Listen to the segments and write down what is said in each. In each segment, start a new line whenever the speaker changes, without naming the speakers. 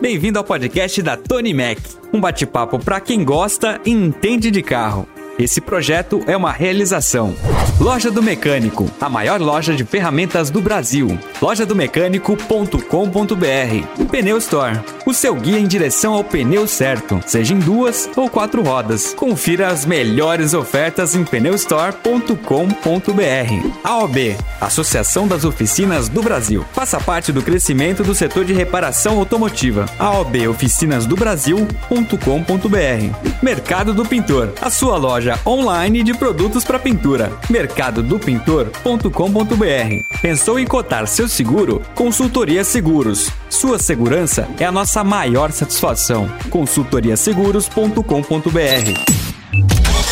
Bem-vindo ao podcast da Tony Mac, um bate-papo para quem gosta e entende de carro. Esse projeto é uma realização. Loja do Mecânico, a maior loja de ferramentas do Brasil. Lojadomecânico.com.br. Pneu Store, o seu guia em direção ao pneu certo, seja em duas ou quatro rodas. Confira as melhores ofertas em pneustore.com.br. AOB, Associação das Oficinas do Brasil. Faça parte do crescimento do setor de reparação automotiva. aoboficinasdobrasil.com.br. Mercado do Pintor, a sua loja online de produtos para pintura. mercadodopintor.com.br. Pensou em cotar seu seguro? Consultoria Seguros. Sua segurança é a nossa maior satisfação. consultoriaseguros.com.br.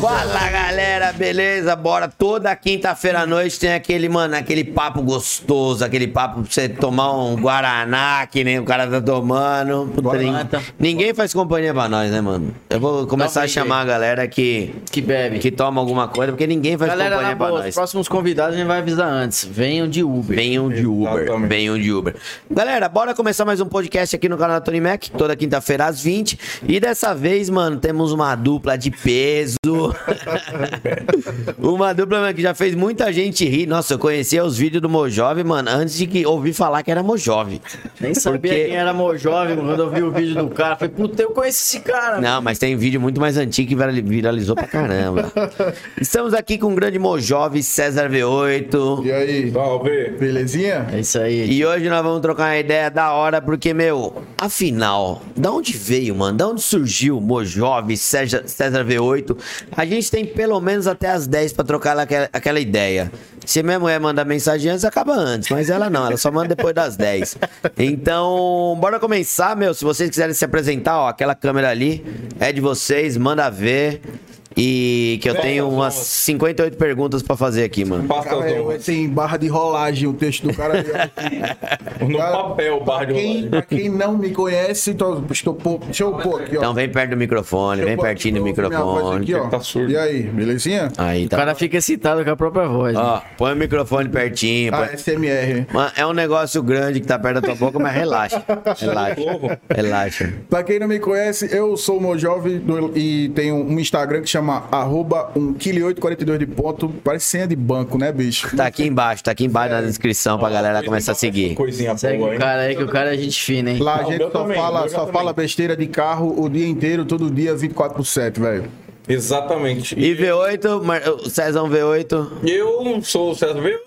Fala galera, beleza? Bora toda quinta-feira à noite tem aquele, mano, aquele papo gostoso, aquele papo pra você tomar um Guaraná, que nem o cara tá tomando. Puta,
Guaraná,
nin-
tá.
Ninguém faz companhia pra nós, né, mano? Eu vou começar a
Talvez
chamar a galera que,
Que bebe.
que toma alguma coisa, porque ninguém faz
Galera, na
companhia pra
boa, os
nós.
próximos convidados a gente vai avisar antes. Venham de Uber.
Venham de Uber.
Exatamente.
Venham de Uber. Galera, bora começar mais um podcast aqui no canal da Tony Mac, toda quinta-feira às 20. E dessa vez, mano, temos uma dupla de peso. uma dupla mano, que já fez muita gente rir. Nossa, eu conhecia os vídeos do Mojove, mano, antes de que ouvir falar que era Mojove.
Nem sabia
Porque-
quem era meu jovem quando eu vi o vídeo do cara. Falei, puta, eu conheço esse cara.
Não, mas tem vídeo muito mais antigo que virali- viralizou pra caramba. Estamos aqui com o grande Mojove César V8.
E aí? Salve! Belezinha?
É isso aí.
E hoje nós vamos trocar uma ideia da hora, porque, meu, afinal, da onde veio, mano? Da onde surgiu o Mojove, César, César V8? A gente tem pelo menos até as 10 pra trocar aquela, aquela ideia. Se minha mulher mandar mensagem antes, acaba antes, mas ela não, ela só manda depois das 10. Então, bora começar, meu. Se vocês quiserem se apresentar, ó, aquela câmera ali é de vocês, manda ver. E que eu tenho umas 58 perguntas pra fazer aqui, mano.
Passa
Cara, é, tem barra de rolagem o texto do cara.
No
Cara,
papel, barra de
quem,
rolagem.
pra quem não me conhece, então, estou, pô- deixa eu pôr aqui, ó.
Então vem perto do microfone,
Deixa eu
vem
pôr aqui
pertinho do
pra ouvir minha voz
microfone.
aqui, ó.
Tá surdo.
E aí, belezinha?
Aí
O
tá. Ah,
cara fica excitado com a própria voz. né?
Ó, põe o microfone pertinho.
A
põe-
SMR.
Mano, É um negócio grande que tá perto da tua boca, mas relaxa. Relaxa. Relaxa.
Pra quem não me conhece, eu sou o Mojove do- e tenho um Instagram que chama arroba 1,842 de ponto. Parece senha de banco, né, bicho?
Tá aqui embaixo, tá aqui embaixo na descrição pra galera começar a seguir.
Coisinha
Segue
boa,
o
hein?
cara aí, que o cara é gente fina, hein?
Lá a
Não,
gente
meu
só,
também,
fala,
meu
só
também.
fala besteira de carro o dia inteiro, todo dia, 24 por 7, velho.
Exatamente.
E V8, Mar- o Cezão V8.
Eu sou o César V8,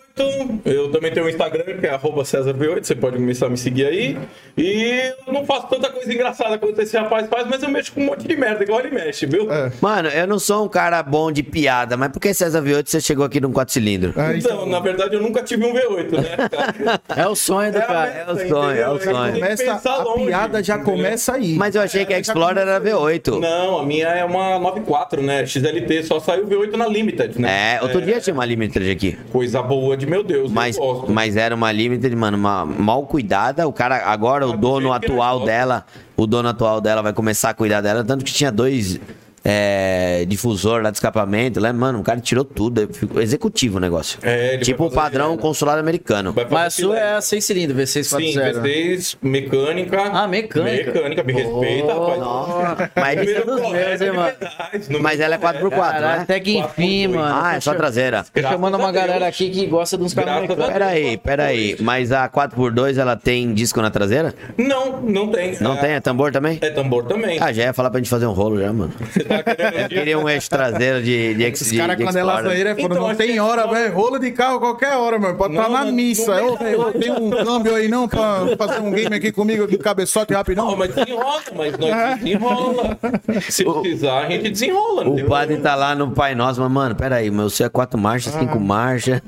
eu também tenho um Instagram que é arroba César V8, você pode começar a me seguir aí. E eu não faço tanta coisa engraçada quanto esse rapaz faz, mas eu mexo com um monte de merda, igual ele mexe, viu?
É.
Mano, eu não sou um cara bom de piada, mas por que César V8 você chegou aqui num 4 cilindros?
Aí,
Então, na verdade, eu nunca tive um V8, né? cara?
É o sonho do
É a
cara.
meta,
o sonho, é o
entendeu?
sonho.
Tem que
começa,
pensar
a
longe,
piada já
entendeu?
começa aí.
Mas eu achei que a Explorer era V8.
Não, a minha é uma 94, né? XLT, só saiu V8 na Limited, né?
É, outro dia tinha uma Limited aqui.
Coisa boa de meu Deus,
Mas,
eu gosto.
mas era uma Limited, mano, uma- mal cuidada. O cara, agora o
do
dono
jeito que é
atual
nós
dela, o dono atual dela vai começar a cuidar dela. Tanto que tinha dois é, difusor lá de escapamento, né? Mano, o cara tirou tudo. ficou Executivo o negócio.
É, ele
tipo
vai
o
fazer
padrão
merda.
consulado americano.
Vai fazer
Mas a sua
filé.
é a 6 cilindros,
Sim,
V640.
V6, mecânica.
Ah, mecânica.
Mecânica, me respeita, rapaz.
Nossa.
Mas- é
Primeiro
Dos
colégio
meus, hein,
de
mano?
verdade, no
Mas ela é 4x4,
Caralho,
né?
até que enfim, mano.
Ah, é só traseira.
Tô chamando uma
Graças a
galera
Deus.
aqui que gosta de uns
Graças a
caras mecânicos.
Peraí,
Deus.
peraí. Mas a 4x2 ela tem disco na traseira?
Não, não tem.
Não
é,
tem? É tambor também?
É tá tambor também.
Ah, já ia falar pra gente fazer um rolo já, mano. Eu queria um eixo traseiro de, de,
Esses
de-
caras,
de
quando é
Explorer.
lasanheira, é foda.
Então,
não
acho que
tem
é
hora,
só-
velho. Rolo de carro qualquer hora, mano. Pode estar
Não,
na
não-
missa.
não
Ô,
tem-
velho, eu tenho um câmbio aí não pra fazer um game aqui comigo de cabeçote
Não,
rapidão.
mas desenrola, mas nós desenrola. Se precisar, a gente desenrola. não tem
O padre tá lá no Pai Nosso, mas, mano, peraí, meu, você é quatro marchas, cinco marchas.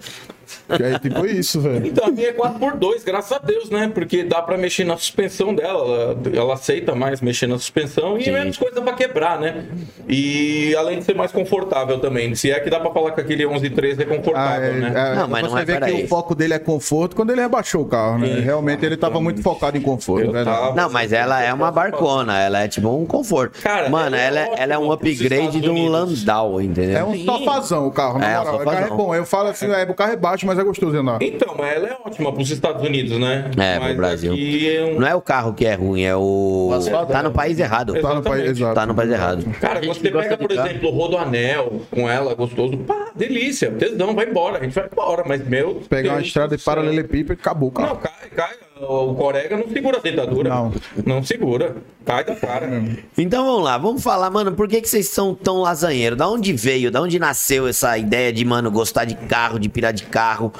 E aí, tipo isso, velho.
Então, a minha é 4x2, graças a Deus, né? Porque dá pra mexer na suspensão dela. Ela, ela aceita mais mexer na suspensão e menos coisa pra quebrar, né? E além de ser mais confortável também. Se é que dá pra falar que aquele 11.3 é
Ah,
confortável,
é,
né?
é,
Não, mas não
você
é,
vê que
peraí.
o foco dele é conforto quando ele rebaixou o carro, né? Realmente ele tava muito focado em conforto,
Eu
verdade.
tava-
Não, mas ela é uma barcona, ela é tipo um conforto.
Cara,
mano, ela,
ela é
é- ela é um
ótima pros
upgrade
Estados
de um
Unidos.
Landau,
É
entendeu?
um sofazão o carro, na
É, um
moral. O carro é
sofazão.
bom. Eu falo assim, é, o carro é baixo, mas é gostoso de andar.
Então, mas ela é ótima pros Estados Unidos, né?
É,
mas
pro Brasil.
aqui é um-
Não é o carro que é ruim, é o.
asfalto,
tá
né?
no país errado.
Tá no país,
exatamente.
exato.
Tá no país errado.
Cara,
A gente
você
que gosta
pega,
de
por
carro.
exemplo, o Rodoanel com ela, gostoso. Pá, delícia. Tesão, vai embora. A gente vai embora, mas meu.
Pegar uma
Deus
estrada
do
de
céu.
paralelepípedo e acabou, cara.
Não, cai, cai. O Corega não segura a dentadura.
Não.
Não segura. Cai da cara.
Então vamos lá, vamos falar, mano, por que, que vocês são tão lasanheiros? Da onde veio, da onde nasceu essa ideia de, mano, gostar de carro, de pirar de carro?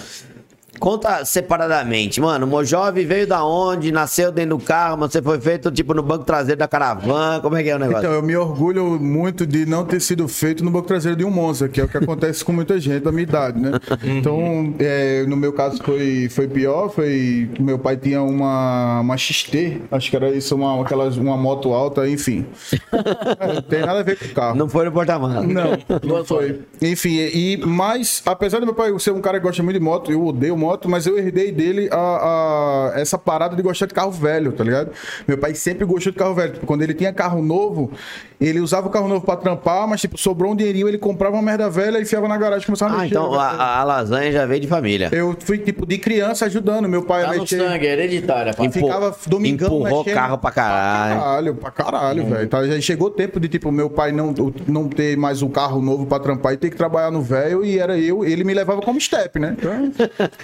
Conta separadamente, mano. O Mojove veio da onde? Nasceu dentro do carro, mas você foi feito tipo no banco traseiro da caravana. Como é que é o negócio?
Então, eu me orgulho muito de não ter sido feito no banco traseiro de um Monza, que é o que acontece com muita gente da minha idade, né? Então, é, no meu caso foi, foi pior, foi... Meu pai tinha uma, uma XT, acho que era isso, uma, aquelas, uma moto alta, enfim. É, não tem nada a ver com carro.
Não foi no porta-malas.
Não, não foi. Enfim, e, e- mas apesar do meu pai ser um cara que gosta muito de moto, eu odeio moto, mas eu herdei dele a, a- essa parada de gostar de carro velho, tá ligado? Meu pai sempre gostou de carro velho. Tipo, quando ele tinha carro novo, ele usava o carro novo pra trampar, mas tipo, sobrou um dinheirinho, ele comprava uma merda velha e enfiava na garagem e começava a
Ah,
mexer. né?
então a, a- a lasanha já veio de família.
Eu fui, tipo, de criança ajudando meu pai
Tá
a
no
mexer.
sangue, é hereditária. pá.
Enfim, ficava domingão
Empurrou o
mexendo.
carro pra caralho.
Caralho, pra caralho,
É.
velho. Tá, já chegou o tempo de, tipo, meu pai não, não ter mais um carro novo pra trampar e ter que trabalhar no velho e era eu, ele me levava como step, né? Então,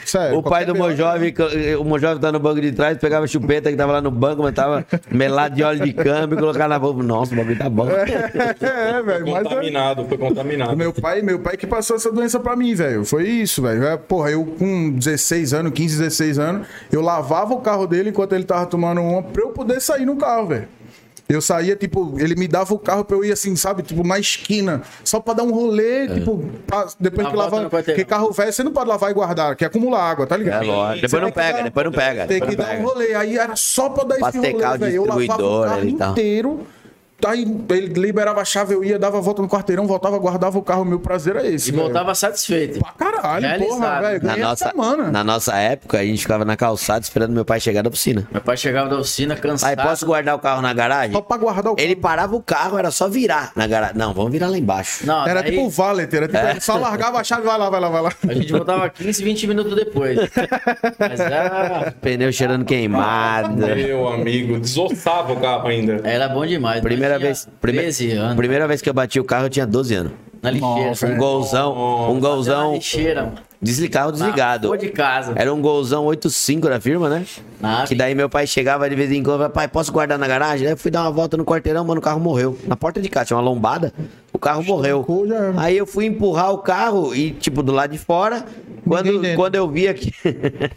sério.
O pai
qualquer né?
do
pior-
Mojove, o Mojove tá no banco de trás, pegava a chupeta que tava lá no banco, mas tava melado de óleo de câmbio, colocava na boca. Nossa, o bagulho tá bom.
é, velho, mas... é-
Contaminado, foi contaminado.
Meu pai, meu pai que passou essa doença pra mim, velho. Foi isso, velho. É, Porra, eu com 16 anos, 15, 16 anos, eu lavava o carro dele enquanto ele tava tomando uma pra eu poder sair no carro, velho. Eu saía, tipo, ele me dava o carro pra eu ir assim, sabe? Tipo, na esquina. Só pra dar um rolê, tipo, pra- depois
É. A volta
que lavar.
não pode ter,
Porque
não.
carro velho, você não pode lavar e guardar, que acumula água, tá
É
ligado?
lógico. Depois não
Tem que
pega,
dar-
depois não pega.
Tem que
depois não
dar um
pega.
rolê. Aí era só pra dar
Pra
esse
ter
rolê,
carro
velho. Eu lavava o né,
distribuidor,
carro
ele tá.
inteiro. Aí ele liberava a chave, eu ia, dava a volta no quarteirão, voltava, guardava o carro. Meu prazer é esse.
E
velho.
voltava satisfeito.
Pra caralho, porra,
Realizado.
velho.
Na
Ganhei essa
nossa,
semana.
na nossa época, a gente ficava na calçada esperando meu pai chegar da piscina.
Meu pai chegava da oficina cansado.
Aí, posso guardar o carro na garagem?
Só pra guardar o
Ele parava o carro, era só virar na garagem. Não, vamos virar lá embaixo.
Não,
carro. Era
daí
um
tipo o valet, era tipo, ele só largava a chave, vai lá, vai lá, vai lá.
a gente voltava 15, 20 minutos depois. Mas era,
Pneu cheirando queimado.
Meu amigo, desossava o carro
É,
ainda.
era bom demais.
Primeira
Eu tinha
vez, prime...
13 anos.
primeira vez que eu bati o carro, eu tinha 12 anos.
Na lixeira.
Nossa,
Um golzão, um
Na
golzão
lixeira. mano.
desligado,
Na
desligado.
rua de casa.
Era um golzão 8.5 da firma, né?
Ah,
que daí meu pai chegava de vez em quando, falava, pai, posso guardar na garagem? Daí eu fui dar uma volta no quarteirão, mano, o carro morreu. Na porta de casa, tinha uma lombada, o carro morreu.
Estancou, já era.
Aí eu fui empurrar o carro e, tipo, do lado de fora, quando,
dentro.
quando eu vi aqui.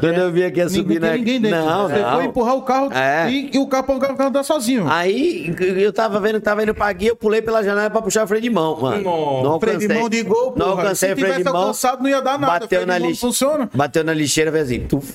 quando eu vi aqui ia subir
Ninguém
na.
tem né? ninguém dentro.
Não,
Você
não.
foi empurrar o carro
É. Ah.
e, e o carro o carro o carro andar sozinho.
Aí eu tava vendo que tava indo pra guia, eu pulei pela janela pra puxar o freio de mão, mano.
Nossa.
Não alcancei.
freio de mão de gol,
Não
porra.
alcancei
Se
o freio de
tivesse
mão.
alcançado, não ia dar nada.
Bateu
Freio de
na
mão não
lixa-
funciona.
Bateu na lixeira, fez assim. tuf.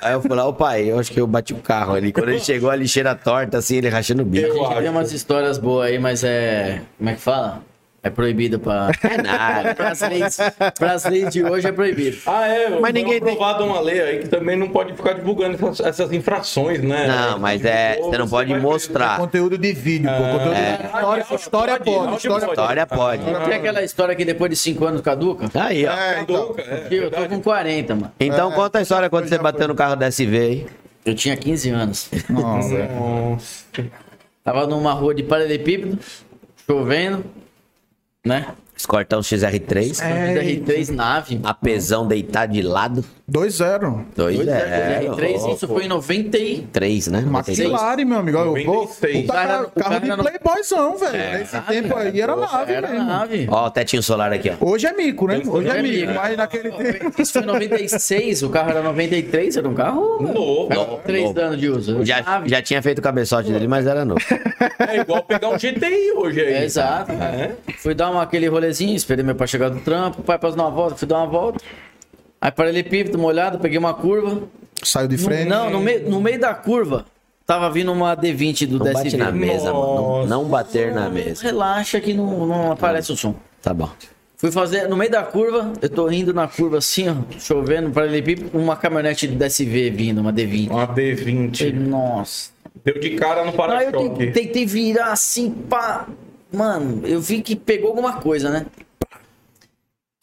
Aí eu falei, ó pai, eu acho que eu bati o carro ali. Quando ele chegou, a lixeira torta, assim, ele rachando o bico.
Eu
Tem
acho.
umas histórias boas aí, mas é. Como é que fala? É proibido pra.
É nada.
Pras leis, pras leis de hoje é proibido.
Ah, é,
Mas
mas
ninguém
ninguém
tem-
aprovado uma lei aí que também não pode ficar divulgando essas, essas infrações, né?
tipo
Não,
tá
mas é. Você não pode
vai
mostrar.
Conteúdo de vídeo, pô. Conteúdo de
preso.
história,
Ah,
história
áudio
pode,
áudio
história é pode.
História pode.
Ah.
Não tem aquela história que depois de 5 anos caduca?
Aí, ó.
É, então.
Caduca, é,
Que eu tô
verdade.
com 40, mano.
Então
É,
conta a história quando
já
você
foi.
bateu no carro da SV aí.
Eu tinha 15 anos.
Não, é. velho.
Nossa.
Tava numa rua de paralelepípedo, chovendo, né?
Escortão
É.
XR3.
É,
R3 nave.
A pesão deitado de lado.
2-0.
Dois é.
R3, Né? isso foi em 90 e...
Três, né?
McLaren, meu amigo. Eu vou,
96.
o cara,
O cara- o
carro
cara
de
não-
playboyzão, velho. Nesse tempo aí era nave
Era
mesmo.
nave.
Ó, o tetinho solar aqui, ó.
Hoje é mico, né? Hoje é
é
mico.
mico.
Mas naquele tempo.
Isso foi em 96, o carro era 93, era um carro...
Novo.
Era três
novo.
anos de uso. né?
Já,
Nave.
já tinha feito o cabeçote dele, mas era novo.
É igual pegar um GTI hoje aí.
É, exato.
É.
Fui dar uma, aquele rolezinho, esperei meu pai chegar do trampo, o pai passou uma volta, fui dar uma volta. Aí paralelepípedo, molhado, peguei uma curva.
Saiu de frente.
Não, no, meio no meio da curva, tava vindo uma D20 do
Não bate
DSV.
na mesa, mano. Não,
Nossa.
não bater na mesa.
Relaxa que não, não aparece o som.
Tá bom.
Fui fazer, no meio da curva, eu tô indo na curva assim, ó, chovendo, paralelepípedo, uma caminhonete do DSV vindo, uma
Um
D20.
Uma
Falei,
D20.
Nossa.
Deu de cara no
Aí eu te-
para-choque.
tentei virar assim, pá. Mano, eu vi que pegou alguma coisa, né?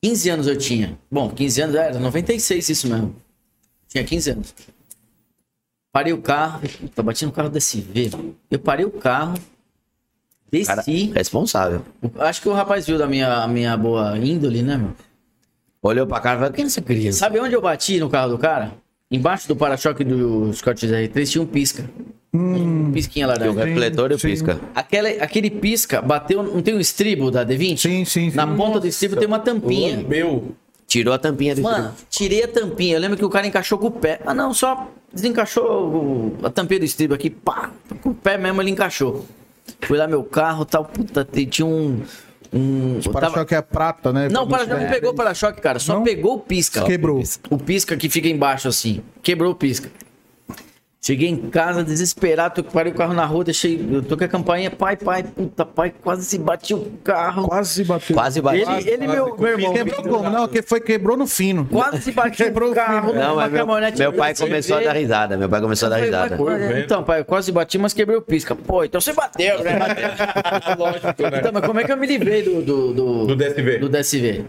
15 anos eu tinha. Bom, 15 anos era 96 isso mesmo. Tinha 15 anos. Parei o carro. Puta, bati no carro desse V. Eu parei o carro. Desci.
Cara, responsável.
Acho que o rapaz viu da minha, minha boa índole, né, meu?
Olhou pra cara e falou: quem é essa criança?
Sabe onde eu bati no carro do cara? Embaixo do para-choque do Scott R3 tinha um pisca.
Hum.
Um pisquinha
O
laranja.
refletor e o
sim.
pisca.
Aquela, aquele pisca bateu. Não tem um estribo da D20?
Sim, sim, sim.
Na ponta do estribo tem uma tampinha.
Meu,
Tirou a tampinha do
Mano, tirei a tampinha. Eu lembro que o cara encaixou com o pé. Ah, não, só desencaixou o- a tampinha do estribo aqui. Pá, com o pé mesmo ele encaixou. Fui lá meu carro tal. Puta, te- tinha um. um eu
O para-choque é prata, né?
Não, o para-choque não
É.
pegou o para-choque, cara. Só
Não?
pegou o pisca.
Quebrou.
O pisca que fica embaixo assim. Quebrou o pisca. Cheguei em casa desesperado, tô- parei o carro na rua, deixei, eu toquei a campainha, pai, pai, puta, pai, quase se bati o carro.
Quase bateu.
Quase
Ele,
bateu.
ele meu, meu irmão,
Quebrou como? Não, que foi quebrou no fino.
quase se bati
Quebrou
o
o
carro
filho.
numa
Não, mas meu,
caminhonete.
meu pai começou a dar risada. Meu pai começou a dar
Falei,
risada.
"Vai, vai,
Foi,
Então, pai, eu quase bati, mas quebrei o pisca. Pô, então você bateu, né?
lógico, né?
Então, mas como é que eu me livrei do. Do, do,
Do DSV.
do DSV?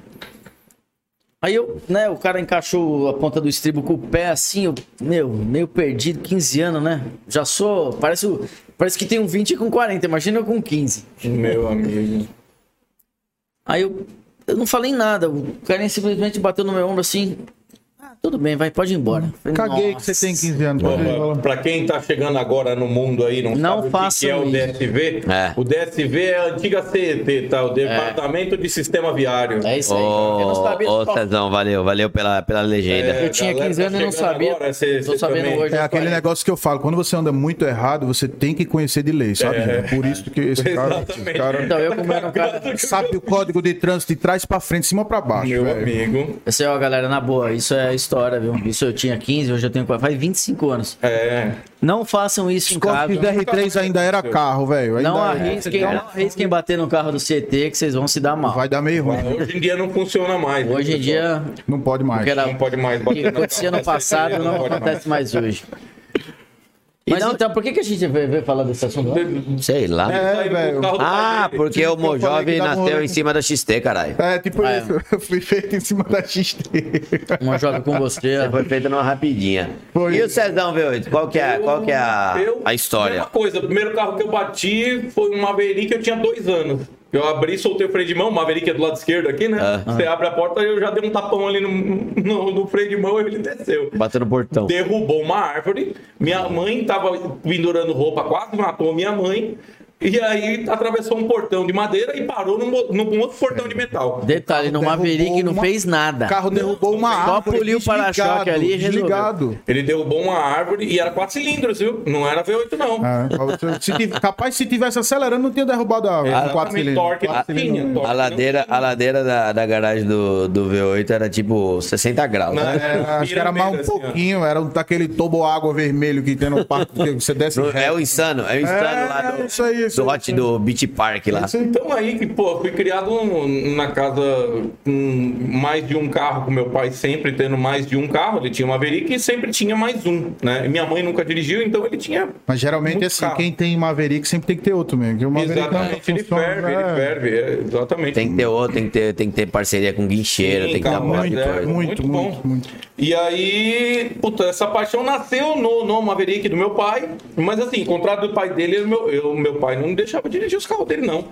Aí eu, né, o cara encaixou a ponta do estribo com o pé assim, eu, meu, meio perdido, 15 anos, né? Já sou. Parece, o- parece que tem um 20 com 40, imagina eu com 15.
Meu amigo.
Aí eu, eu não falei nada, o cara simplesmente bateu no meu ombro assim. "Ah, tudo bem, vai, pode ir embora. Falei,
Caguei que
"Nossa."
você tem 15 anos.
Bom,
pode ir, vai lá.
Pra quem tá chegando agora no mundo aí, não,
Não
sabe o que
façam
que é o
isso.
DSV.
É.
O DSV é a antiga CET, tá? O Departamento de Sistema Viário.
É isso aí. eu não
Ô,
sabia
ô,
só-
Cezão, valeu, valeu pela, pela legenda.
É,
Eu tinha
galera
15 anos e não
chegando
sabia.
agora, cê-
Tô
cê
sabendo
também-
hoje.
É aquele negócio que eu falo, quando você anda muito errado, você tem que conhecer de lei, sabe? gente? É Por isso que esse cara, esse
Exatamente.
cara
Então, eu como era um cara.
sabe o código de trânsito de trás pra frente, de cima pra baixo,
Meu
velho.
amigo.
Essa é ó, galera, na boa, isso é história, viu? Isso eu tinha 15, hoje eu tenho quase- faz 25 anos.
É.
Não façam isso em
Scott
casa.
DR3 ainda era carro, velho. ainda é.
Não
era.
arrisquem, não arrisquem bater no carro do CT que vocês vão se dar mal.
Vai dar meio ruim.
Hoje em dia não funciona mais. né,
Hoje em
pessoal?
dia,
Não pode
o
mais.
que era-
Não pode mais
o que
bater na
acontecia no
cabeça,
passado
não
não
pode
acontece mais hoje. Mas então, por que, que a gente veio veio falar desse assunto?
Sei lá.
É, velho.
Ah, porque o
eu falei que
Mojove
dava um
nasceu
rolê.
em cima da XT, caralho.
É, tipo
Ah, é.
isso. Eu fui feito em cima da XT.
Uma joga com você.
Você Foi feito numa rapidinha.
É. Foi.
E o Cezão, V8? Qual que é, qual que é a,
Eu-
a história?
Mesma coisa, o primeiro carro que eu bati foi um Maverick, eu tinha dois anos. Eu abri, soltei o freio de mão, o Maverick é do lado esquerdo aqui, né?
Ah.
Você abre a porta, eu já dei um tapão ali no, no, no freio de mão e ele desceu.
Bateu no portão.
Derrubou uma árvore, minha mãe tava pendurando roupa, quase matou minha mãe. E aí atravessou um portão de madeira e parou num, mo- num outro portão de metal.
Detalhe, no Maverick não
uma-
fez nada.
O carro derrubou uma
só
árvore.
poliu o para-choque ali e resolveu.
Desligado.
Ele derrubou uma árvore e era quatro cilindros, viu? Não era V8, não.
Ah, pra você- se tiv- capaz, se tivesse acelerando, não tinha derrubado a árvore. com um quatro
Exatamente,
cilindros.
torque não
Quatro cilindros.
tinha, torque
A
não
ladeira, a ladeira da, da garagem do, do V8 era tipo 60 graus.
Não,
né?
É, acho que era mais um
Pirâmide, assim, ó.
pouquinho, era um daquele tobo água vermelho que tem no parque, que você desce
Do- É
reto.
o insano, é o insano lá do,
isso aí, isso
do
aí,
hot do Beach Park lá.
Isso aí.
Então aí, que, pô, fui criado um- na casa com mais de um carro, com meu pai sempre tendo mais de um carro, ele tinha uma Maverick e sempre tinha mais um, né? Minha mãe nunca dirigiu, então ele tinha...
Mas geralmente,
Muito
assim,
carro.
quem tem Maverick sempre tem que ter outro mesmo. que o Maverick não
Exatamente, ele
funciona,
ferve,
é.
ele ferve, é, exatamente.
Tem que ter outro, tem que ter, tem que ter parceria com guincheiro,
Sim,
tem que ter
cara,
uma porra de
mas é
coisa.
Muito,
Muito bom.
muito, muito.
E aí, puta, essa paixão nasceu no, no Maverick do meu pai, mas assim, contrário do pai dele, eu- meu, eu- meu pai não deixava dirigir os carros dele, não.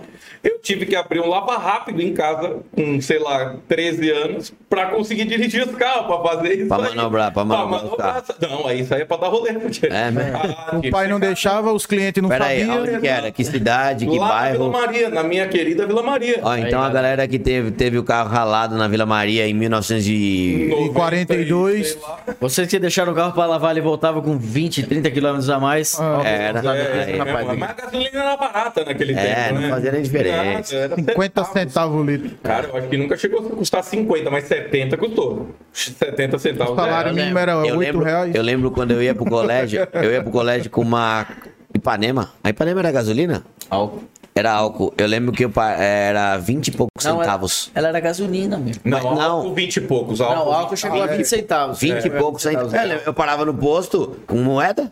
Eu tive que abrir um lava rápido em casa, com, sei lá, 13 anos, pra conseguir dirigir os carros, pra fazer isso
Pra
aí.
manobrar, pra manobrar os
Não, aí isso aí é pra dar rolê. porque-
É, mas-
Ah,
O
que-
pai não deixava, os clientes não
Pera aí,
sabiam.
onde que era? Que cidade, que
Lá na Vila
bairro?
Maria, na minha querida Vila Maria.
Ó, então a galera que teve, teve o carro ralado na Vila Maria em 1900 e...
90 e
42.
sei lá.
Vocês que deixaram o carro pra lavar, ele voltava com 20, 30 quilômetros a mais.
Ah,
Era.
É,
Aí,
rapaz,
é, mas a gasolina era barata naquele
É,
tempo.
não
né?
fazia nem diferença.
Nada, era
50 centavos o litro.
Cara, eu acho que nunca chegou a custar 50, mas 70 custou. 70 centavos.
O salário
é.
mínimo era
Eu
8
lembro,
reais.
eu lembro quando eu ia pro colégio, eu ia pro colégio com uma Ipanema. A Ipanema era gasolina?
Álcool.
Era álcool. Eu lembro que eu pa- era 20 e poucos
Não, é- ela,
centavos.
ela era gasolina, meu.
Mas
Não,
não.
álcool 20 e poucos.
Não,
Álcool.
o
Ah, é.
álcool chegou a 20 centavos.
20 e poucos centavos. É, Eu parava no posto com moeda.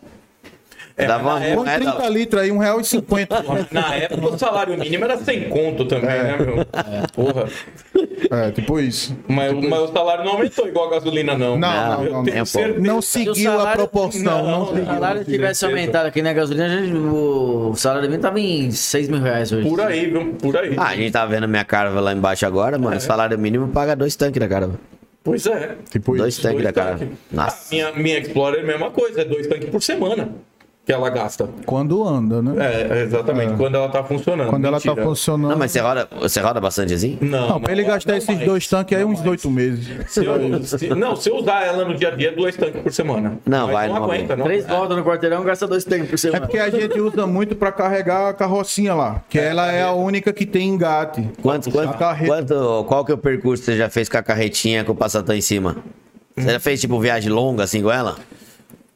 Dava uma
mas na
Com
moeda
30 litros aí, R$1,50.
Na época o salário mínimo era sem conto também, né, meu? Porra.
é, tipo isso.
Mas, o- mas o salário não aumentou igual a gasolina, não.
Não,
Eu
não, não, um não.
tenho
É, pô.
certeza.
Não
Se o
seguiu a
salário-
proporção. Não,
Não,
Se o
seguiu.
salário tivesse
certeza.
aumentado aqui na gasolina, já- o salário mínimo tava em 6 mil reais hoje.
Por aí, viu? Por aí.
Ah, a gente tá vendo minha carva lá embaixo agora, mano. Salário mínimo paga dois tanques da carva.
Pois é.
Tipo
Dois
isso.
tanques
Dois
da carva.
tanques.
Nossa.
Ah, minha, minha Explorer é a mesma coisa, é dois tanques por semana que ela gasta.
Quando anda, né?
É, exatamente,
É.
quando ela tá funcionando.
Quando ela tá
Mentira.
funcionando.
Não, mas você roda, você roda bastante assim?
Não,
Não, pra ele gastar esses dois tanques aí, é uns oito meses.
Se eu, se- não, se eu usar ela no dia a dia, dois tanques por semana.
Não,
Mas
vai,
não
não
aguenta, não.
Três voltas no quarteirão, gasta dois tempos por
É
semana.
porque a gente usa muito pra carregar a carrocinha lá, que ela é a única que tem engate.
Quanto, quanto,
carreta.
quanto, qual que é o percurso que você já fez com a carretinha com o passatão em cima? Você já fez, tipo, viagem longa assim com ela?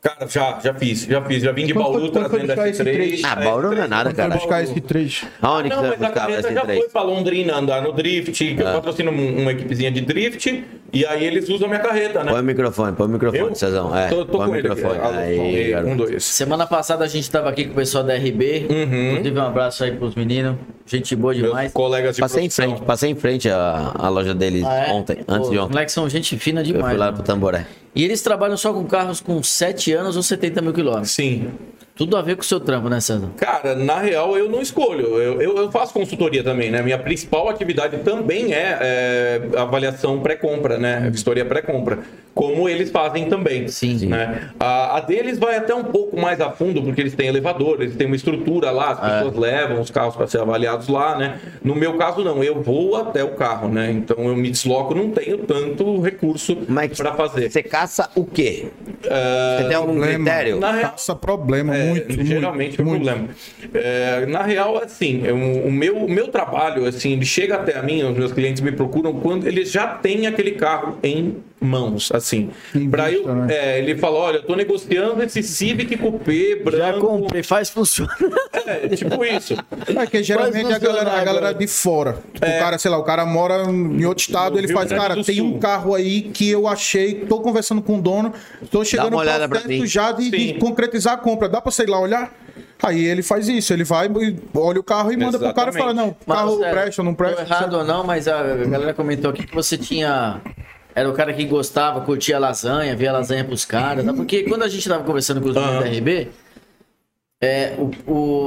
Cara, já, já fiz, já fiz. Já vim de
Quando
Bauru
foi- quando foi
trazendo
buscar esse
S3.
três?
Ah, Bauru não é nada,
Pra
cara.
buscar esse trecho.
Aonde que
Ah, não,
você
mas a
buscava
carreta
esse
já foi né?
três? Ah.
pra Londrina andar no drift, que eu patrocino um- uma equipezinha de drift, e aí eles usam a minha carreta, né?
Põe o microfone, põe o microfone,
Eu?
Cezão. É,
tô tô
põe o
com ele aqui.
microfone.
Alô,
Aí,
Paulo.
garoto.
um, dois.
Semana passada a gente tava aqui com o pessoal da RB. Inclusive, um abraço aí pros meninos. Gente boa
Meus
demais.
colegas de
Passei em
profissão.
frente, passei em frente à, à loja deles
Ah, é?
ontem,
Pô,
antes de
Os
ontem.
moleques são gente fina
Eu
demais.
fui lá
né?
pro Tamboré.
E eles trabalham só com carros com 7 anos ou 70 mil quilômetros.
Sim.
Tudo a ver com o seu trampo, né, Sandro?
Cara, na real eu não escolho. Eu, eu, eu faço consultoria também, né? Minha principal atividade também é, é, avaliação pré-compra, né? Vistoria pré-compra. Como eles fazem também.
Sim, sim.
Né? A, a deles vai até um pouco mais a fundo, porque eles têm elevador, eles têm uma estrutura lá, as pessoas levam os carros para ser avaliados lá, né? No meu caso, não. Eu vou até o carro, né? Então eu me desloco, não tenho tanto recurso
Mas
para fazer.
Você caça o quê? Você tem algum
Ah, Problema.
critério?
Na real-
Caça problema,
um É,
muito, muito.
geralmente é o
muito.
problema. É, na real, assim, eu- o, meu, o meu trabalho, assim, ele chega até a mim, os meus clientes me procuram quando ele já tem aquele carro em mãos, assim.
Em
Pra
vista,
eu,
né?
é, ele fala, olha, eu tô negociando esse Civic Coupé branco.
Já comprei, faz funcionar.
É, tipo isso.
É que geralmente a
funcionar
galera, a galera
agora.
de fora. Tipo, O cara, sei lá, o cara mora em outro estado,
É. No
ele
Rio
faz,
Grande
cara,
do
tem um
Sul."
carro aí que eu achei, tô conversando com o dono, tô chegando
uma olhada pra mim.
processo já de, de
Sim.
concretizar a compra. Dá pra, sei lá, olhar? Aí ele faz isso, ele vai, e olha o carro e manda pro cara e fala, não,
Mas,
carro
sério,
presta, não
Tô
presta.
errado ou não, mas a galera comentou aqui que você tinha. Era o cara que gostava, curtia lasanha, via lasanha pros caras. tá? Porque quando a gente tava conversando com os meninos da RB, é, o,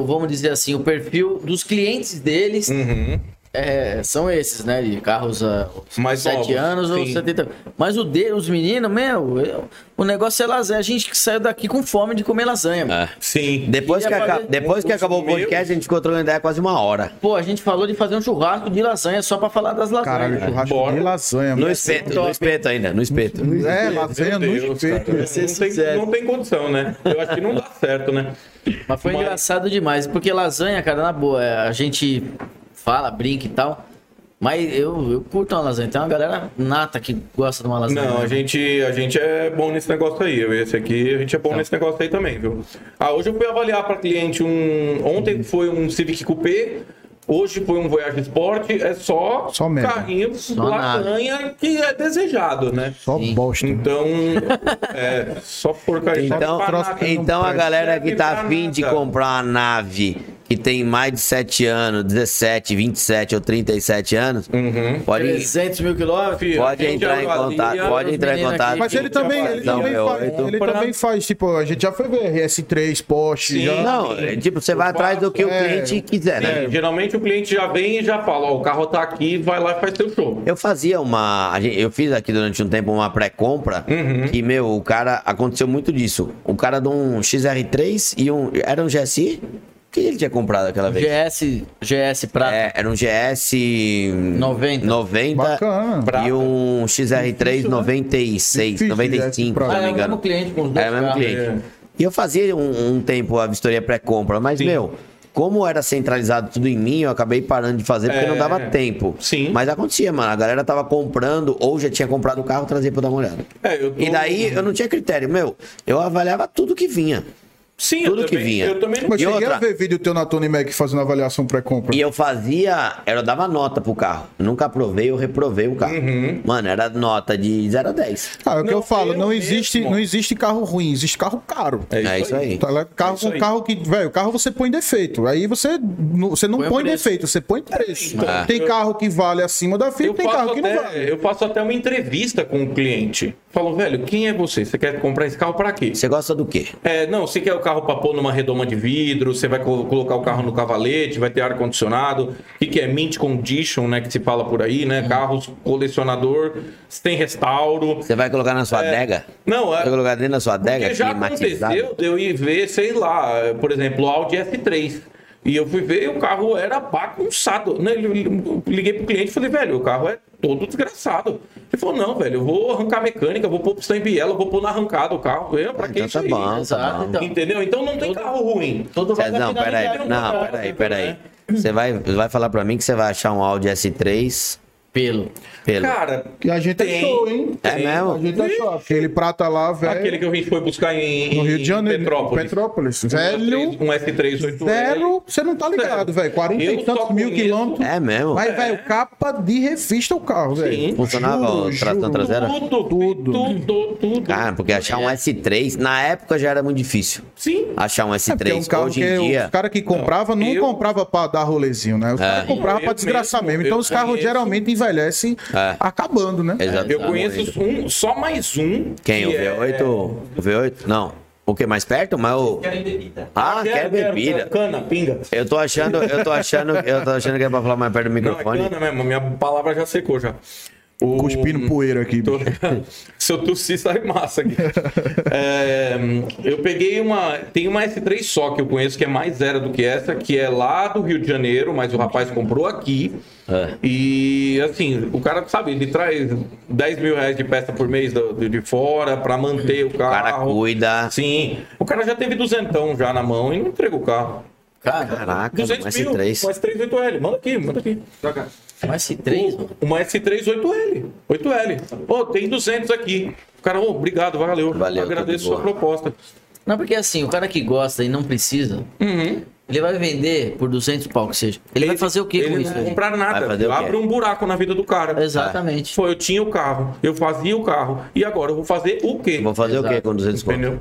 o- vamos dizer assim, o perfil dos clientes deles
Uhum.
é, são esses, né? De carros a
Mais
7
novos,
anos ou
sim.
70. Mas o de, os meninos, meu, eu- o negócio é lasanha. A gente que saiu daqui com fome de comer lasanha. mano.
Sim.
Depois que,
Queria
aca-
fazer-
Depois que acabou o podcast, a gente ficou trocando ideia quase uma hora.
Pô, a gente falou de fazer um churrasco de lasanha só pra falar das lasanhas.
Caralho,
cara.
churrasco
Bora.
de lasanha,
No
mano.
espeto, no espeto ainda, no espeto.
É,
Meu
lasanha no
Deus, cara,
espeto.
não,
ser
tem,
sincero.
não tem condição, né? Eu acho que não dá certo, né?
Mas foi
Mas-
engraçado demais, porque lasanha, cara, na boa, é, a gente fala, brinca e tal. Mas eu, eu curto uma lasanha. Tem uma galera nata que gosta de uma lasanha.
Não,
né?
a gente, a gente é bom nesse negócio aí. eu e Esse aqui, a gente é
Tá.
bom nesse negócio aí também, viu? Ah, hoje eu fui avaliar para cliente um. Ontem
Uhum.
foi um Civic Coupé, hoje foi um Voyage Sport. É só,
Só merda.
carrinho,
nada.
lasanha que é desejado, né?
Só bosta.
Então, é só porcaria.
Então,
Só pra
troço
nada.
que não
então a
presta.
galera que tá
Não
afim
dá
de
nada.
comprar uma nave que tem mais de 7 anos, 17, 27 ou 37 anos,
Uhum.
pode,
300 mil quilômetros.
Filho,
pode
a gente
entrar em
avalia assim,
contato. Pode
os
entrar em
meninos
contato.
É
aqui.
Mas ele também, ele
Não, é
também
meu,
faz,
eu tô-
ele também faz, tipo, a gente já foi ver RS3, Porsche,
Sim.
já...
Não, é tipo, você vai atrás do que o
É.
cliente quiser,
Sim,
né?
Geralmente o cliente já vem e já fala: Ó, o carro tá aqui, vai lá e faz teu show.
Eu fazia uma. a gente- Eu fiz aqui durante um tempo uma pré-compra.
Uhum.
E, meu, o cara. Aconteceu muito disso. O cara de um XR3 e um. Era um GSI? O que ele tinha comprado aquela vez?
GS, GS Prata.
É, era um GS
90.
90
Bacana.
e um XR3
né?
96,
Difícil,
95,
né?
se não
Ah,
me
era o
engano.
mesmo cliente tá. com os dois
Era o mesmo
carros.
É.
cliente. E eu fazia um, um tempo a vistoria pré-compra, mas, meu, como era centralizado tudo em mim, eu acabei parando de fazer porque
É.
não dava tempo.
Sim.
Mas acontecia, mano. A galera tava comprando ou já tinha comprado o carro, trazia pra eu dar uma olhada.
É, eu tô-
E daí eu não tinha critério, meu. Eu avaliava tudo que vinha.
Sim,
Tudo
eu
que
também,
vinha.
Eu também não
Mas
E
cheguei
outra?
a ver vídeo teu na Tony Mac fazendo avaliação pré-compra.
E eu fazia, eu dava nota pro carro. Nunca aprovei ou reprovei o carro. Mano, era nota de 0 a 10.
Ah, é o que
Não,
eu falo,
eu
não existe,
mesmo.
não existe carro ruim, existe carro caro.
É isso
É isso
aí.
aí.
Tá ligado? Carro,
isso aí.
um carro que, velho, o carro você põe defeito. Aí você, não- você não
Põe
põe,
o preço.
defeito, você põe preço.
então,
tem
um eu-
carro que vale acima da fita,
Eu
tem
faço,
carro que não
até,
vale.
eu faço até uma entrevista com o cliente. Falo, velho, quem é você? Você quer comprar esse carro pra quê?
Você gosta do quê?
É, não, você quer o carro pra pôr numa redoma de vidro, você vai co- colocar o carro no cavalete, vai ter ar-condicionado, o que, que é mint condition, né, que se fala por aí, né, carros colecionador, sem restauro.
Você vai colocar na sua adega?
Não,
Vai
é,
colocar dentro da sua adega
porque já
climatizada?
aconteceu de eu ir ver, sei lá, por exemplo, o Audi S3. E eu fui ver e o carro era bagunçado. Né? Ele- ele- Liguei pro cliente e falei, velho, o carro é todo desgraçado. Ele falou, não, velho, eu vou arrancar a mecânica, vou pôr pro sem biela, vou pôr na arrancada o carro. Eu, pra que
Então
isso
tá
aí?
bom, tá
Exato,
bom.
então.
Entendeu? Então não tem carro ruim.
Todo
Cê- não, peraí,
não
não,
concorda,
peraí,
né?
peraí. Você vai, vai falar pra mim que você vai achar um Audi S3
Pelo.
pelo...
Cara,
E a gente
Tem.
achou, hein?
é
A
mesmo?
gente achou. Aquele prata lá, velho.
aquele que a gente foi buscar em,
No Rio de Janeiro. em
Petrópolis.
Petrópolis. Velho.
Um S3 8L.
Zero, você não tá ligado,
é Zero.
velho. 40
Eu
e
só
tantos mil
conheço-
quilômetros.
É mesmo?
Mas, velho, capa de revista o carro, velho.
Funcionava
Juro,
o tração
juro.
traseira?
Tudo, tudo, tudo, tudo.
Cara, porque achar um S3, na época já era muito difícil.
Sim.
Achar um
É porque
S3
é um carro
hoje
que
em
os
dia. É.
caras que compravam não
eu-
compravam pra dar rolezinho, né? Os caras compravam pra
Eu
desgraçar
mesmo,
mesmo. Então
eu
os carros
conheço.
geralmente envelhecem
É.
acabando, né?
Exatamente.
Eu conheço um, só mais um.
Quem? O
que
V8? O V8? Não. O que mais perto? Mas o.
bebida.
Ah, quero bebida.
Cana, pinga.
Eu tô achando, eu tô achando, eu tô achando que é pra falar mais perto do
Não, é
microfone.
cana mesmo. Minha palavra já secou já. O...
Cuspindo poeira aqui.
Tô-
bicho.
Se eu tossir, sai massa aqui. É, eu peguei uma. Tem uma S3 só que eu conheço que é mais zero do que essa, que é lá do Rio de Janeiro, mas o rapaz comprou aqui.
É.
E assim, o cara sabe, ele traz 10 mil reais de peça por mês do- do- de fora pra manter Ah, o
O
carro.
cara cuida.
Sim. O cara já teve duzentão já na mão e não entregou o carro.
Cara,
Caraca, um
200 mil, um
S3.
S3 8L. Manda aqui, manda aqui. Pra cá.
um S3, mano.
Uma S3 8L. 8L. Pô, tem 200 aqui. O cara, ô, obrigado, valeu.
Valeu,
Agradeço
tudo
sua
bom.
proposta.
Não, porque assim, o cara que gosta e não precisa,
Uhum.
ele vai vender por 200 pau que seja. Ele, vai fazer o que com
Ele
isso?
não
velho?
comprar
Vai fazer o
nada.
quê?
Abre um buraco na vida do cara.
Exatamente.
Pô, eu tinha o carro, eu fazia o carro. E agora eu vou fazer o quê?
Vou fazer o quê com 200 conto?
Entendeu?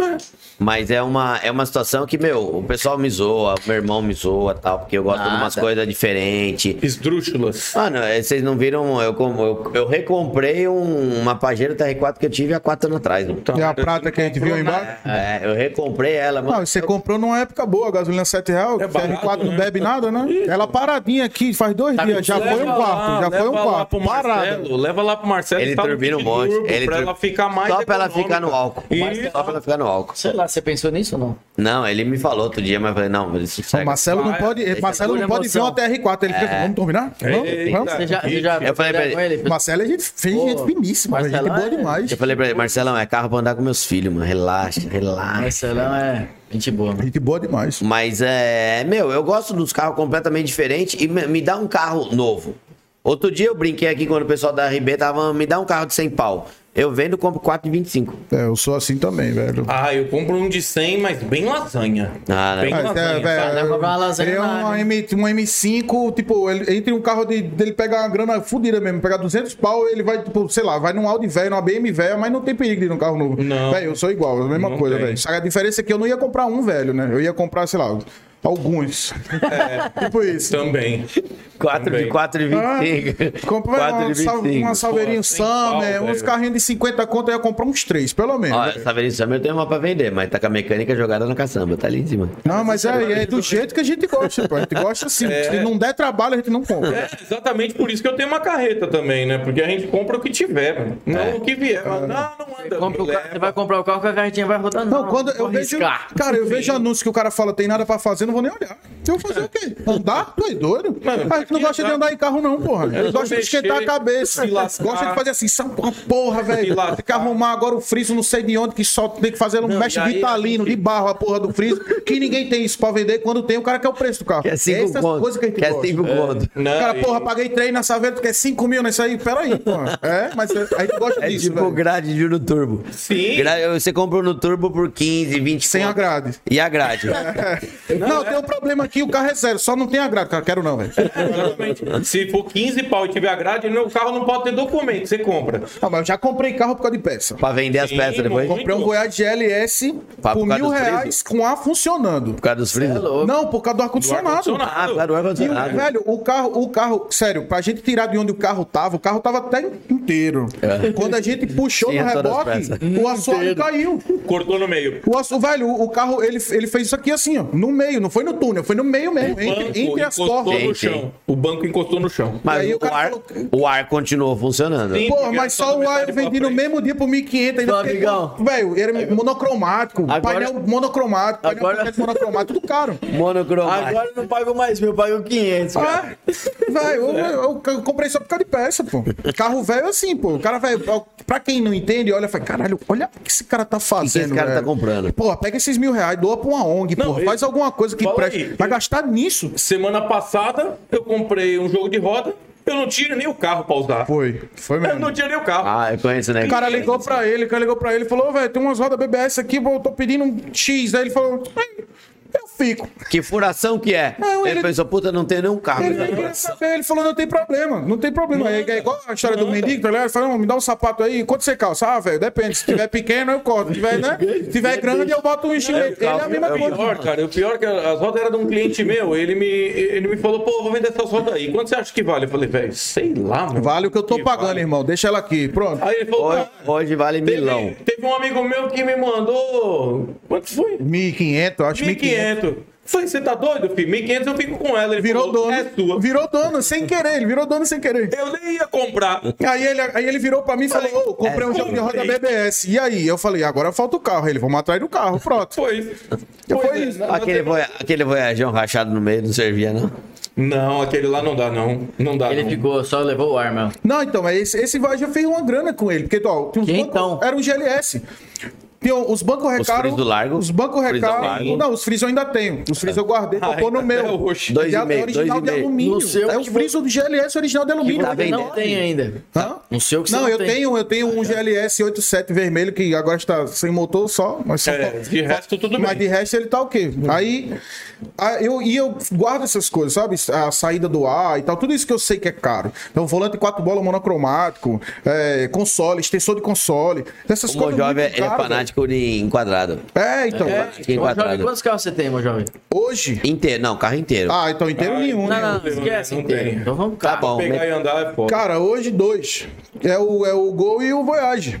É.
Mas é uma, é uma situação que, meu, o pessoal me zoa, meu irmão me zoa tal, porque eu gosto de umas
Nada.
coisas diferentes.
Esdrúxulas.
Mano, é, vocês não viram, eu, com- eu, eu recomprei um- uma Pajero TR4 que eu tive há 4 anos atrás. mano.
Então.
É a prata que a gente viu aí embaixo.
É, eu recomprei ela, mano.
Não, você comprou numa época boa, a gasolina R$ 7 reais,
É barato,
CR4 não
né?
bebe nada, né? Ela paradinha aqui faz dois
Tá
dias,
com-
já foi um
Leva
quarto,
lá,
já foi um
leva lá pro
quarto, parada.
Marcelo, Leva lá pro Marcelo.
Ele
instala um
turbina um
kit
monte.
turbo
ele
pra
tur-
ela ficar mais
Só pra ela
econômica.
ficar no álcool.
Isso.
Só pra ela ficar no álcool.
Sei lá, você pensou nisso ou não?
Não, ele me falou outro dia, mas eu falei, não, ele
O
sossega.
Marcelo não
Vai,
pode,
É, deixa
Marcelo
pura
não pode ver
emoção. É.
uma TR4. Ele fica, assim, vamos terminar?
Eita.
Vamos,
Você
vamos.
já, você já
Eu falei pra ele-
com ele?
Marcelo é gente feia,
Pô,
gente finíssima, né? gente
Marcelão
boa
é-
demais.
Eu falei pra ele, Marcelão, é carro pra andar com meus filhos, mano. Relaxa, relaxa.
Marcelão é gente boa, mano.
Gente boa demais.
Mas é. Meu, eu gosto dos carros completamente diferentes e me, me dá um carro novo. Outro dia eu brinquei aqui quando o pessoal da RB tava, me dá um carro de 100 pau. Eu vendo, compro 4,25.
É, eu sou assim também, velho.
Ah, eu compro um de 100, mas bem lasanha.
Ah, né?
bem
Mas, é,
lasanha.
velho,
dá pra comprar uma lasanha
ele é
na
uma
área.
M, um M5, tipo, ele, entre um carro de, dele pegar uma grana fudida mesmo, pegar 200 pau, ele vai, tipo, sei lá, vai num Audi velho, numa BM velha, mas não tem perigo de ir num carro novo.
Não.
Velho, eu sou igual, é a mesma
Não
coisa,
tem.
velho. Só que A diferença é que eu não ia comprar um velho, né? Eu ia comprar, sei lá, alguns.
É.
tipo isso.
Então,
Também.
4 de
Também.
4,25.
Ah, Comprar uma, sal,
4,25.
um uma Salveirinho
Pô, cem
Summer,
pau,
uns
velho.
carrinhos de 50 conto, eu ia comprar uns três, pelo menos.
Ó,
velho.
essa Veríssima eu tenho uma pra vender, mas tá com a mecânica jogada na caçamba, tá ali em cima.
Não, mas é, é do jeito que a gente gosta, pô. A gente gosta assim. Se não der trabalho, a gente não compra.
É exatamente por isso que eu tenho uma carreta também, né? Porque a gente compra o que tiver, mano. Não
É.
o que vier. Não, não anda.
Compra o
leva.
carro, você vai comprar o carro com a carretinha vai rodando.
Então, Não, quando eu
vou
vejo.
arriscar.
Cara, eu vejo anúncio que o cara fala, tem nada pra fazer, não não vou nem olhar. Então Eu vou fazer o quê? Andar? Tu é doido? a
Mano,
gente não
aqui
gosta de
já-
andar em carro, não, porra.
Eu
gosta de
mexer,
esquentar a cabeça.
se lascar.
Gosta de fazer assim, sabe uma porra, velho.
lascar.
Tem que arrumar agora o friso, não sei de onde, que só tem que fazer um mexe
e aí-
vitalino de barro, a porra do friso, que ninguém tem isso pra vender. Quando tem, o cara quer o preço do carro.
Quer é cinco
Essas
conto.
coisas que a gente
Quer
gosta. É.
cinco conto.
Não,
cara,
e-
porra, paguei três na Saveiro, tu quer 5 mil nisso aí? Peraí, porra. É, mas a gente gosta
É
disso,
tipo
velho.
grade de no turbo.
Sim.
Gra- Você comprou no turbo por 15, 20
Sem a
conto.
grade.
E a grade.
Não,
é-
tem um problema aqui, o carro é zero, só não tem a grade, cara. Quero não, velho.
Exatamente. Se for 15 pau e tiver a grade, não- o carro não pode ter documento, você compra.
Ah, mas eu já comprei carro por causa de peça.
pra vender as
Sim,
peças depois.
mano.
Por
Comprei um Voyage LS
Pra-
por
por causa
mil
dos presos?
reais com ar funcionando.
causa dos frisos.
Não, por causa do ar-condicionado.
ar-condicionado.
Ah, claro, é
E,
condicionado.
velho, o carro, o carro, sério, pra gente tirar de onde o carro tava, o carro tava até inteiro. Quando a gente puxou
Tinha
no
É. todas as
reboque, o assoalho caiu.
Cortou no meio.
O aço, velho, o o carro, ele, ele fez isso aqui assim, ó, no meio, não foi no túnel, foi no meio mesmo,
O
entre,
banco
entre as
encostou
portas.
Tem,
no chão. O banco encostou no chão.
E
Mas
aí o
o,
cara
ar,
falou-
o ar continuou funcionando.
Sim.
Porra, mas só
tá
o ar eu vendi no mesmo dia por 1.500 ainda.
Ô,
porque,
amigão.
Velho, era monocromático,
Agora-
painel monocromático, painel
Agora-
completo monocromático, tudo caro.
Monocromático.
Agora eu não pago mais mil, eu pago 500. cara.
Ah, velho, eu,
É.
eu- eu comprei só por causa de peça, pô. Carro velho é assim, pô. O cara, velho, pra quem não entende, olha e fala, caralho, olha o que esse cara tá fazendo.
esse cara tá
velho.
comprando?
Porra, pega esses mil reais, doa pra uma ONG,
Não,
porra.
eu-
Faz alguma coisa que
Fala
preste.
aí.
Vai gastar nisso.
Semana passada, eu comprei um jogo de roda, eu não tinha nem o carro pra usar.
Foi, foi
Eu
mesmo.
não tinha nem o carro.
Ah, eu conheço, né?
O cara ligou pra ele, o cara ligou pra ele e falou, "Ô, velho, tem umas rodas BBS aqui, pô, eu tô pedindo um X. Aí ele falou, "Ai, eu fico.
Que furação que é?
Não,
ele,
ele-
pensou, puta, não tem nenhum carro.
Ele não queria saber, ele falou, não tem problema, não tem problema. É- é igual a história do mendigo, tá ligado? Ele falou, não, me dá um sapato aí, quanto você calça? Ah, velho, depende, se tiver pequeno eu corto, se tiver, né? Se tiver grande eu boto um enchimento. Ele é a
E
mesma
o
coisa.
pior, cara, o pior é que as rodas eram de um cliente meu, ele me, ele me falou, pô, vou vender essas rodas aí. Quanto você acha que vale? Eu falei, velho, sei lá, mano.
Vale o que eu tô pagando,
vale.
irmão, deixa ela aqui, pronto.
Aí ele falou,
Hoje,
tá,
hoje vale milão.
teve, teve um amigo meu que me mandou. Quanto foi?
1.500, acho 1.500.
1.500. Falei, você tá doido, filho? 1.500 eu fico com ela. Ele
Virou
falou,
dono.
É sua.
Virou dono, sem querer, ele virou dono sem querer.
Eu nem ia comprar.
Aí ele, aí ele virou pra mim e falou: Ô, comprei um jogo de roda BBS. E aí? Eu falei: Agora falta o carro. Ele, vamos atrás do carro, pronto.
Foi isso.
Foi
é,
isso.
na- na
Aquele,
semana-
voia, aquele voyajão rachado no meio não servia, não.
Não, aquele lá não dá, não. Não dá,
Ele
não.
ficou, só levou o ar, mano.
Não, então, mas esse, esse Voyage eu fiz uma grana com ele. Porque, ó, tinha uns
Quem
bancos-
então?
era um GLS. Tinha os bancos recaros.
frisos do largo.
Os bancos
Friso
recaros.
largo. Ah,
Não, os frisos eu ainda tenho. Os frisos eu guardei pra pôr no
é
meu.
o roxo.
Dois
Ele é
e meio,
original
dois e
de
meio.
alumínio.
No seu
é o
que
friso do GLS original de alumínio.
tá
Não tem
vendendo.
Não tem ainda.
Hã?
Não sei o que você
não,
não
eu
tem.
tenho, eu tenho um GLS 87 vermelho que agora está sem motor só, mas só
É, de resto, tudo
mas
bem.
de resto ele tá ok. Aí a- eu e eu guardo essas coisas, sabe? A saída do ar e tal, tudo isso que eu sei que é caro. Então volante quatro bolas monocromático, é, console, extensor de console, essas
O
coisas.
Mojove
muito
ele é
caro,
fanático de enquadrado.
velho. É,
Fanático
então,
em
Ô, jovem,
enquadrado.
quantos carros você tem, meu jovem?
hoje.
Inteiro, não, carro inteiro.
Ah, então inteiro nenhum, né?
Não, não,
tenho,
esquece
não
inteiro.
tenho.
Então vamos
tá
cá.
bom.
Pegar e andar é foda.
Cara, hoje dois. É o, é o Gol e o Voyage.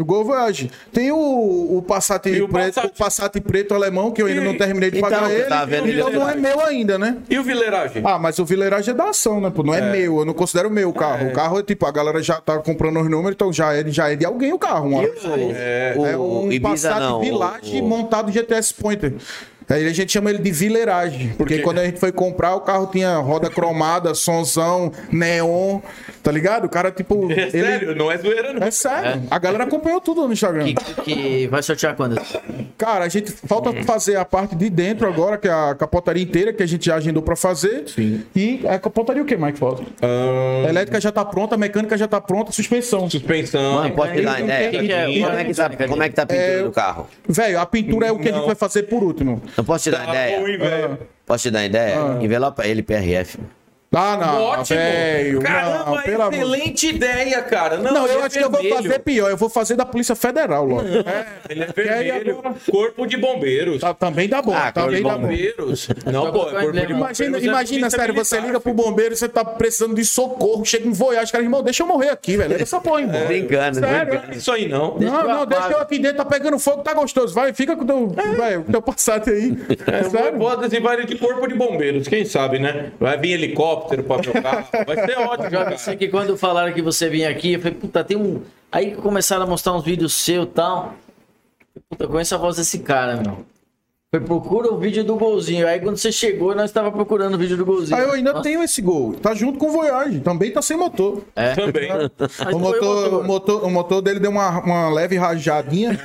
O Gol e o Voyage. Tem o, o Passat
E o
preto,
Passat.
o Passat preto alemão, que eu ainda
E-
não terminei de
então,
pagar
eu
ele.
tava vendo
então
ele tá-
não é
atrás.
meu ainda, né?
E o Vileiragem?
Ah, mas o Vileiragem é da ação, né? Pô? Não é, meu, eu não considero meu o carro. O carro é tipo, a galera já tá comprando os números, então já é, já é de alguém o carro. Uma... hora.
É,
É um Passat Village montado GTS Pointer. Aí a gente chama ele de vileiragem, porque quando a gente foi comprar, o carro tinha roda cromada, sonzão, neon, tá ligado? O cara, tipo.
É
ele-
sério, não é zoeira, não.
É sério. A galera acompanhou tudo no Instagram.
Que, que vai sortear quando?
Cara, a gente falta fazer a parte de dentro agora, que é a capotaria inteira, que a gente já agendou pra fazer. Sim. E a capotaria o que, Mike? Falta.
Ah,
A elétrica já tá pronta, a mecânica já tá pronta, a suspensão.
Suspensão.
Mano, pode tirar, né?
que que é?
Como é que tá, como é que tá a pintura
É,
do carro?
Velho, a pintura é o que a gente
Não.
vai fazer por último.
Eu posso te dar
Ah,
uma
bom,
ideia?
hein, velho?
Posso te dar uma ideia? Envelopa ele PRF.
Ah, não.
Ótimo!
Velho, não,
Caramba,
pelo amor de Deus.
excelente ideia, cara. Não,
Não,
ele
eu
é
acho que eu vou
vermelho.
fazer pior. Eu vou fazer da Polícia Federal logo. É,
Ele é
aí
vermelho.
agora-
Corpo de bombeiros.
tá- também dá bom.
Ah,
também
Corpo de
dá bom.
Bombeiros. Não, pô, é corpo de bombeiros.
Imagina,
é
imagina
polícia
sério, você
militar,
liga pro
filho.
bombeiro, você tá precisando de socorro, chega em voyagem, cara, irmão, deixa eu morrer aqui, velho. Leva essa porra
É,
embora.
Brincando,
Sério?
brincando.
Não é Isso aí não.
Não,
eu
não, deixa
apago.
eu aqui dentro, tá pegando fogo, tá gostoso. Vai, fica com o teu,
É.
vai, com o teu passado aí.
Eu
é Sério?
vou adesivar ele É de corpo de bombeiros, quem sabe, né? Vai vir helicóptero pra meu carro. Vai ser ótimo,
Já
cara.
pensei que quando falaram que você vinha aqui, eu falei, puta, tem um. Aí começaram a mostrar uns vídeos seu e tal. Puta, eu conheço a voz desse cara, meu. Foi procura o vídeo do golzinho. Aí quando você chegou, nós tava procurando o vídeo do golzinho.
Aí Tá, eu ainda
Nossa,
tenho esse gol. Tá junto com o Voyage. Também tá sem motor.
É.
Também.
mas
O
foi
motor, o,
outro.
motor, o motor dele deu uma, uma leve rajadinha.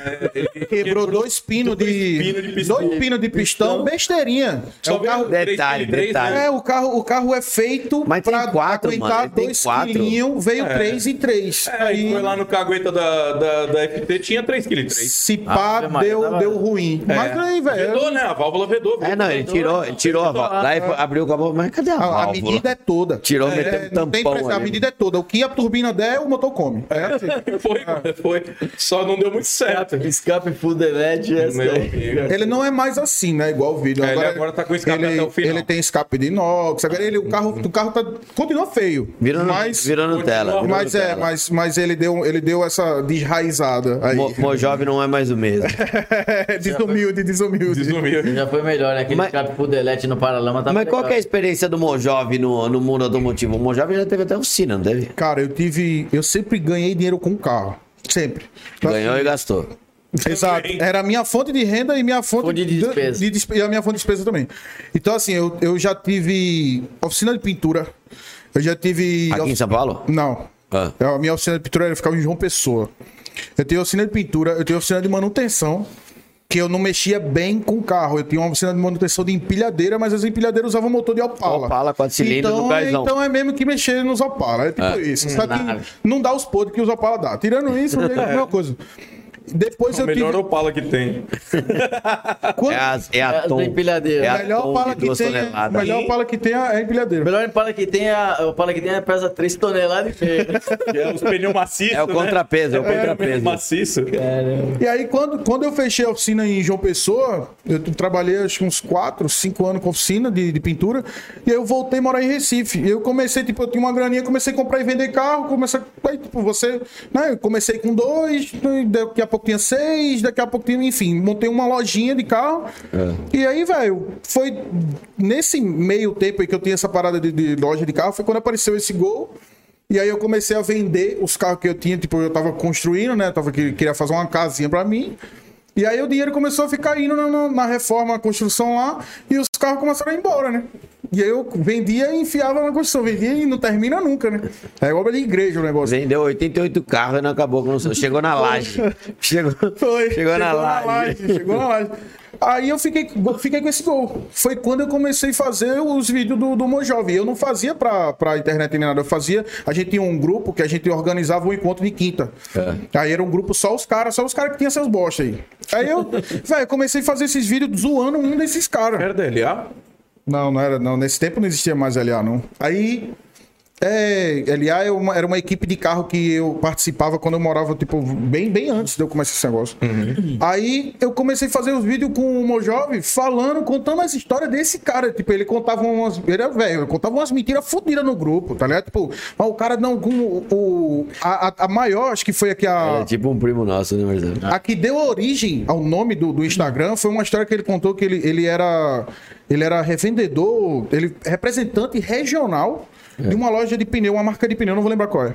Quebrou dois pinos de.
É, pinos de pistão.
Dois pinos de pistão. Besteirinha. É
Só
o, carro,
veio
Detalhe,
3x3,
detalhe.
né?
é, o carro, o carro é feito
Mas tem quatro, mano,
aguentar
ele tem
dois
quatro.
quilinhos, veio três em três.
É, aí foi lá no cagueta da, da, da FT, tinha 3,3kg.
se pá,
Ave Maria,
deu,
tá
tava-
deu
É.
ruim. Mas aí, velho.
Vedou, né? A válvula vedou.
É, não, ele tirou, ele tirou a válvula. Lá ele foi- abriu com a boca, mas cadê a
A, a
válvula?
medida é toda.
Tirou,
é,
meteu um
não tem
tampão
pressão, A
ali.
medida é toda. O que a turbina der, o motor come. É assim.
Foi, foi. Só não deu muito certo.
Escape, escape full delete, essa
Meu
aí.
amigo.
Ele não é mais assim, né? Igual o vídeo.
É, ele agora tá com escape
ele,
até o final.
Ele tem escape de inox. Agora ele, o carro, o carro tá, continua feio.
Virou, no-
mas,
virou Nutella. virou
mas é,
Nutella.
mas, mas ele deu, ele deu essa desraizada aí. É,
Mo, Mo Jovem não é mais o mesmo.
desumilde, desumilde.
Desumiu.
Já foi melhor, né? Aquele
Mas-
escape full delete no Paralama tá
Mas qual que é a
pegado.
experiência do Mojove no, no mundo automotivo? O Mojove já teve até oficina, não teve?
Cara, eu tive, eu sempre ganhei dinheiro com o carro, sempre. Então,
Ganhou e gastou.
Exato. Era a minha fonte de renda e minha fonte
Fonte de despesa.
de despe- e a minha fonte de despesa também. Então, assim, eu, eu já tive oficina de pintura. Eu já tive.
Aqui em São Paulo?
Não.
Ah.
É A minha oficina de pintura era ficava em João Pessoa. Eu tenho oficina de pintura, eu tenho oficina de manutenção, que eu não mexia bem com o carro. Eu tinha uma oficina de manutenção de empilhadeira, mas as empilhadeiras usavam motor de Opala.
Opala, quatro cilindros,
então,
no Ah, gasão.
Então é mesmo que mexer nos Opala. É tipo isso. Só que
nave.
não dá os podres que os Opala dá. Tirando isso, não tem a mesma coisa. Depois
O
eu tive...
melhor Opala que tem.
Quando-
É a, é
É
a
a
Tom.
da empilhadeira.
É a
melhor
Tom
Opala
de
que
duas
tem, é-
toneladas.
melhor Opala que tem é a
O
empilhadeira.
melhor Impala que tem é o Impala que tem é pesa 3 toneladas e meia.
Que é os pneus maciços.
É o contrapeso, é o
né? É,
contrapeso. É.
maciço.
E aí, quando, quando eu fechei a oficina em João Pessoa, eu t- trabalhei acho que uns 4, 5 anos com oficina de, de pintura, e aí eu voltei a morar em Recife. E eu comecei, tipo, eu tinha uma graninha, comecei a comprar e vender carro, comecei, aí, tipo, você, né, eu comecei com dois, e daqui a pouco tinha seis, daqui a pouco tinha, enfim, montei uma lojinha de carro, e aí, velho, foi nesse meio tempo aí que eu tinha essa parada de, de loja de carro, foi quando apareceu esse Gol, e aí eu comecei a vender os carros que eu tinha, tipo, eu tava construindo, né? Tava, que- queria fazer uma casinha pra mim. E aí o dinheiro começou a ficar indo na, na- na reforma, na construção lá, e os carros começaram a ir embora, né? E aí eu vendia e enfiava na construção, vendia e não termina nunca, né? É obra de igreja o negócio.
Vendeu 88 carros e não acabou com o Chegou na laje. Chegou,
Foi.
chegou na laje.
Chegou na laje. Aí eu fiquei, fiquei com esse gol. Foi quando eu comecei a fazer os vídeos do, do Mojove. Eu não fazia pra, pra internet nem nada. Eu fazia. A gente tinha um grupo que a gente organizava um encontro de quinta.
É.
Aí era um grupo só os caras, só os caras que tinham essas bosta aí. Aí eu, velho, comecei a fazer esses vídeos zoando um desses caras.
Era DLA?
Não, não era, não. Nesse tempo não existia mais LA, não. Aí. É, LA é uma- era uma equipe de carro que eu participava quando eu morava, tipo, bem, bem antes de eu começar esse negócio. Aí eu comecei a fazer os vídeos com o Mojove falando, contando as histórias desse cara. Tipo, ele contava umas. Ele era velho, ele contava umas mentiras fodidas no grupo, tá ligado? Tipo, mas o cara não. Com, o, o- a, a- a maior, acho que foi aqui a.
É tipo um primo nosso, né, Marcelo?
A que deu origem ao nome do, do Instagram foi uma história que ele contou que ele, ele era ele era revendedor, ele representante regional
É.
de uma loja de pneu, uma marca de pneu, não vou lembrar qual é.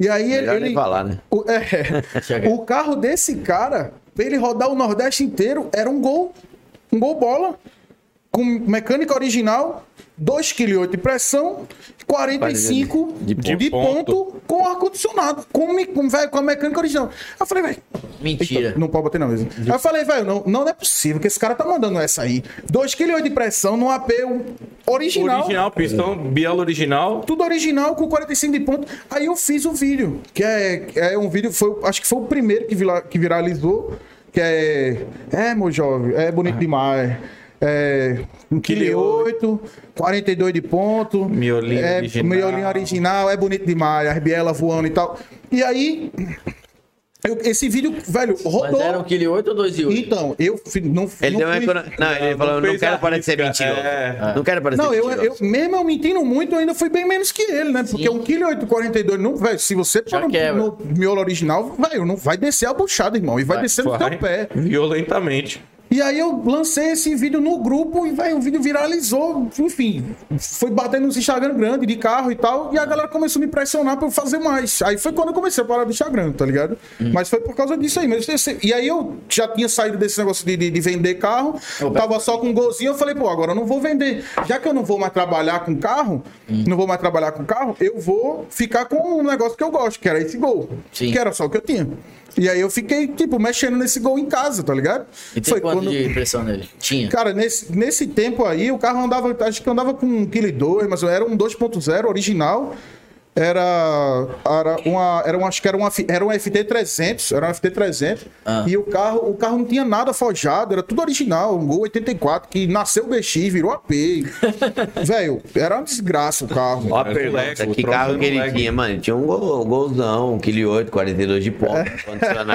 E aí ele,
Melhor nem
ele-
falar, né?
o, é, o carro desse cara, pra ele rodar o Nordeste inteiro, era um gol, um gol bola com mecânica original, 2,8 kg de pressão, 45 de,
De
ponto, com ar-condicionado, com, me- com, véio, com a mecânica original. Aí eu falei, velho,
Mentira.
não pode bater na mesa. Aí eu falei, velho, não, não é possível que esse cara tá mandando essa aí. 2,8 kg de pressão num AP original.
Original, pistão, biela original.
Tudo original com 45 de ponto. Aí eu fiz o vídeo, que é, é um vídeo, foi, acho que foi o primeiro que, vira- que viralizou, que é. É, meu jovem, é
Ah.
bonito demais. É. 1,8 kg, 42 de ponto.
Miolinho
é,
original.
Miolinho original, é bonito demais, as bielas voando e tal. E aí. eu- esse vídeo, velho, rodou.
Mas era 1,8 ou 2,8?
Então, eu fi- não
Ele
não
deu uma
fui-
econo- Não, ele falou, não
fez a
quero parecer
risca,
mentiroso.
é.
Não quero parecer
Não, eu,
mentiroso.
eu, mesmo eu mentindo muito, eu ainda fui bem menos que ele, né? Porque 1,842, não, velho, se você
Já
pôr no,
quebra.
no miolo original, velho, não vai descer a buchada, irmão. E vai, descer no
Vai.
teu pé.
Violentamente.
E aí eu lancei esse vídeo no grupo e véio, o vídeo viralizou, enfim, foi batendo nos Instagram grande de carro e tal, e a galera começou a me pressionar pra eu fazer mais. Aí foi quando eu comecei a parar do Instagram, tá ligado? Mas foi por causa disso aí. Mas, esse- e aí eu já tinha saído desse negócio de, de- de vender carro, tava só com um golzinho, eu falei, pô, agora eu não vou vender. Já que eu não vou mais trabalhar com carro, não vou mais trabalhar com carro, eu vou ficar com um negócio que eu gosto, que era esse gol.
Sim.
Que era só o que eu tinha. E aí eu fiquei, tipo, mexendo nesse gol em casa, tá ligado?
E tem quanto de pressão nele? Tinha.
Cara, nesse, nesse tempo aí, o carro andava, acho que andava com 1,2 kg, mas era um 2.0 original. Era, era uma, era um, acho que era um, F- era um FT300, era um FT300.
Ah.
E o carro, o carro não tinha nada forjado, era tudo original, um Gol 84 que nasceu BX, virou AP. Velho, era uma desgraça o carro.
Ó a
Era
pergunta,
moleque,
que
o troço
carro
era
que ele
moleque.
tinha, mano? Tinha um gol, golzão, 1,8 kg, 42 de pó, condicionado.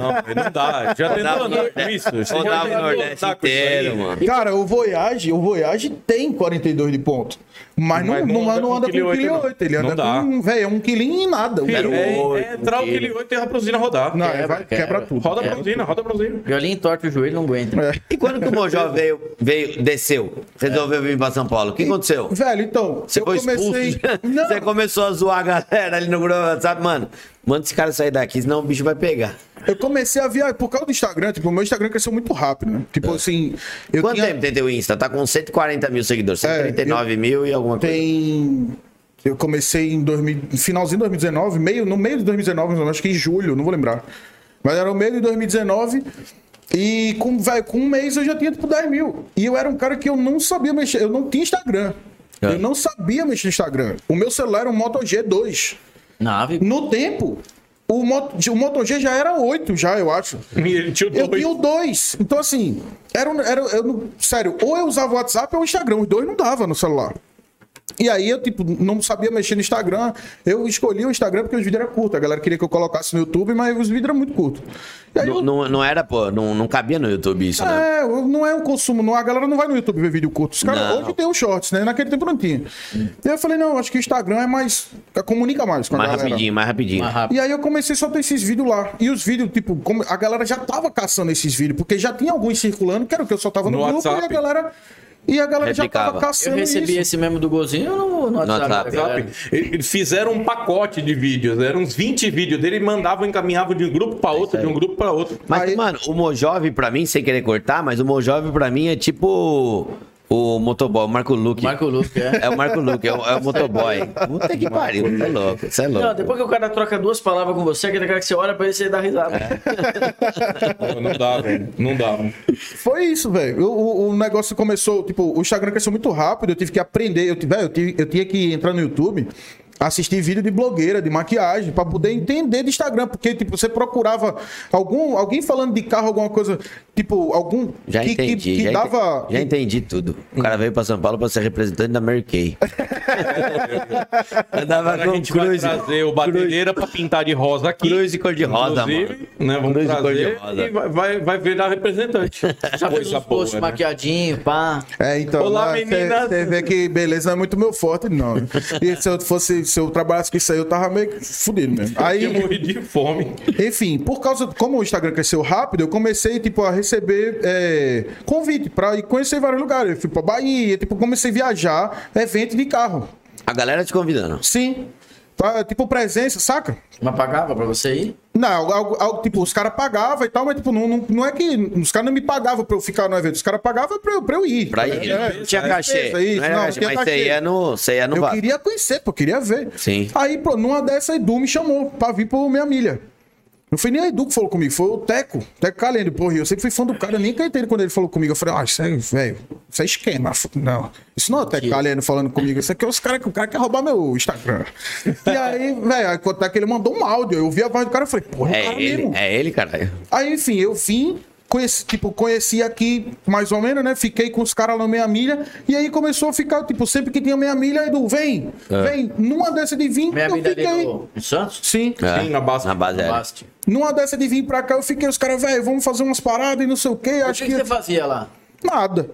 Não, não dá. Já tentou
Rodava o
andar com
Nordeste-
isso. Você já
Rodava o
tentou
Nordeste
tá
andar com isso aí?
inteiro, mano.
Cara, o Voyage, o Voyage tem 42 de ponto. Mas,
Mas
não,
não
não,
anda
não
com
anda com 1,8
1,8
kg.
não.
Ele
Não
anda
dá.
com, velho, um quilinho e nada. um
Filho,
quilo.
oito,
é, é entrar o
quilo.
quilho 8 e a bronzina rodar.
Não,
Quebra,
vai, quebra,
quebra.
tudo.
Roda a bronzina, roda a bronzina.
Violinho entorta o joelho, não aguenta.
E quando que o Mojó veio, veio, desceu, resolveu vir pra São Paulo? O que aconteceu?
Velho, então,
Você
eu
foi expulso? né?
comecei. Não,
Você começou a zoar a galera ali no grupo, sabe, mano? Manda esse cara sair daqui, senão o bicho vai pegar.
eu comecei a viajar. Por causa do Instagram, tipo, o meu Instagram cresceu muito rápido, né?
É.
Tipo assim. Eu
Quanto
tinha-
tempo tem teu Insta? Tá com 140 mil seguidores,
É,
139 mil e alguma coisa.
Tem. Eu comecei em 2000, finalzinho de 2019, meio, no meio de 2019, mas acho que em julho, não vou lembrar. Mas era o meio de 2019. E com, véio, com um mês eu já tinha tipo 10 mil. E eu era um cara que eu não sabia mexer, eu não tinha Instagram.
É.
Eu não sabia mexer no Instagram. O meu celular era um Moto G2.
Nave.
No tempo, o Moto, o Moto G já era 8, já, eu acho.
E Ele tinha o
Eu
dois.
tinha o dois. Então, assim, era, um- era eu não- sério, ou eu usava o WhatsApp ou o Instagram. Os dois não dava no celular. E aí eu, tipo, não sabia mexer no Instagram. Eu escolhi o Instagram porque os vídeos eram curtos. A galera queria que eu colocasse no YouTube, mas os vídeos eram muito curtos. E aí
Não,
eu,
não, não era, pô, não, não cabia no YouTube isso, né?
é, eu- não é um consumo, não. A galera não vai no YouTube ver vídeo curto. Os caras
Não.
hoje tem os shorts, né? Naquele tempo não tinha. E aí eu falei, não, acho que o Instagram é mais. comunica mais com a
Mais
É, galera.
rapidinho, mais rapidinho.
Mais rápido.
E aí eu comecei só a ter esses vídeos lá. E os vídeos, tipo, como a galera já tava caçando esses vídeos, porque já tinha alguns circulando, que era o que eu só tava no,
No
grupo e a
WhatsApp.
galera. E a galera já tava
Replicava.
caçando
Eu recebi
isso.
esse mesmo do golzinho no, no WhatsApp.
WhatsApp.
galera.
Sabe? Eles fizeram um pacote de vídeos, eram uns 20 vídeos dele e mandavam, encaminhavam de um grupo pra outro, de um grupo pra outro.
Mas,
Aí-
mano, o Mojove pra mim, sem querer cortar, mas o Mojove pra mim é tipo o motoboy, o Marco Luque.
Marco Luque, é.
É o Marco Luque, é o, é o motoboy. Puta que pariu, você é louco, você é louco.
Não, depois que o cara troca duas palavras com você, aquele cara que você olha pra ele, você dá risada.
Não, não dá, velho. Não dá.
Foi isso, velho. O, o- o negócio começou, tipo, o Instagram cresceu muito rápido, eu tive que aprender. Eu, tive- velho, eu, tive- eu tinha que entrar no YouTube, assistir vídeo de blogueira, de maquiagem, pra poder entender de Instagram. Porque, tipo, você procurava algum, alguém falando de carro, alguma coisa, tipo, algum.
Já
que, que-
entendi,
que
já, ente-
dava.
já entendi tudo. O cara veio pra São Paulo pra ser representante da Mary Kay. Andava
Agora a
com
gente vai
cruz.
trazer o Batedeira pra pintar de rosa aqui.
Cruz de cor-de-rosa,
Inclusive,
mano.
Né, vamos
Cruz de
trazer
cor-de-rosa.
e vai, vai, vai virar representante.
Já fez uns posts
né?
maquiadinho, pá.
É, então.
Olá,
lá,
meninas.
Você vê que beleza não é muito meu forte, não. E se eu fosse, se eu trabalhasse com isso aí, eu tava meio que fudido mesmo.
Eu
Aí,
morri de fome.
enfim, por causa. Como o Instagram cresceu rápido, eu comecei, tipo, a receber é, convite pra ir conhecer vários lugares. Eu fui pra Bahia, tipo, comecei a viajar, evento de carro.
A galera te convidando.
Sim. Tá, tipo, presença, saca?
Mas pagava pra você ir?
Não, algo- algo- tipo, os caras pagavam e tal, mas tipo, não, não, não é que. Os caras não me pagavam pra eu ficar no evento, os caras pagavam pra eu, pra eu ir.
Pra
tá
ir.
ligado?
Não tinha cachê.
Isso, isso,
não era
não,
cachê,
tinha
mas
cachê.
você ia no, você ia no
eu
VAP.
queria conhecer, pô, queria ver.
Sim.
Aí, pô, numa dessa, a Edu me chamou pra vir pro minha milha. Não foi nem a Edu que falou comigo, foi o Teco, Teco Calendo, porra, e eu sempre fui fã do cara, eu nem acreditei quando ele falou comigo. Eu falei, ah, isso é, velho, isso é esquema. Não, isso não é o Teco Calendo falando comigo, isso aqui é os caras que o cara quer roubar meu Instagram. e aí, velho, aí quando o Teco ele mandou um áudio, eu ouvi a voz do cara e falei, porra, é o cara
É ele,
mesmo.
é ele, caralho.
Aí, enfim, eu vim, conheci, tipo, conheci aqui mais ou menos, né? Fiquei com os caras na meia milha. E aí começou a ficar, tipo, sempre que tinha meia milha, Edu, vem, vem. Numa dessa de vir,
Minha
eu
vida ali
fiquei.
no, no Santos?
Sim.
É,
na base-
Na base era.
Basta.
Numa dessa de vir pra cá, eu fiquei, os caras, velho, vamos fazer umas paradas e não sei o quê.
O
Acho
que,
que.
que você fazia lá?
Nada.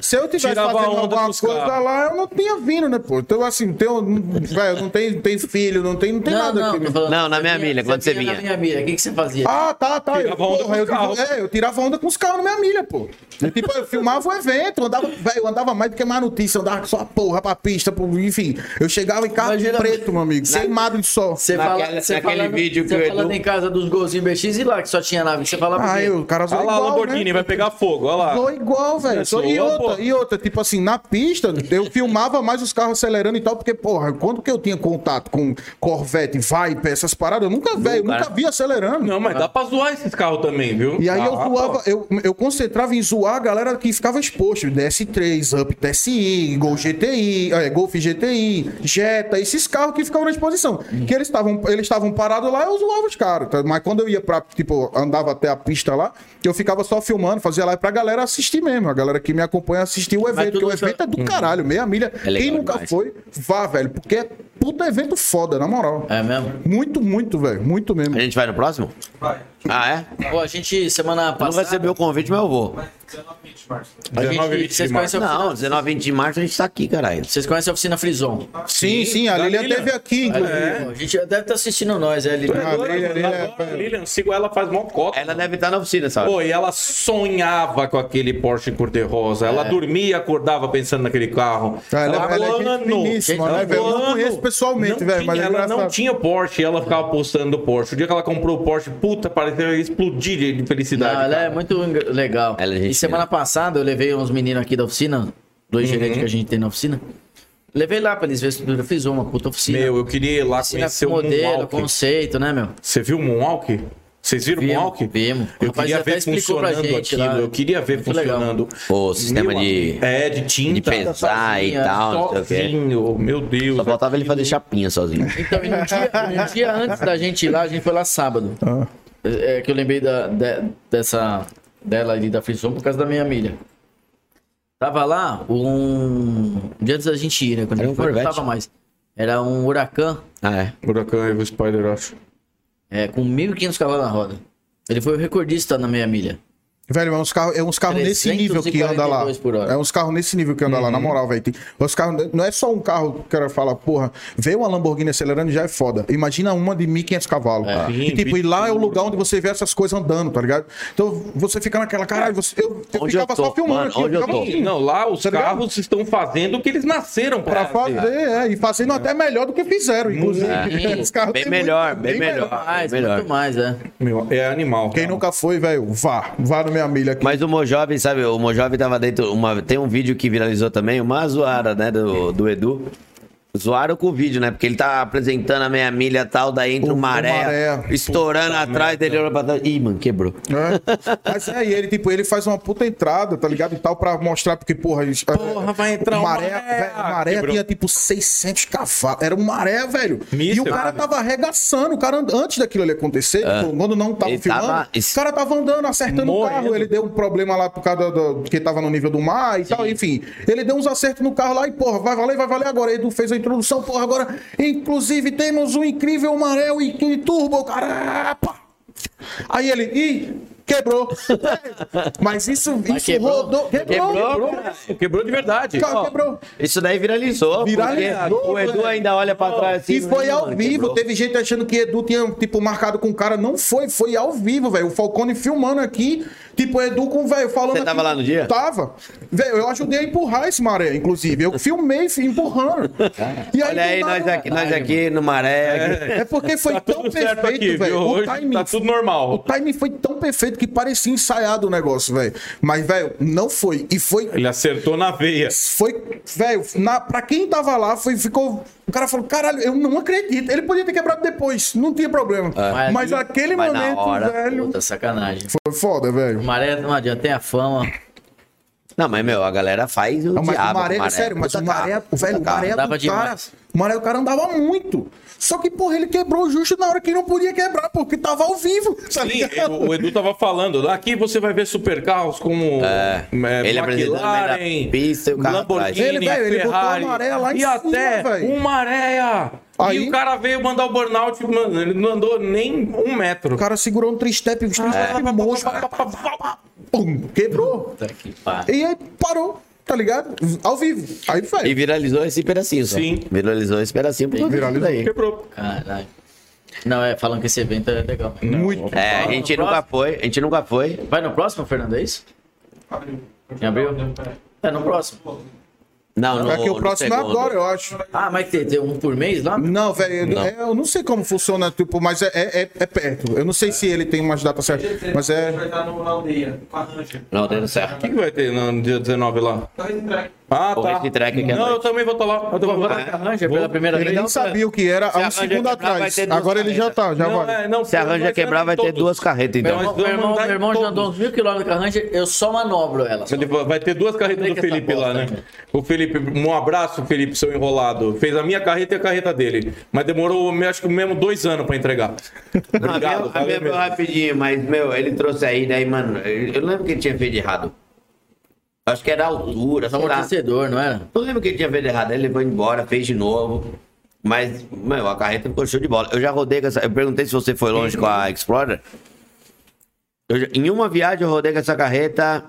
Se eu tivesse
Tirava
fazendo
a onda
alguma
pros
coisa
carros.
lá, eu não tinha vindo, né, pô? Então, assim, tenho, velho, não tem, tem filho, não tem, não tem nada aqui. né?
tô falando,
Não, na
você
minha
vinha-
milha, quando você
Na
vinha.
minha milha, o que, que você fazia?
Ah, tá, tá. Eu,
Tirava onda
porra,
com os carros.
eu, é, eu tirava onda com os carros na minha milha, pô. Eu, tipo, eu filmava o evento, andava, velho, eu andava mais do que má notícia, eu andava só a porra pra pista, pô, enfim. Eu chegava em carro
Imagina-
preto, meu amigo, queimado de sol.
Você
Naquela-
fala, você
naquele
falando-
vídeo
você
que o
falando
Edu-
em casa dos golzinhos BX e lá que só tinha nave. Você falava
Ah,
porque-
eu, o cara zoa
Olha lá, a
igual,
Lamborghini,
né?
vai pegar fogo, olha lá.
Zoa igual, velho. Zoa- E
zoa,
outra,
pô.
e outra, tipo assim, na pista, eu filmava mais os carros acelerando e tal, porque, porra, quando que eu tinha contato com Corvette, Viper, essas paradas, eu nunca, velho, nunca vi acelerando.
Não, mas dá pra zoar esses carros também, viu?
E aí eu
Ah,
zoava, eu, eu concentrava em zoar a galera que ficava exposto. DS3, Up TSI, Gol GTI, é, Golf GTI, Jetta, esses carros que ficavam na exposição. Que eles estavam eles estavam parados lá, eu zoava os caras. tá? Mas quando eu ia pra, tipo, andava até a pista lá, eu ficava só filmando, fazia live pra galera assistir mesmo. A galera que me acompanha assistir o evento,
tudo
porque o
isso-
evento é do caralho, meia milha.
legal
Quem nunca
demais.
foi, vá, velho, porque é puta evento foda, na moral.
É mesmo?
Muito, muito, velho, muito mesmo.
A gente vai no próximo?
Vai.
Ah, é?
Pô, a gente, semana
Não
passada...
recebeu o convite, mas eu vou.
a gente,
19 e 20
vocês,
de
conhecem a oficina,
Não, 19 20 de março a gente tá aqui, caralho.
vocês conhecem a oficina Frison.
Sim, sim, a
da
Lilian
Lilian.
teve aqui, inclusive.
A gente deve estar assistindo nós, é, ali.
Ah,
Adoro,
Lilian, Lilian,
adoro,
é,
Lilian, sigo ela, faz mó cota.
Ela deve estar na oficina, sabe?
Pô, e ela sonhava com aquele Porsche cor-de-rosa.
É.
Ela dormia e acordava pensando naquele carro.
Ah, ela- ela é gente finíssima, né, velho? Eu não
é um plano-
conheço pessoalmente,
não
velho,
tinha-
mas é
Ela não
engraçado.
tinha Porsche ela ficava postando Porsche. O dia que ela comprou o Porsche, puta, parecia que ela ia explodir de felicidade.
Não, ela
cara.
é muito engra- legal.
Ela é gente
e semana
fina.
passada eu levei uns meninos aqui da oficina, dois gerentes que a gente tem na oficina. Levei lá pra eles verem a estrutura fiz uma puta oficina.
Meu, eu queria ir lá
oficina
conhecer
com
o
um
modelo,
Moonwalk.
conceito, né, meu?
Você viu o Moonwalk? Vocês viram o
Vimos,
Moonwalk? Eu
vimos. O rapaz
queria
até
ver
explicou pra
funcionando
gente
aquilo.
lá.
Eu queria ver
Muito legal.
funcionando.
O sistema de-
am- É, de tinta.
De
então tá
pesar e
sozinha,
tal, não sei o quê.
Sozinho, meu Deus.
Tá
Só faltava ele fazer chapinha sozinho.
Então, e um dia, um dia antes da gente ir lá, a gente foi lá sábado.
Ah.
É, é que eu lembrei da, de- dessa dela ali da Frison por causa da minha milha. Tava lá um. um dia antes da gente ir, né? Quando
Era
a
um
gente foi, não
Corvette.
tava mais. Era um Huracan
Ah, é.
Huracan Evo Spider, acho.
é, com 1.500 cavalos na roda. Ele foi o recordista na meia milha.
Velho, é uns carros é uns carro nesse nível que anda lá.
342 por hora.
É uns carros nesse nível que anda lá, na
Uhum.
moral, velho. Tem- Os carros, não é só um carro que o cara fala, porra, vê uma Lamborghini acelerando e já é foda. Imagina uma de 1.500 cavalos. cara.
Sim,
e tipo, e lá é o lugar onde você vê essas coisas andando, tá ligado? Então você fica naquela, caralho, você, eu, eu
Onde eu
ficava
tô,
só filmando
mano?
aqui. eu
Onde eu
ficava
tô?
filmando.
Não, lá os
Tá ligado?
carros estão fazendo o que eles nasceram pra
Pra
fazer.
fazer, é, e fazendo até melhor do que fizeram, inclusive. Os carros
Uhum. É. Bem
têm muito-
melhor, bem melhor.
Mais,
Melhor.
muito mais, é.
Meu, é animal.
Quem
cara.
nunca foi, velho, vá. Vá no Meia Milha aqui.
Mas o Mojove, sabe, o Mojove tava dentro. Uma, tem um vídeo que viralizou também, uma zoada, né, do, do Edu. Zoaram com o vídeo, né? Porque ele tá apresentando a meia milha e tal, daí entra
O-
o,
o
maré,
Maré.
estourando atrás dele, olha pra trás. Ih, mano, quebrou.
né? Mas é, e ele, tipo, ele faz uma puta entrada, tá ligado? E tal, pra mostrar, porque, porra, eles-
Porra, vai entrar
o
uma
maré.
maré.
velho, o maré
Quebrou.
tinha, tipo, 600 cavalos. Era um maré, velho. e
Míssil,
o cara
sabe?
tava arregaçando. O cara, and- antes daquilo ali acontecer, tipo, quando não tava
É. Ele
filmando,
tava-
o cara tava andando, acertando o
Morrendo.
carro. Ele deu um problema lá por causa do, que tava no nível do mar e tal, enfim. Ele deu uns acertos no carro lá e, porra, vai valer, vai valer agora. Edu fez a introdução, porra, agora. Inclusive, temos um incrível maré, o Inquini Turbo, carapa! Aí ele, ih, quebrou. Mas isso, isso
quebrou?
rodou. Quebrou,
Quebrou,
quebrou.
Quebrou de verdade.
Cara,
Ó,
quebrou.
Isso daí viralizou,
Viralizou,
porque o Edu
velho.
ainda olha pra trás assim.
E foi
"Ih,
ao
mano,
vivo.
quebrou."
Teve gente achando que Edu tinha, tipo, marcado com o cara. Não foi, foi ao vivo, velho. O Falcone filmando aqui. Tipo, Edu com o velho falando.
Você tava
aqui.
lá no dia?
Tava. Velho, eu ajudei a empurrar esse maré, inclusive. Eu filmei, fui empurrando. E
Olha
do
aí,
nada-
nós aqui, nós aqui no maré. aqui.
É porque foi tão
Tá tudo certo
perfeito,
aqui,
velho.
viu?
O
Hoje
timing
tá tudo normal.
O timing foi tão perfeito que parecia ensaiado o negócio, velho. Mas, velho, não foi. E foi
Ele acertou na veia.
foi, velho, na, pra quem tava lá, foi, ficou. O cara falou, caralho, eu não acredito. Ele podia ter quebrado depois, não tinha problema.
Mas
Mas
ali-
aquele
É. mas na
momento,
hora,
velho.
Puta sacanagem.
Foi foda, velho.
Maré não adianta, tem a fama.
Não, mas meu, a galera faz o
Não, mas
diabo.
o Maré,
com o
sério, mas
Puta
o Maré,
carro,
o velho, o
puta carro.
Maré é
Dava
do cara,
demais.
o Maré, o cara andava muito. Só que, porra, ele quebrou justo na hora que não podia quebrar, porque tava ao vivo, tá
Sim,
ligado?
o- o Edu tava falando. Aqui você vai ver supercarros como é,
ele apresentando
McLaren,
o meio da pista e o carro
Lamborghini,
atrás. Ele, velho, ele botou a
Ferrari,
maré lá em
e
cima,
até
velho.
uma areia.
Aí-
E o cara veio mandar o burnout, mano, ele não andou nem um metro.
O cara segurou um tristep, um tristep monstro. pum, quebrou. E aí parou, tá ligado? Ao vivo. Aí, velho.
E viralizou esse pedacinho, só.
Sim.
Viralizou esse pedacinho por tudo
Viralizou.
aí.
Quebrou.
Caralho. Não, é, falando que esse evento é legal.
Muito.
É, a gente nunca foi, a gente nunca foi.
Vai no próximo, Fernando, é isso? Em abril? É, no próximo.
Não, no,
É que o
no
próximo é
segundo.
agora, eu acho.
Ah, mas tem, tem um por mês lá?
Não, velho,
Não.
é- eu não sei como funciona, tipo, mas é, é, é- é perto. Eu não sei se ele tem umas datas certas, mas é.
estar no, na aldeia, com a Anja.
Não, deu certo.
O que vai ter no dia 19 lá?
Ah,
O
tá.
esse track que é
Não, eu
noite.
também vou estar lá. Eu também vou tá lá.
Caraca, Ranger, pela primeira
Ele
vez.
Então,
nem sabia o que era há um
Se a
segundo
Ranger quebrar, vai
atrás.
ter duas
Agora ele já tá, já
Não,
vai.
é, não,
Se arranja
mas
quebrar, vai ter
todos.
duas carretas, então.
Mas
Meu irmão- meu irmão, meu irmão já andou uns mil quilômetros com a Ranger, eu só manobro ela.
Ele va- Tipo, Vai ter duas carretas
Tem
do
que essa
Felipe lá,
bosta,
né?
cara.
O Felipe, um abraço, Felipe, seu enrolado. Fez a minha carreta e a carreta dele. Mas demorou, me- acho que mesmo dois anos pra entregar.
Ah,
Obrigado,
meu- ah,
valeu
meu, meu,
mesmo.
rapidinho, mas, meu, ele trouxe aí, daí, mano, eu eu lembro que ele tinha feito errado. Acho que era a altura,
Só
sei lá.
amortecedor, um não era?
Não lembro que ele tinha feito errado, aí ele foi embora, fez de novo. Mas, meu, a carreta ficou show de bola. Eu já rodei com essa. Eu perguntei se você foi longe com a Explorer. Eu já- em uma viagem eu rodei com essa carreta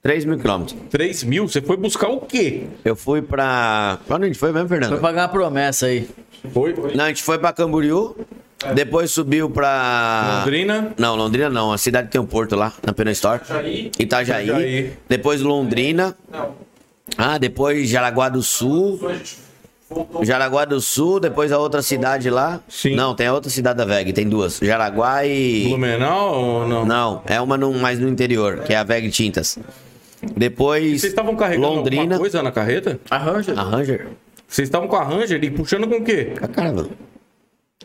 3 mil quilômetros.
3 mil? Você foi buscar o quê?
Eu fui pra. Pra onde a gente foi mesmo, Fernando?
Foi pagar uma promessa aí.
Foi?
Não, a gente foi pra Camboriú, depois subiu pra.
Londrina.
Não, Londrina não. A cidade tem um porto lá, na Pena Store.
Itajaí.
Itajaí.
Itajaí.
Depois Londrina.
Não,
Ah, depois Jaraguá do Sul.
a gente voltou
Jaraguá do Sul, depois a outra cidade lá.
Sim.
Não, tem a outra cidade da VEG, tem duas. Jaraguá e.
Blumenau ou não?
Não, é uma no, mais no interior, que é a VEG Tintas. Depois.
Vocês estavam carregando
Londrina.
alguma coisa na carreta?
A Ranger?
A Ranger?
Vocês estavam com a Ranger e puxando com o quê?
A caravana.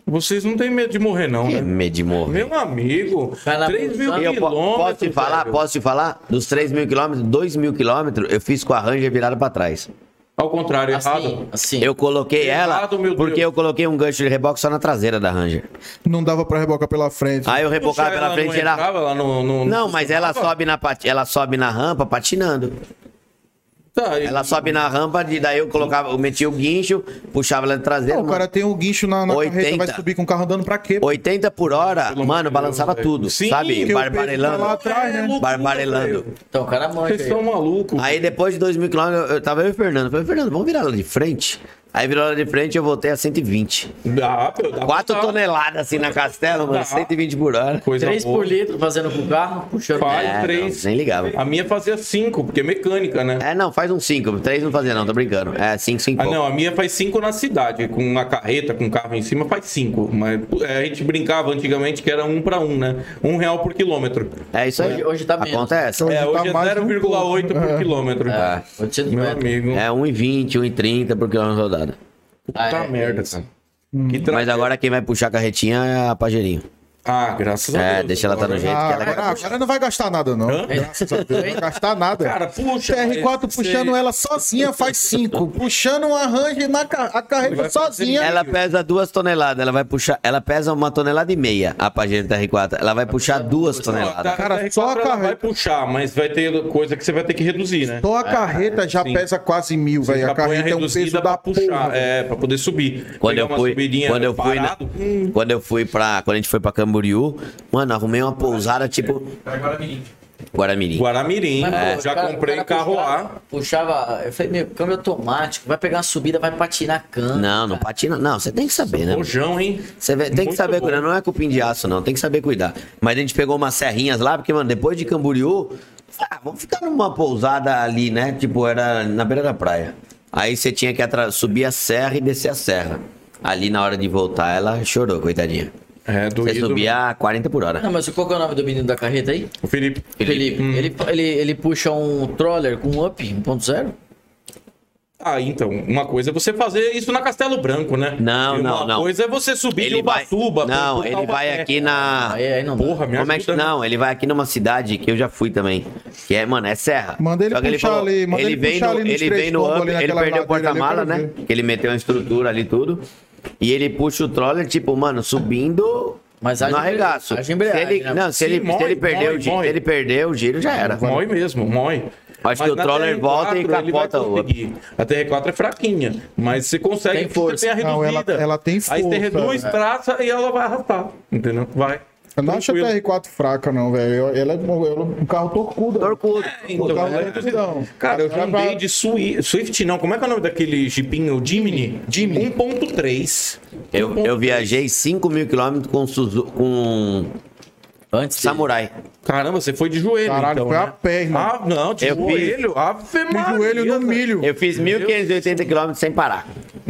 Vocês não têm medo de morrer, não,
Que
né?
É medo de morrer.
Meu amigo,
Vai lá,
3 mil
Eu
Eu
po-
quilômetros.
posso te falar,
velho.
posso te falar? Dos 3 mil quilômetros, 2 mil quilômetros eu fiz com a Ranger virada pra trás.
Ao contrário,
Assim,
errado.
assim.
Eu coloquei ela
Errado, meu
porque
Deus.
eu coloquei um gancho de reboque só na traseira da Ranger.
Não dava pra rebocar pela frente.
Aí eu rebocava
Puxa,
pela
ela
frente
não
e ela.
entrava lá no, no-
Não, mas ela sobe, na pat... ela sobe na rampa patinando.
Tá, e-
Ela sobe na rampa e daí eu colocava, eu metia o guincho, puxava ela de traseira.
Pô, o cara
mano.
tem um guincho na, na carreta,
80.
vai subir com o carro andando pra quê?
80 por hora, mano, balançava tudo,
Sim,
sabe?
Porque o peso tá lá
Barbarelando.
atrás, né?
Barbarelando.
Então, o cara manja
Vocês
aí.
são malucos.
Aí depois de 2 mil quilômetros, eu- eu tava eu e o Fernando. Eu falei, Fernando, vamos virar ela de frente? Aí virou ela de frente eu voltei a 120.
Dá, pô, dá
4
pra-
toneladas assim na castela, mano, 120 por hora.
Coisa
3
boa.
por litro fazendo com o carro, puxando.
Faz
É, não,
três.
nem ligava.
A minha fazia 5, porque é mecânica, né?
É, não, faz um 5. 3 não fazia, não, tô brincando. É, 5, 5
Ah, não, a minha faz 5 na cidade, com uma carreta, com um carro em cima, faz 5. Mas é, a gente brincava antigamente que era 1 um para 1, um, né? 1 um real por quilômetro.
É isso aí.
Hoje- hoje tá
A
menos.
conta é essa.
Hoje
É,
tá
hoje é
mais de um
0,8
pouco.
por
É.
quilômetro.
É, eu tinha
Meu amigo.
É 1,20, 1,30 por quilômetro é rodada.
Ah,
Puta
é,
merda,
é isso.
cara. Que tra...
Mas agora quem vai puxar a carretinha é a Pajerinho.
Ah, graças a
É,
Deus.
deixa ela tá no jeito.
Ah,
que ela-
agora, agora não vai gastar nada, não. Graças a Deus, não vai gastar nada.
Cara, puxa.
TR4
mas
puxando
você-
ela sozinha faz 5. puxando um arranjo na ca- a carreta sozinha.
Ela pesa duas toneladas, ela vai puxar. Ela pesa uma tonelada e meia, a Pajero TR4. Ela vai puxar duas toneladas.
Cara,
a
só a
ela vai
carreta.
puxar, mas vai ter coisa que você vai ter que reduzir, né?
Só a carreta já
sim.
pesa quase mil, velho. A
Já põe
carreta é um peso
reduzida
da
pra puxar,
porra.
é, pra poder subir.
Quando
Pegar
eu
uma
fui,
subidinha
quando eu fui, na,
parado, hum,
quando eu fui pra, quando a gente foi pra Camboriú, mano, arrumei uma pousada tipo
agora, menino.
Guaramirim.
Guaramirim,
Mas,
é,
pô,
já
o cara-
comprei
o cara
carro
puxava-
lá.
Puxava, eu falei, meu, câmbio automático, vai pegar uma subida, vai patinar a cana.
Não, não patina, não. Você tem que saber, né?
Rojão, hein?
Você vê- tem que
Muito
saber
bom.
cuidar, não é cupim de aço, não, tem que saber cuidar. Mas a gente pegou umas serrinhas lá, porque, mano, depois de Camboriú, ah, vamos ficar numa pousada ali, né? Tipo, era na beira da praia. Aí você tinha que atra- subir a serra e descer a serra. Ali na hora de voltar, ela chorou, coitadinha.
É,
Você
doído.
subia a 40 por hora.
Não, mas qual que é o nome do menino da carreta aí?
O Felipe.
Felipe.
Hum.
Ele, ele, ele puxa um troller com um up 1.0?
Ah, então, uma coisa é você fazer isso na Castelo Branco, né?
Não,
E uma
não, não.
coisa é você subir de
Ele vai.
Ubatuba. pra
Não,
Porto
ele vai
Taubaté.
aqui na.
Aí, aí não dá.
Ah, Porra, me
Como é que...
ajuda.
Não, ele vai aqui numa cidade que eu já fui também. Que é, mano, é serra.
Manda ele
Só que
puxar ali, manda
ele
ele
vem
puxar
no,
ali nos
ele
três
vem no
tombos
up,
ali
ele
naquela
perdeu o
ladeira ali, eu
porta-mala,
quero
né? Que ele meteu uma estrutura ali tudo. E ele puxa o troller, tipo, mano, subindo
Mas age
no
embreagem,
arregaço.
age
Se
embreagem,
ele,
né?
não, se,
Sim,
ele, se
morre,
ele perdeu
morre,
o giro,
morre.
se ele perdeu o giro, já era.
Mói mesmo,
Uhum.
mói.
Acho que o
na
troller volta e
TR4 ele vai
capota o outro.
conseguir. A TR4 é fraquinha, mas você consegue,
Tem
porque
força.
você tem a reduzida.
Não, ela- ela tem
Aí
força,
você reduz,
é.
traça e ela vai arrastar. Entendeu? Vai.
Eu não acho a TR4 fraca, não, velho. Eu- Ela é um ela é um carro torcudo.
Torcudo.
O
Então,
carro
é,
torcudão.
Cara, eu já
Ela
andei
pra-
de Swi- Swift, não. Como é que é o nome daquele jipinho? Jimny? um Jimny. 1.3.
Eu, eu viajei 5 mil quilômetros com, Suzu- com
Antes de-
Samurai.
Caramba, você foi de joelho,
Caralho,
então,
foi
né?
a pé, irmão.
Ah, não, de
Eu fiz-
joelho. Ave
De
Maria,
joelho no
velho. É
milho.
Eu fiz 1.580 quilômetros sem parar.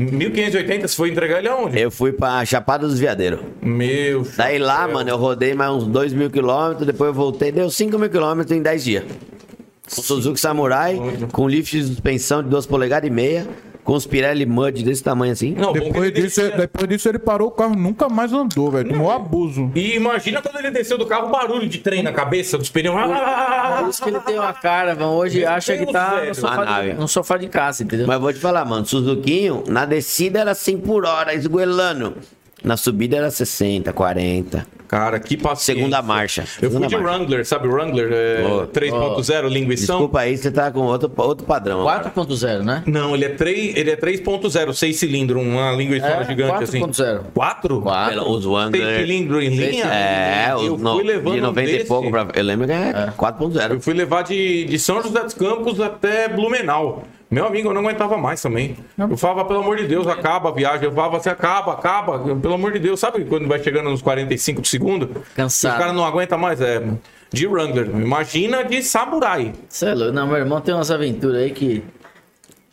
1580, você foi entregar ele aonde?
Eu fui pra Chapada dos Veadeiros.
Meu.
Daí lá,
chapéu.
mano, eu rodei mais uns 2 mil quilômetros, depois eu voltei, deu 5 mil quilômetros em 10 dias. Com Suzuki Samurai, com lift de suspensão de 2 polegadas e meia, com os Pirelli Mud desse tamanho assim.
Não, bom que
Depois
ele
disso,
descia.
depois disso, ele parou o carro, nunca mais andou, velho.
é.
Tomou abuso.
E imagina quando ele desceu do carro, o barulho de trem na cabeça dos pneus.
Por
Ah,
isso que ele tem uma cara, mano. Hoje
Meu
acha
Deus,
que tá
velho.
no
Uma
sofá,
nave.
de, no sofá de casa, entendeu?
Mas vou te falar, mano, Suzuquinho, na descida era 100 por hora, esgoelando. Na subida era 60, 40.
Cara, que paciência.
Segunda marcha.
ah. Eu fui
Segunda
de
marcha.
Wrangler, sabe? Wrangler é,
Boa.
3.0, linguição.
Desculpa aí, você tá com outro, outro padrão. agora.
4.0, né?
Não, ele é 3, ele é 3.0, 6 cilindros, uma linguiçona
É,
gigante assim.
4.0
4?
Pelo- Os
Seis
Wander.
cilindros em linha? né?
É,
eu
os no,
fui levando
de 90
desse.
e pouco pra. Eu lembro que é,
Eu
4.0.
fui levar de, de São José dos Campos até Blumenau. Meu amigo, eu não aguentava mais também. Eu falava, pelo amor de Deus, acaba a viagem. Eu falava assim, acaba, acaba. Pelo amor de Deus, sabe quando vai chegando nos 45 segundos?
Cansado.
Os caras não aguentam mais. É, de Wrangler. Imagina de Samurai.
Cê é louco. Não, meu irmão tem umas aventuras aí que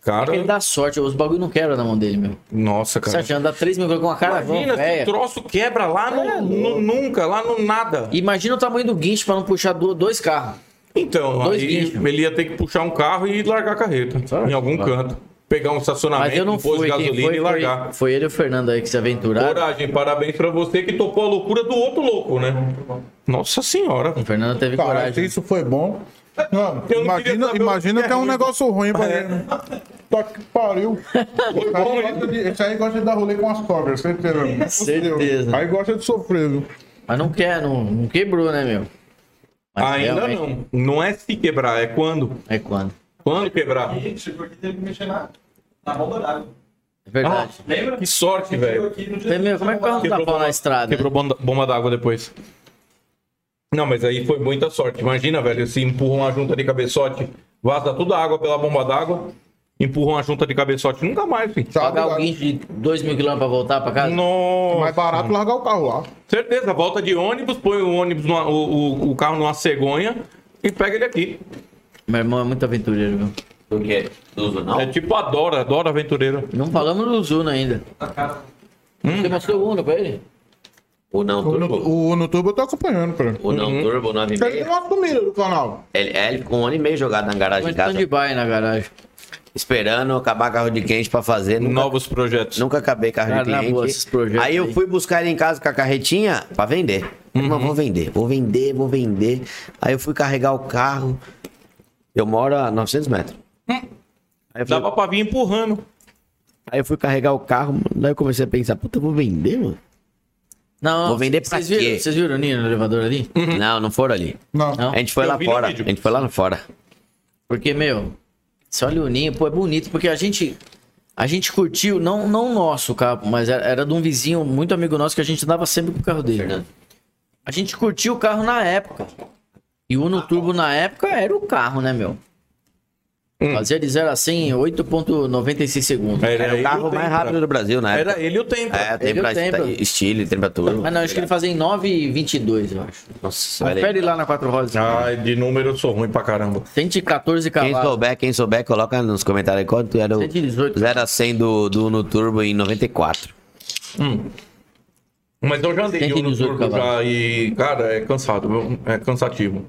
Cara,
ele dá sorte. Os bagulho não quebra na mão dele, meu.
nossa,
Você
cara.
acha andar 3 mil com uma caravana,
Imagina, se o
velho.
troço quebra lá no, no- nunca, lá no nada.
Imagina o tamanho do guincho pra não puxar do- dois carros.
Então,
Dois
aí
guinchos.
ele ia ter que puxar um carro e largar a carreta em algum canto. Pegar um estacionamento,
Mas eu não
um posto
fui.
de
Quem
gasolina
foi,
e largar.
foi, foi ele e o Fernando aí que se aventuraram.
Coragem, parabéns pra você que topou a loucura do outro louco, né? Nossa senhora.
O Fernando teve
Cara, se
coragem.
isso foi bom. Mano,
um Eu não queria
imagina,
saber
imagina
o que
que é
é
um
ruim.
negócio ruim pra ele. né? Tá que pariu. Esse aí, gosta de, esse aí gosta de dar rolê com as cobras, certeza. meu.
Certeza.
Aí gosta de sofrer, viu?
Mas não quer, não, não quebrou, né, meu? Mas
Ainda
realmente,
não. Não é se quebrar, é quando.
É quando.
Quando quebrar.
Ele chegou aqui e teve que mexer Tá na, na bomba d'água.
É verdade.
Lembra?
Que sorte,
Chegou
velho.
aqui no dia
Tem, meu, como é que o carro não dá
Ah, Quebrou
pau na
bomba-
estrada? né?
Quebrou bomba, bomba d'água depois. Não, mas aí foi muita sorte. Imagina, velho, se empurram a junta de cabeçote, vaza toda a água pela bomba d'água, empurram a junta de cabeçote. Nunca mais, filho.
Sabe?
Pagar o
Alguém...
guincho de 2 mil quilômetros pra voltar pra casa?
Nossa.
Mais barato largar o carro lá.
Certeza, volta de ônibus, põe o ônibus, numa- o, o- o carro numa cegonha e pega ele aqui.
Meu irmão é muito aventureiro, viu?
Por quê? Tudo não?
É tipo adora, adora aventureiro.
Não falamos do Zuno ainda.
da casa.
Hum.
Você mostrou o Uno pra ele?
O não
O no,
turbo?
o no turbo eu tô acompanhando, cara.
O não
Uhum.
turbo,
Ele tem
9,5?
uma comida do canal.
Ele, é, ele com um ano e meio jogado na garagem
Mas tá então
de casa.
de baia na garagem.
Esperando acabar carro de cliente pra fazer. Nunca,
Novos projetos.
nunca acabei carro
Cara,
de
na
cliente.
boa, esses projetos
aí eu
aí.
fui buscar ele em casa com a carretinha pra vender. Mas
Uhum.
vou vender, vou vender, vou vender. Aí eu fui carregar o carro. Eu moro a 900 metros.
Hum.
Aí eu fui-
Dava pra vir empurrando.
Aí eu fui carregar o carro, mano. daí eu comecei a pensar, puta, eu vou vender, mano?
Não,
Vou vender pra
vocês viram,
quê?
Vocês viram o Nino no elevador ali?
Não, não foram ali.
Não.
Não.
A gente foi
Uhum. Eu
lá
vi no
fora. A
vídeo.
gente foi lá no fora.
Porque, meu, você olha o Ninho, pô, é bonito, porque a gente. A gente curtiu, não, não o nosso carro, mas era, era de um vizinho muito amigo nosso que a gente andava sempre com o carro dele.
Fernando.
A gente curtiu o carro na época. E o Uno Turbo na época era o carro, né, meu?
Hum.
Fazia de 0 a 100 em 8,96 segundos.
Era,
Era o
ele
carro
o
mais
Tempra.
rápido do Brasil, né?
Era ele e o tempo.
É, tem
Ele
pra
tem,
pra-
pô.
estilo, tem pra tudo.
Mas não, acho que ele fazia em 9,22, eu acho.
Nossa, olha
Confere
aí. Ah.
lá na Quatro Rodas.
Ai, de número eu sou ruim pra caramba.
114
Quem
cavalos.
souber, quem souber, coloca nos comentários aí quanto era o
118.
0 a 100 do, do Uno Turbo em 94.
Mas eu já andei de Uno
118
Turbo já e, cara, é cansado, viu? é cansativo.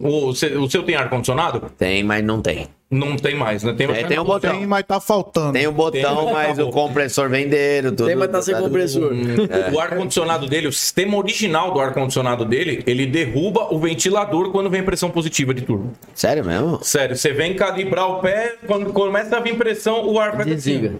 O, se- o seu tem ar-condicionado?
Tem, mas não tem.
Não tem mais, né? Tem,
É, tem um botão.
Tem, mas tá faltando.
Tem o botão,
Tem,
mas
acabou.
o compressor vendeiro, tudo.
tá Tem, mas tá sem
tudo-
compressor.
O ar-condicionado dele, o sistema original do ar-condicionado dele, ele derruba o ventilador quando vem pressão positiva de turbo.
Sério mesmo?
Sério, você vem calibrar o
É.
pé, quando começa a vir pressão, o ar vai
Desliga.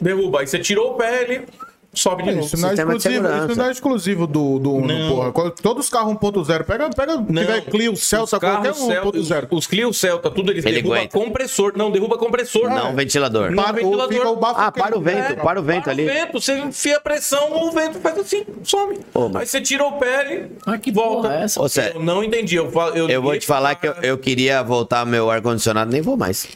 Derruba. Aí você tirou o pé, ele sobe de
É,
novo.
né?
Isso não é,
Sistema de
exclusivo,
segurança.
isso não é exclusivo do, do Uno,
Não.
porra. Quando- Todos os carros 1.0. Pega, pega se tiver Clio, Celta, qualquer um
carros Celta-
1.0.
Os, os Clio Celta, tudo eles
Ele
derruba
aguenta.
compressor. Não, derruba compressor.
Não, ventilador.
Não.
Para- ou
ventilador.
fica o bafo
Ah,
quente.
para o vento, para o vento
Para
ali.
o vento, você enfia a pressão, o vento faz assim, some.
Ô, mas-
Aí você tira o pé e
Ah, que
volta.
porra é essa?
Ô, Cé,
Eu não entendi. Eu, falo- eu,
eu vou
liguei
te falar que
pro
eu,
cara-
eu queria voltar meu ar-condicionado, nem vou mais.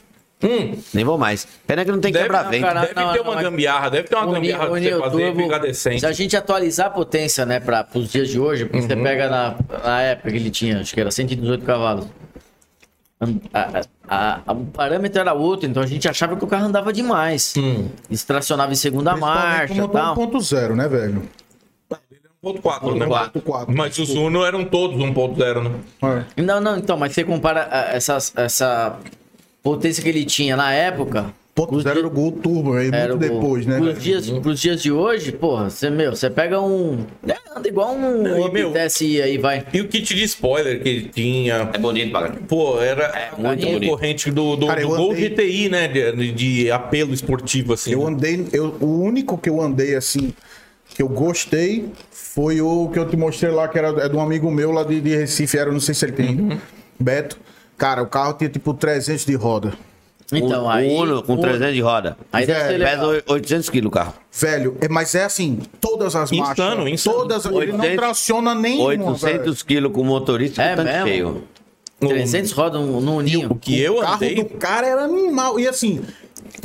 Hum,
Nem vou mais. Pena que não tem
Deve-
quebra-vento.
deve
Não,
ter
não,
uma
mas-
gambiarra, deve ter uma
Unir-
gambiarra pra
unir
você
o
fazer
turbo.
e ficar decente.
Se a gente atualizar a potência, né, para os dias de hoje, porque
Uhum.
você pega na, na época que ele tinha, acho que era 118 cavalos. An- a- a- a- o parâmetro era outro, então a gente achava que o carro andava demais.
Hum.
Estracionava em segunda marcha
é, Principalmente
e
o motor
tal.
1.0, né, velho?
1.4, né?
1.4.
Mas os Uno eram todos 1.0, né?
É.
Não, não, então, mas você compara ah, essas- essa potência que ele tinha na época. os
1.0
di-
era o Gol Turbo, aí
Era
muito
o-
depois, né?
Pros
velho?
dias,
Uhum.
pros dias de hoje, porra, você, meu, você pega um. né, anda igual
Não,
um
e,
Up
meu,
TSI aí, vai.
E o kit de spoiler que ele tinha.
É bonito, Bagan.
Pô, era
muito
a
É bonito.
concorrente do, do,
Cara,
do
eu
Gol
andei-
GTI, né? De, de apelo esportivo, assim.
Eu
né?
andei, eu, o único que eu andei assim, que eu gostei, foi o que eu te mostrei lá, que era é de um amigo meu lá de, de Recife, era, não sei se ele tem,
Uhum.
Beto. Cara, o carro tinha tipo 300 de roda.
Então,
o,
aí.
o Um Uno com
Uno.
300 de roda.
Aí deve ser
Pesa
legal.
800 quilos o carro.
Velho, é, mas é assim, todas as
Insano,
marchas.
insano.
Todas, ele não
800,
traciona nenhuma, velho.
800 quilos com motorista
É
é tanto
mesmo?
feio. um
300 roda no, no uninho.
O que eu
O carro
andei.
do cara era animal. E assim,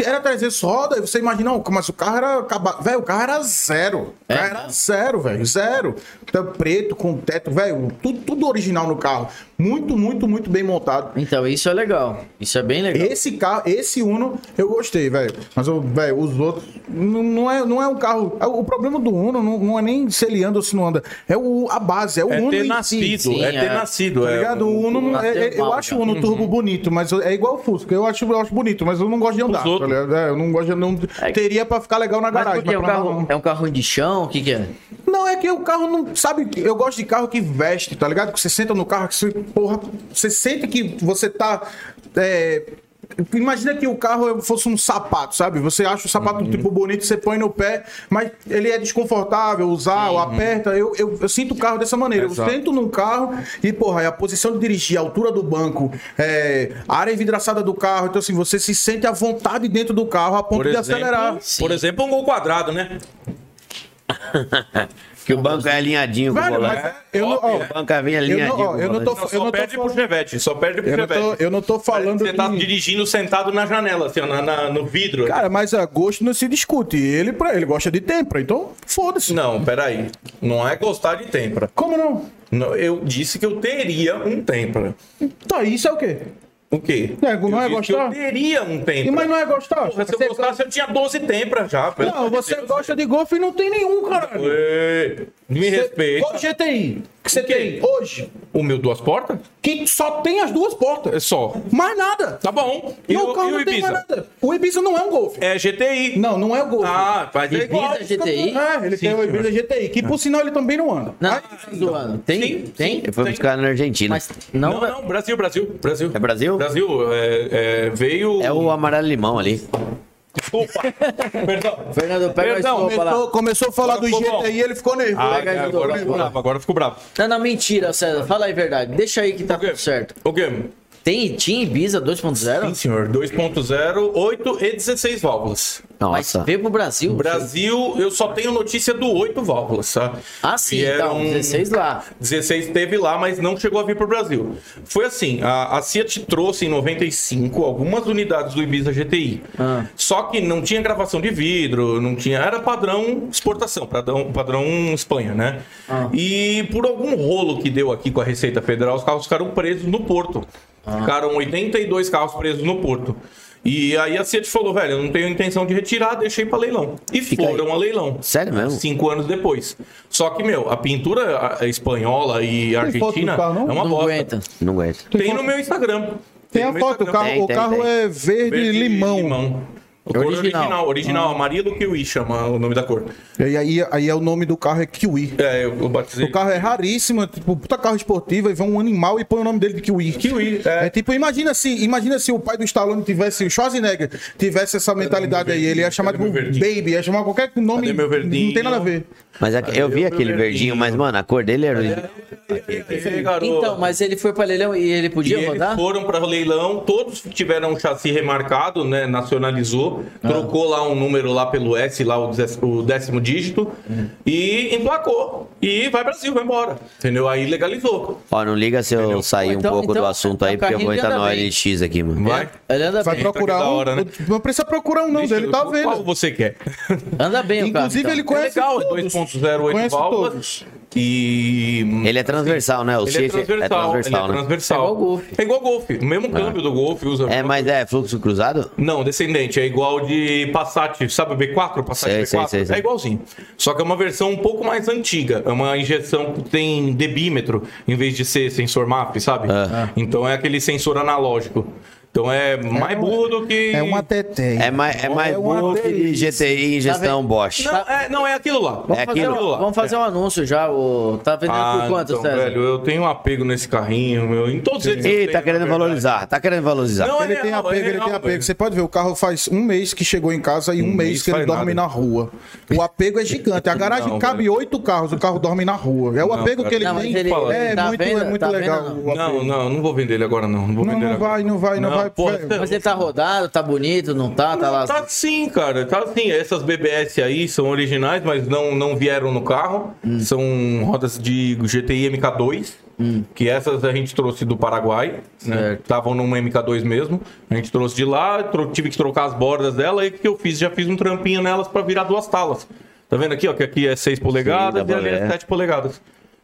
era 300 roda, e você imagina, "Não, mas o carro era. acaba- Velho, o carro era zero. O
É,
carro era
né?
zero, velho. Zero. Então, preto, com teto, velho, tudo, tudo original no carro. Muito, muito, muito bem montado.
Então, isso é legal. Isso é bem legal.
Esse carro, esse Uno, eu gostei, velho. Mas, ô, velho, os outros. Não, não é, não é um carro. é, O problema do Uno não, não é nem se ele anda ou se não anda. É o, a base, é o
É
Uno
ter
em si.
nascido,
sim,
é
é.
ter nascido.
Tá
é.
ligado? O Uno,
Bateu
é- é- eu
mal,
acho o
já.
Uno Turbo bonito, mas é igual o Fusca. Eu acho, eu acho bonito, mas eu não gosto de andar. Tá
outros.
ligado? É, eu não gosto de não Teria pra ficar legal na
Mas por
garagem.
quê?
Mas
é, um
pra andar,
carro, é um carro de chão? O que, que é?
não. não, é que o carro não. Sabe, que eu gosto de carro que veste, tá ligado? Que você senta no carro, que você, porra, você sente que você tá. é, Imagina que o carro fosse um sapato, sabe? Você acha o sapato
Uhum.
tipo bonito, você põe no pé, mas ele é desconfortável usar,
Uhum.
ou aperta. Eu, eu, eu sinto o carro dessa maneira. Eu sento num carro e, porra, é a posição de dirigir, a altura do banco, é, a área envidraçada do carro. Então, assim, você se sente à vontade dentro do carro a ponto
Por
de
exemplo,
acelerar.
por exemplo, um gol quadrado, né?
Que o banco é alinhadinho com o
Velho,
volante.
mas é- eu não.
né?
ó,
O banco é bem
eu
alinhadinho.
não, ó,
com o
eu não tô,
volante.
eu
Só
não tô
perde pro
falando-
Chevette, só perde pro
Eu não, tô,
Chevette.
eu não tô falando
Você tá
que-
dirigindo sentado na janela, assim, ó, na, na- no vidro.
Cara, mas a gosto não se discute. Ele, pra, ele gosta de tempra, então foda-se.
Não, peraí. Não é gostar de tempra.
Como não?
Não, eu disse que eu teria um tempra.
Tá, isso é o quê?
O quê?
É, não
eu
é
disse
gostar?
Que eu teria um
E,
tempra.
mas não é gostar?
Porra, se eu
Você-
gostasse, eu tinha 12 tempras já. pelo
Não,
amor de
você
Deus.
gosta de golfe e não tem nenhum, caralho.
Ê, Me respeita.
Qual GTI que você
O quê?
tem hoje?
O meu duas portas?
Que só tem as duas
É
portas.
só.
Mais nada.
Tá bom. E
não,
o,
o carro
e o
não tem mais
Ibiza?
nada. O Ibiza não é um golfe.
É GTI.
Não, não é o golfe.
Ah, faz
Ibiza
igual.
é GTI?
É, ele tem o Ibiza GTI, que
Ah.
por sinal ele também não anda.
Não,
Aí-
tá zoando. Tem?
Sim,
tem?
Eu fui buscar na Argentina.
Mas não, é-
Não, não, Brasil, Brasil, Brasil.
É Brasil?
Brasil, é, é, veio.
É o amarelo limão ali.
Desculpa. Perdão.
Fernando, pega a
Perdão,
estopa lá.
Começou, começou a falar do
Ficou bom.
GTI, ele ficou nervoso.
Ah,
Pega de
agora,
novo,
ficou
agora.
bravo, agora ficou bravo.
Não, não, mentira, César. Fala aí a verdade. Deixa aí que tá
O quê?
tudo certo.
O quê?
Tem Team Ibiza 2.0?
senhor. 2.0, 8 e 16 válvulas.
Mas
Nossa.
veio pro Brasil.
Brasil, eu só tenho notícia do 8 válvulas, tá?
Ah, sim, então, 16 lá.
16 teve lá, mas não chegou a vir para o Brasil. Foi assim, a, a Fiat trouxe em 95 algumas unidades do Ibiza GTI.
Ah.
Só que não tinha gravação de vidro, não tinha, era padrão exportação, padrão, padrão Espanha, né?
Ah.
E por algum rolo que deu aqui com a Receita Federal, os carros ficaram presos no porto.
Ah.
Ficaram 82 carros presos no porto. E aí a Fiat falou, velho, eu não tenho intenção de retirar, deixei para leilão. E foram a leilão.
Sério mesmo?
Cinco anos depois. Só que, meu, a pintura a- espanhola e
foto do
argentina
carro, não?
é uma
Não
bosta.
aguenta.
Não aguento.
Tem no meu Instagram.
Tem
no
a
meu
foto, o
Instagram.
carro,
Tem,
o
tem,
carro
tem.
é verde,
Verde e
limão.
limão. O cor
Original. Ah.
original, original, amarelo Kiwi chama o nome da cor.
E aí, aí é o nome do carro é Kiwi.
É, eu, eu batizei.
O carro é raríssimo, é tipo, puta carro esportivo, aí vem um animal e põe o nome dele de Kiwi.
Kiwi, é.
É tipo, imagina se, imagina se o pai do Stallone tivesse, o Schwarzenegger tivesse essa mentalidade aí, ele ia chamar
Cadê
tipo
meu verdinho?
Baby, ia chamar qualquer nome,
Cadê meu verdinho?
não tem nada a ver.
Mas é que- eu vi
meu
aquele verdinho,
verdinho.
mas, mano, a cor dele é era.
Ei, é, garoto.
Então, mas um ele foi pra leilão e ele
E
podia
eles
rodar?
foram para o leilão, todos tiveram um chassi remarcado, né? Nacionalizou,
Ah.
trocou lá um número lá pelo S, lá o, dez- o décimo dígito,
Uhum.
e emplacou. E vai Brasil, vai embora. Entendeu? Aí legalizou.
Ó, não liga se eu sair
Então-
um pouco
então,
do assunto
é
aí,
um
porque eu vou
carrinho que
entrar no
anda bem.
OLX aqui, mano.
Vai.
Ele
Tá
anda
Vai
bem.
procurar
da
um,
hora, né?
não precisa procurar um não,
Deixa
ele
eu-
tá
Qual
vendo.
você quer?
Anda bem o carro.
Inclusive
então.
ele
É
conhece
legal, é
todos.
2.08
Conhece
válvulas.
todos.
E.
Ele é transversal, né? O
Ele é
Civic
transversal, ele é
né?
transversal.
É igual Golf.
É igual Golf. O mesmo câmbio do Golf usa. a
Ah. É,
mesma
mas é fluxo cruzado?
Não, descendente. É igual de Passat, sabe o B4? Passat
Sei,
B4?
sei, sei, sei.
É igualzinho. Só que é uma versão um pouco mais antiga. É uma injeção que tem debímetro, em vez de ser sensor MAP, sabe?
Ah.
Então é aquele sensor analógico. Então é mais burro do que...
É uma teté.
É mais, é mais
um
uma
burro que
delícia.
GTI ingestão Bosch.
Tá Não, é, não, é aquilo lá.
É
Vamos fazer,
aquilo.
um, vamos fazer um anúncio já. O... Tá vendendo
Ah,
por quanto,
então,
César?
velho, eu tenho um apego nesse carrinho, meu. Em todos eles. eu
Ih,
tenho,
tá
na
querendo
verdade.
valorizar, tá querendo valorizar.
Não, é
Ele tem
real,
apego,
é
ele
real,
tem apego.
velho.
Você pode ver, o carro faz um mês que chegou em casa e um, mês,
mês
que ele
faz
dorme
nada.
na rua. O apego é gigante. A garagem
Não,
cabe
velho.
oito carros, o carro dorme na rua. É o apego
cara.
que ele
Não, mas
tem.
ele-
é,
tá
muito,
vendo?
é muito
Tá
legal.
vendo,
o apego.
Não, não, não vou vender ele agora, não. Não, vou
Não,
vender
não
ele agora.
vai, não vai, não vai.
porra,
Vai.
você-
Mas ele tá rodado, tá bonito, não tá? Tá lá.
Tá sim, cara. Tá sim. Essas BBS aí são originais, mas não, não vieram no carro.
Hum.
São rodas de GTI MK2,
Hum.
que essas a gente trouxe do Paraguai. né? Estavam numa MK2 mesmo. A gente trouxe de lá, tro- tive que trocar as bordas dela. E o que eu fiz? Já fiz um trampinho nelas pra virar duas talas. Tá vendo aqui, ó? Que aqui é 6 polegadas e
dá pra
ali é
ver.
7 polegadas.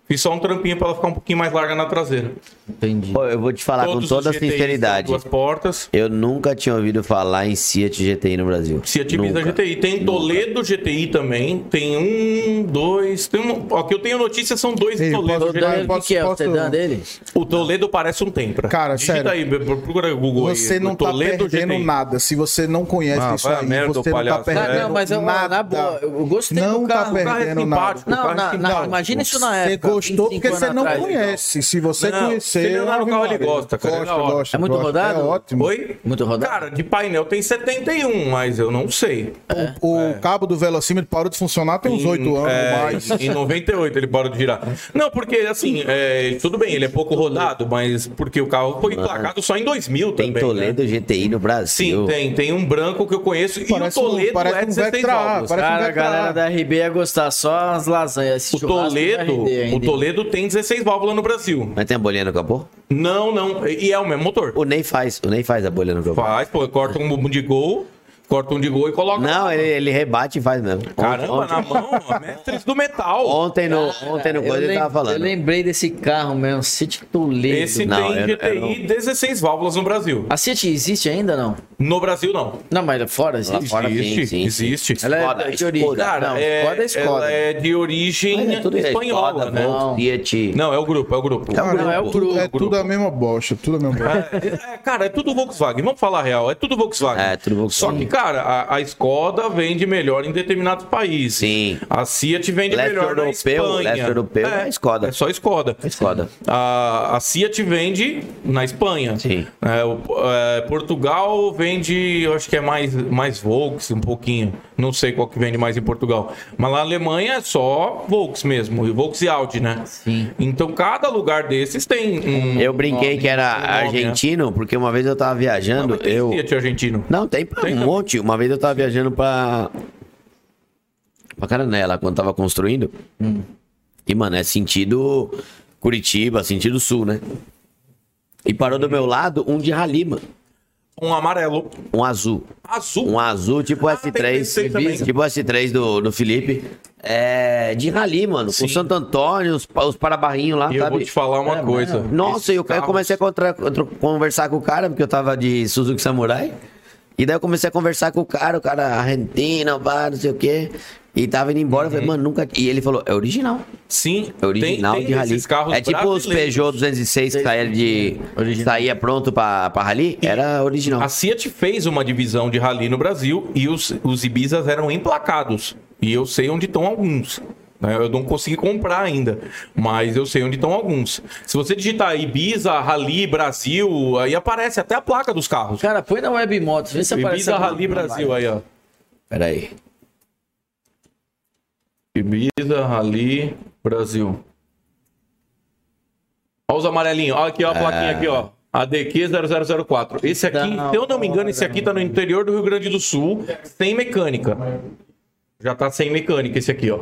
Fiz só um trampinho pra ela ficar um pouquinho mais larga na traseira.
Entendi.
Pô, eu vou te falar com
Todos
toda
os GTIs têm
sinceridade.
Duas portas.
Eu nunca tinha ouvido falar em Fiat GTI no Brasil.
Fiat
Nunca.
Ibiza GTI. Tem Toledo GTI também. Tem um, dois. Tem um, ó, que eu tenho notícia são dois
Ei,
Toledo
posso
GTI.
dar-
Toledo, o que
posso-
que é? O
posso-
sedã dele?
O Toledo parece um Tempra.
Cara,
Digita
sério.
aí, be- procura o Google
Você
aí.
não
O
tá
Toledo
perdendo
GTI.
nada. Se você não conhece
Ah,
isso
vai a
aí,
merda,
você não tá
palhaço.
perdendo
Cara,
nada.
não,
mas eu- na boa, eu gostei do
Não tá
carro, o carro é
perdendo nada.
simpático. O
Não,
carro é
na- na-
simpático.
imagina isso na
Você
época.
gostou
25
porque você
anos
não
atrás, então.
conhece. Se você
Não, se
conhecer,
ele andar no carro, ele
maravilha.
gosta, cara,
Gosta,
é da hora.
gosta,
É muito
gosta.
rodado?
É ótimo.
Oi?
Muito rodado.
Cara, de painel tem 71, mas eu não sei.
O cabo do velocímetro parou de funcionar tem uns oito anos
É,
mais.
Em 98 ele parou de girar. Não, porque assim, é, tudo bem, ele é pouco rodado, mas porque o carro foi emplacado só em 2000
Tem
também. né?
Toledo GTI no
Sim,
Brasil.
tem. Tem um branco que eu conheço
Parece
e
um-
o Toledo
parece
é
um
16
Vectra A,
válvulas.
parece-
Cara, a
vai pra lá.
galera da RB ia gostar só as lasanhas. esse
O
churrasco da
Toledo,
RB ainda,
o
hein?
Toledo tem 16 válvulas no Brasil.
Mas tem a bolinha no capô?
Não, não. E é o mesmo motor.
O Ney faz, o Ney faz a bolha no capô.
Faz, pô, corta um bumbum de gol, corta um de gol e coloca.
Não, ele, ele rebate e faz mesmo. Ont-
Caramba,
ont-
na mão, ó, mestres do metal.
ontem, no, ontem no
Eu
coisa ele
lem-
tava
Eu
falando.
lembrei desse carro mesmo, City Toledo. é-
Esse
Não,
tem
eu- eu
um-
GTI 16 válvulas no Brasil.
A City existe ainda não?
No Brasil, não.
Não, mas fora
Lá
existe.
fora
existe,
tem, sim.
existe.
Ela é
Skoda,
de origem.
Skoda.
Cara, não, é, Skoda é Skoda.
Ela é de origem
Olha, tudo
espanhola,
Skoda,
né?
Volks, Fiat.
Não, é o grupo, é o grupo.
Não, é o
Tudo-
grupo.
É tudo a mesma bosta, tudo a mesma bosta.
É, é, cara, é tudo Volkswagen. Vamos falar a real, é tudo Volkswagen.
É, tudo Volkswagen.
Só que, cara, a, a Skoda vende melhor em determinados países.
Sim.
A Fiat vende
Leste
melhor na
europeu,
Espanha.
leste europeu é Skoda.
É só Skoda.
Skoda.
A, a Fiat vende na Espanha.
Sim.
É, o- é, Portugal vende, eu acho que é mais, mais Volks, um pouquinho. Não sei qual que vende mais em Portugal. Mas lá na Alemanha é só Volks mesmo. E Volks e Audi, né?
Sim.
Então cada lugar desses tem um.
Eu brinquei que era
nome, né?
argentino, porque uma vez eu tava viajando,
Mas tem
eu...
Fiat argentino.
Não, tem, pra
Tem
um
também.
monte. Uma vez eu tava viajando pra. pra Carané, lá quando tava construindo. E, mano, é sentido Curitiba, sentido sul, né? E parou do meu lado um de rali, mano.
Um amarelo.
Um azul.
Azul.
Um azul tipo
Ah, tem esse aí também.
S3. Tipo S3 do, do Felipe. É. De rali, mano. Com Santo Antônio, os, pa- os parabarrinhos lá,
E eu vou
sabe? É,
te falar uma coisa.
Nossa,
Esses
e eu, eu
carros-
comecei a contra- contra- conversar com o cara, porque eu tava de Suzuki Samurai. E daí eu comecei a conversar com o cara, o cara argentino, pá, não sei o quê. E tava indo embora, eu falei, mano, nunca. E ele falou, é original.
Sim,
É original
Uhum. tem, tem
de rally.
esses carros
É tipo os
brasileiros.
Peugeot 206 que saía, de, saía pronto pra, pra rally, era original.
A Fiat fez uma divisão de rally no Brasil e os, os Ibizas eram emplacados. E eu sei onde estão alguns. né? Eu não consegui comprar ainda, mas eu sei onde estão alguns. Se você digitar Ibiza, Rally, Brasil, aí aparece até a placa dos carros.
Cara, põe na Web Motos, vê se aparece.
Ibiza,
alguma
é Rally,
coisa.
Brasil, aí, ó.
Pera aí.
Ibiza, Rally, Brasil. Olha os amarelinhos. Olha aqui, ó, a plaquinha aqui, ó. ADQ 0004. Esse aqui,
Da
se eu não me engano, esse aqui tá no interior do Rio Grande do Sul, sem mecânica. Já tá sem mecânica esse aqui, ó.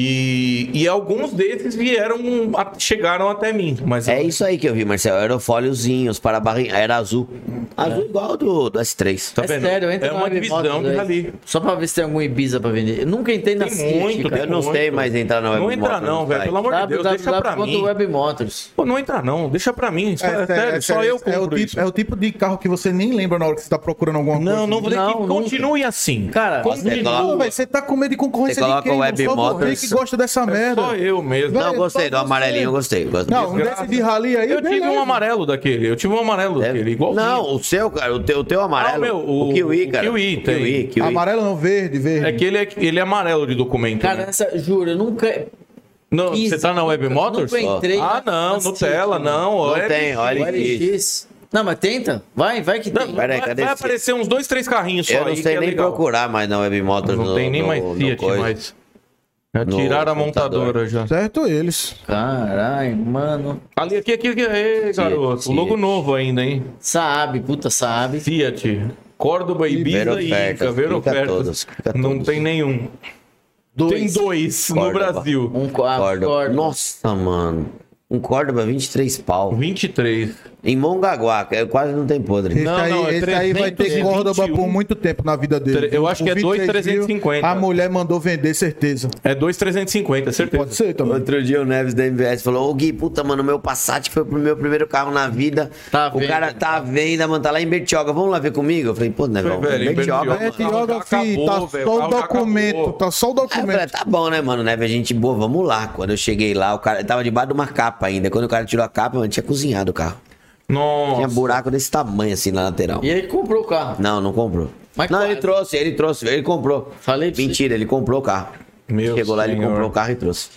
E, e alguns desses vieram, a- chegaram até mim. Mas
É isso aí que eu vi, Marcelo. Aerofóliozinhos para barrinha. Era azul. Azul igual do, do S3.
tá
É
vendo?
sério, entra
é
na
uma
Web
divisão
Motos
de
aí.
rally.
Só pra ver se tem algum Ibiza pra vender. Eu nunca entrei na
Tem
Fiat,
muito,
cara.
Eu não sei mais entrar na
Não
web
entra
moto,
não, velho. Pelo amor de Deus, deixa pra mim.
www.webmotors.
Pô, não entra não, deixa pra mim. Só- É, sério, só eu compro
é o,
isso.
tipo, é o tipo de carro que você nem lembra na hora que você tá procurando alguma coisa.
Não, não vou
Não,
que
nunca.
continue assim.
Cara,
continue.
você
Não, velho, você tá com medo de
Você
concorrência de
coloca
quem?
o Web
Só você
Motors.
que gosta dessa merda.
É Só eu mesmo.
Vai,
Não, gostei
só
do
você.
amarelinho, gostei. gostei.
Não, um desse de rali aí.
Eu tive
beleza.
um amarelo daquele. Eu tive um amarelo
Deve-
daquele, igual
É? Não, o seu, cara, o teu, o teu amarelo.
Ah, o meu, o-
Kiwi,
o
cara.
Kiwi, tem.
Kiwi, Kiwi.
Amarelo não, verde, verde.
É que ele é, ele é amarelo de documento.
Cara,
né?
essa, juro, eu nunca.
Não,
Isso,
você tá na Web Motors?
nunca entrei
ah,
na-
não,
na
Nutella,
Fiat,
não.
Não
olha.
tem, olha aqui.
LX. Não, mas tenta. Vai, vai que tem.
Não, vai
Peraí, cadê
vai
esse?
aparecer uns dois, três carrinhos só
Eu
aí.
não sei
que é
nem
legal.
procurar mais na Web Motors.
Não
no-
tem nem
no-
mais
no
Fiat,
coisa.
mas. Já tiraram a
no computador.
montadora já.
Certo eles.
Caralho, mano.
Ali, aqui, aqui, aqui. Ei, garoto.
Fiat.
Logo novo ainda, hein?
Sabe, puta, sabe.
Fiat. Córdoba,
Ver
Ibiza e
ofertas,
Inca. Ver
clica
ofertas.
todos, clica
Não
todos.
tem nenhum. Tem dois no
Córdoba.
Brasil.
Um quarto.
Córdoba.
Córdoba.
Nossa, mano. Um Córdoba 23 pau.
23.
Em Mongaguá, que quase não tem podre.
Esse,
Não,
aí,
não, é
esse aí vai ter
321.
Córdoba por muito tempo na vida dele.
Tre- eu acho que é
Com 26
2.350.
mil, A mulher mandou vender, certeza.
É 2,350, certeza.
Pode ser também.
Outro dia o Neves da MVS falou: Ô Gui, puta, mano, meu Passat foi pro meu primeiro carro na vida.
Tá à
o
venda.
cara tá à venda, mano, tá lá em Bertioga. Vamos lá ver comigo? Eu falei: pô, Neves,
Foi, velho, em
Bertioga.
Bertioga.
mano.
Neto Yoga,
já
fi, tá
acabou, velho,
só o
o carro já
documento,
acabou. É
tá só o
Aí eu falei,
documento.
tá bom, né, mano? Neve, a gente boa, vamos lá. Quando eu cheguei lá, o cara tava debaixo de uma capa ainda. Quando o cara tirou a capa, mano, tinha cozinhado o carro.
Nossa.
Tinha buraco desse tamanho assim na lateral.
E ele comprou o carro.
Não, não comprou.
Mas
não,
quase.
ele trouxe, ele trouxe, ele comprou.
Falei pra
Mentira, ele comprou o carro.
Meu
Chegou lá, ele
senhor.
comprou o carro e trouxe.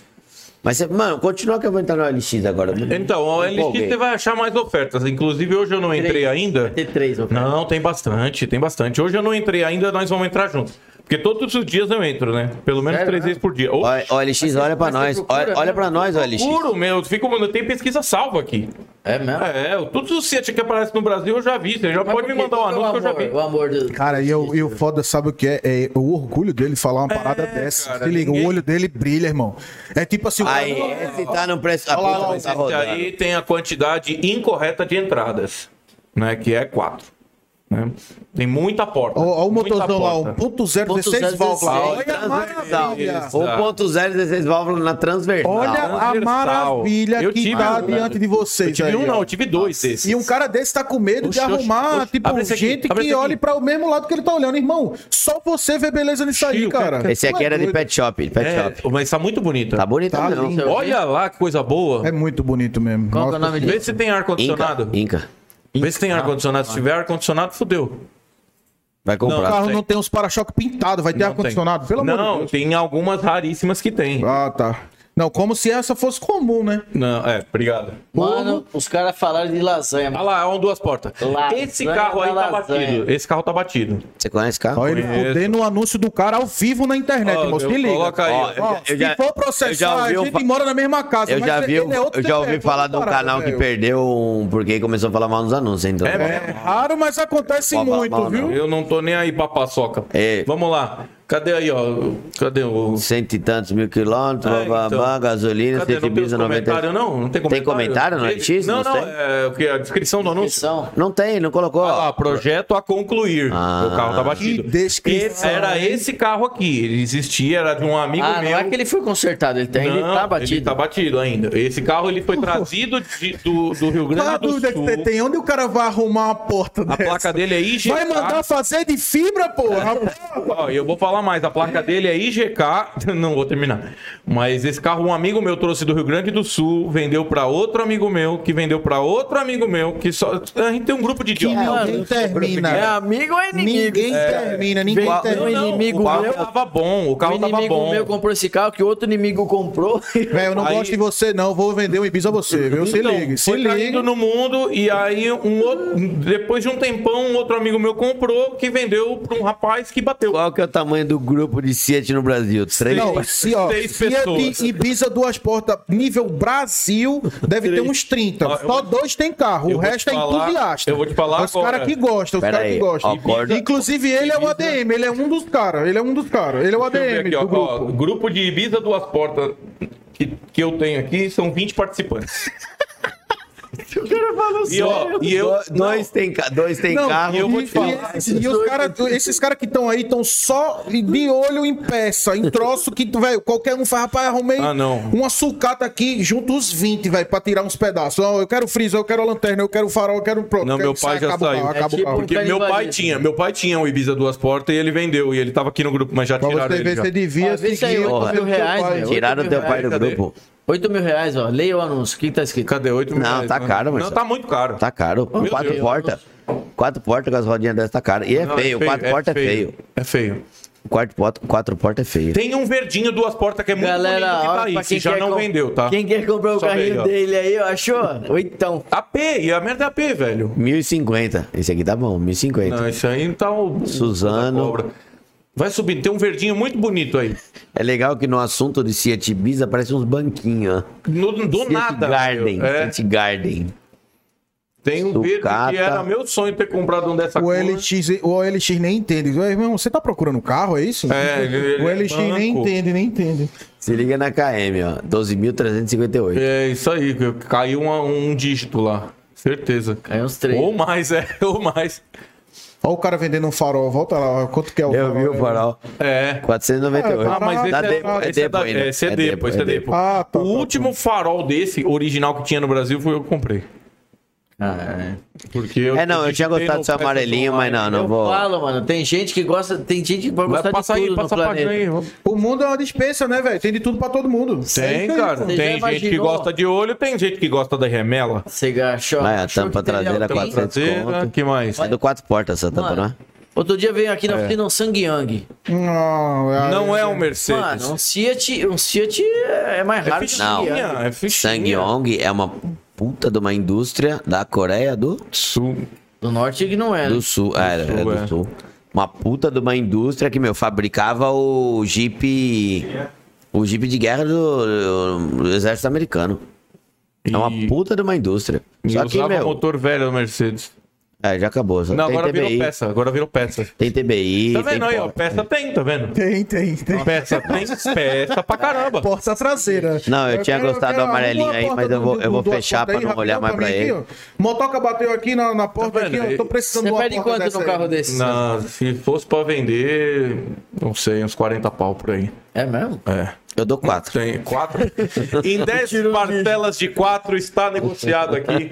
Mas, você- mano, continua que eu vou entrar no LX
É
agora.
Então, o LX
Empolguei.
você vai achar mais ofertas. Inclusive, hoje eu não entrei
Três.
ainda.
Vai ter três, ó.
Não, tem bastante, tem bastante. Hoje eu não entrei ainda, nós vamos entrar juntos. Porque todos os dias eu entro, né? Pelo menos
Sério,
três
né?
vezes por dia. Ou
Ó, ó, LX, olha pra
mas
nós.
você procura,
olha, olha
né?
pra nós, ó, LX.
Juro, meu, fico, mano, tem pesquisa salva aqui.
É mesmo?
É, eu- todos os Fiat que aparecem no Brasil eu já vi. Você já
Mas
pode
por
me
quê?
mandar um
Qual que é
anúncio que eu já vi.
O amor, o amor do...
Cara, e eu, e o foda, sabe o que é? É o orgulho dele falar uma parada dessa.
É, cara,
Se liga,
ninguém-
o olho dele brilha, irmão. É tipo assim, o cara-
Aí, esse tá no preço. A
Olha lá,
puta,
olha lá,
mas tá
Esse
rodando.
Então, aí tem a quantidade incorreta de entradas, né? Que é quatro. né? Tem muita porta.
Ó, ó o
muita
motorzão lá,
porta.
1.016 válvula. Olha a
Transversal.
maravilha.
1.0 16 válvulas na transversal.
Olha a
transversal.
maravilha
Eu
que
tive
tá
um,
diante de vocês.
Eu tive
aí,
um,
ó.
não, eu tive dois desses.
E um cara desse tá com medo
Oxe,
de
oxe,
arrumar,
oxe.
tipo,
Abre esse aqui,
gente
abre
que
esse aqui.
olhe pra o mesmo lado que ele tá olhando. Irmão, só você vê beleza nisso aí,
Chico,
cara.
Esse aqui
Tu é
era de
doido.
pet shop, de pet
É,
shop.
mas tá muito bonita.
Tá bonito
Tá
não.
lindo.
Olha lá que coisa boa.
É muito bonito mesmo.
Qual que é o
Nossa,
nome
Vê
dele?
se tem
Inca,
ar-condicionado.
Inca.
Vê se tem ar-condicionado. Se tiver ar-condicionado, fodeu.
Vai
O
comprar.
carro
tem.
não tem uns para-choque pintados, vai ter ar-condicionado, pelo amor
Não,
de Deus.
tem algumas raríssimas que tem.
Ah, tá. Não, como se essa fosse comum, né?
Não, é, obrigado.
Mano, os caras falaram de lasanha.
Olha lá, olha duas portas.
Lasanha
Esse carro aí tá
da lasanha.
batido. Esse carro tá batido.
Você conhece o carro?
Olha ele
Conheço.
fudendo o anúncio do cara ao vivo na internet,
Ó,
irmão. Se
eu-
liga.
coloca aí,
Ó,
ó. Eu
já- eu já-
se for
eu já
processar, a
ouvi um
gente
fa-
mora na mesma casa.
Eu
mas
já, vi, um-
ele é outro
eu já ouvi
CPF,
falar de
outra
um
parada,
canal que
velho.
perdeu um. Porque começou a falar mal nos anúncios, então.
É,
É raro, mas acontece
Ó,
muito,
mal, não.
viu?
Eu não tô nem aí pra paçoca.
É.
Vamos lá. Cadê aí, ó? Cadê o.
Cento e tantos mil quilômetros,
É,
babá,
então.
gasolina,
Cadê?
sete
Não tem os
bisa, 90.
comentário, não? Não tem comentário.
comentário no LX?
Não,
Não
não.
tem?
É o que? A descrição do anúncio?
Descrição.
Não tem, não colocou.
Olha lá, projeto a concluir.
Ah.
o carro tá batido.
Que descrição,
Ele- Era esse carro aqui. Ele existia, era de um amigo
Ah, não
meu.
é que ele foi consertado, ele, tem, ele
Não,
tá batido.
Ele tá batido ainda. Esse carro ele foi trazido de- do, do Rio
Qual
Grande
a
do
dúvida Tá é que
Sul.
você tem? Onde o cara vai arrumar uma porta
A
dessa?
placa dele é IGK.
Vai mandar fazer de fibra,
É
porra!
Ó, e eu vou falar mais, a placa dele é IGK. Não vou terminar. Mas esse carro, um amigo meu trouxe do Rio Grande do Sul, vendeu pra outro amigo meu, que vendeu pra outro amigo meu, que só. A gente tem um grupo de idiota.
Ninguém termina.
É amigo ou é inimigo?
Ninguém termina, ninguém
Vem-
termina.
um inimigo
o carro
meu-
tava bom, o carro
um
tava
inimigo
bom.
meu comprou esse carro que outro inimigo comprou.
Velho, eu não
Aí-
gosto de você, não. Vou vender um Ibiza a você, viu? Se
Então,
liga, se
foi
liga.
caindo no mundo e aí um outro, depois de um tempão um outro amigo meu comprou que vendeu pra um rapaz que bateu.
Qual que é o tamanho do grupo de Fiat no Brasil? Três?
Não, se ó,
Seis pessoas.
Fiat Ibiza duas portas, nível Brasil, deve ter uns 30.
Ó, eu
Só dois tem carro,
eu
o
vou te
resto é
falar-
entusiasta.
eu vou te falar
Os caras
agora.
que gostam, os
Pera
caras
aí,
que gostam.
ó, corda.
Inclusive, ele é o ADM, ele é um dos caras. Ele é um dos caras. Ele é o
Deixa eu ver
ADM
aqui, ó,
do
ó,
grupo.
grupo de Ibiza Duas Portas que, que eu tenho aqui são 20 participantes. E, ó, e eu,
Do- dois, tem, ca- dois tem
Não,
carro.
e,
eu vou te falar.
e esses- e os cara, esses caras que estão aí estão só de olho em peça, em troço que, tu, velho, qualquer um faz, rapaz, arrumei
Ah, não.
uma sucata aqui, junto os 20, velho, pra tirar uns pedaços. Ó, eu quero o freezer, eu quero a lanterna, eu quero o farol, eu quero o pronto.
Não,
quero-
meu pai
sai,
já
acaba o
saiu.
carro,
É
acaba o
tipo-
carro.
porque meu pai tinha, meu pai tinha um Ibiza Duas Portas e ele vendeu e ele tava aqui no grupo, mas já
Pra
tiraram
você
ele.
ver,
já.
você devia
Ah,
Ó, vê
é
isso aí,
seguir
ó,
o
mil
teu
reais,
pai.
velho.
Tiraram teu pai do
Cadê?
grupo.
8 mil reais, ó. Leia o anúncio. O que, que tá escrito?
Cadê 8 mil
Não, tá caro,
mas. Não,
Marcelo.
tá muito caro.
Tá caro.
Meu
quatro
Deus.
portas. Quatro portas com as rodinhas dessa tá caro. E é
Não,
feio. quatro portas é feio.
É feio.
Quatro, porta- quatro portas é feio.
Tem um verdinho duas portas que é muito
Galera,
bonito que tá
ó,
aí.
pra
Se
quem
já
quer
não
com-
vendeu, tá?
Quem quer comprar o
Sobe aí,
carrinho
ó.
dele aí, ó, achou? Oitão.
AP, e a merda é AP, velho.
1050. Esse aqui tá bom, 1050.
Não, isso aí tá o.
Suzano.
da cobra. Vai subindo, tem um verdinho muito bonito aí.
É legal que no assunto de Fiat Ibiza aparece uns banquinhos, ó.
No- do
Fiat
nada.
Garden.
velho. É,
Fiat Garden.
tem um verde
Sucata.
que era meu sonho ter comprado um dessa
O
cor.
LX, o LX nem entende. Ué, irmão, você tá procurando carro, é isso?
É, ele- ele
o
é
LX nem
banco.
entende, nem entende.
Se liga na KM, ó. 12.358.
É isso aí, que caiu uma- um dígito lá. Certeza.
Caiu uns três.
Ou mais, é, ou mais.
Ó, o cara vendendo um farol, volta lá, ó, quanto que é o
Eu vi o
né?
farol.
É.
498.
Ah, mas esse
Dá
é,
tempo, é
esse é
tempo
da-
ainda.
é, esse é depo, esse é depo.
Tá Ah, tá,
o
tá,
último farol desse, original que tinha no Brasil, foi eu que comprei. Ah, Porque eu,
É, não, eu tinha
digitei
gostado
no
do seu
Peças
amarelinho, mas
Online.
não, não
eu
vou.
falo, mano. Tem gente que gosta. Tem gente que pode
Vai
gostar de
passar aí,
tudo no
passa a página
planeta.
aí.
O mundo é uma dispensa, né, velho? Tem de tudo pra todo mundo.
Tem, cara.
Você já
Tem gente que
imaginou?
gosta de olho, tem gente que gosta da remela.
Você achou?
Vai, a
achou
tampa
que teria
traseira,
alguém?
400.
Traseira,
conto.
que mais?
É do quatro portas essa tampa, não é?
Mano, outro dia veio
É.
aqui na oficina um Sang Yang.
Não, é-
Não é um Mercedes.
Mano, um Fiat, um Fiat é mais
é
raro que um
fichinha,
Yang.
é fichinha.
Sangyong é uma puta de uma indústria da Coreia do
Su-
Do norte que não é. né?
Do sul, é, é,
sul,
do
é.
sul. Uma puta de uma indústria que, meu, fabricava o Jeep. O Jeep de guerra do, do exército americano. É uma
E-
puta de uma indústria.
E
Só que,
usava
meu.
motor velho do Mercedes.
É, já acabou. Só
Não,
tem
agora virou
TBI.
peça, agora virou peça.
Tem TBI.
Tá
tem
vendo aí, ó?
porta.
Peça tem, tá vendo?
Tem, tem, tem.
Peça tem, peça pra caramba.
Porta traseira.
Não, eu tinha
quero-
gostado
quero
do amarelinho
arrumar a
aí,
porta
mas eu
do-
vou-
do-
eu vou
do- do-
fechar pra
rapidinho,
não olhar
rapidão
mais pra
mim
ele.
aqui, ó. Motoca bateu aqui na, na porta,
Tá vendo?
aqui, ó. Tô precisando
Você
de uma
perde
porta
quanto
dessa
num
aí.
carro desse?
Na- se fosse pra vender, não sei, uns 40 pau por aí.
É mesmo?
É.
Eu dou quatro.
Tem quatro. em 10 parcelas de quatro está negociado aqui.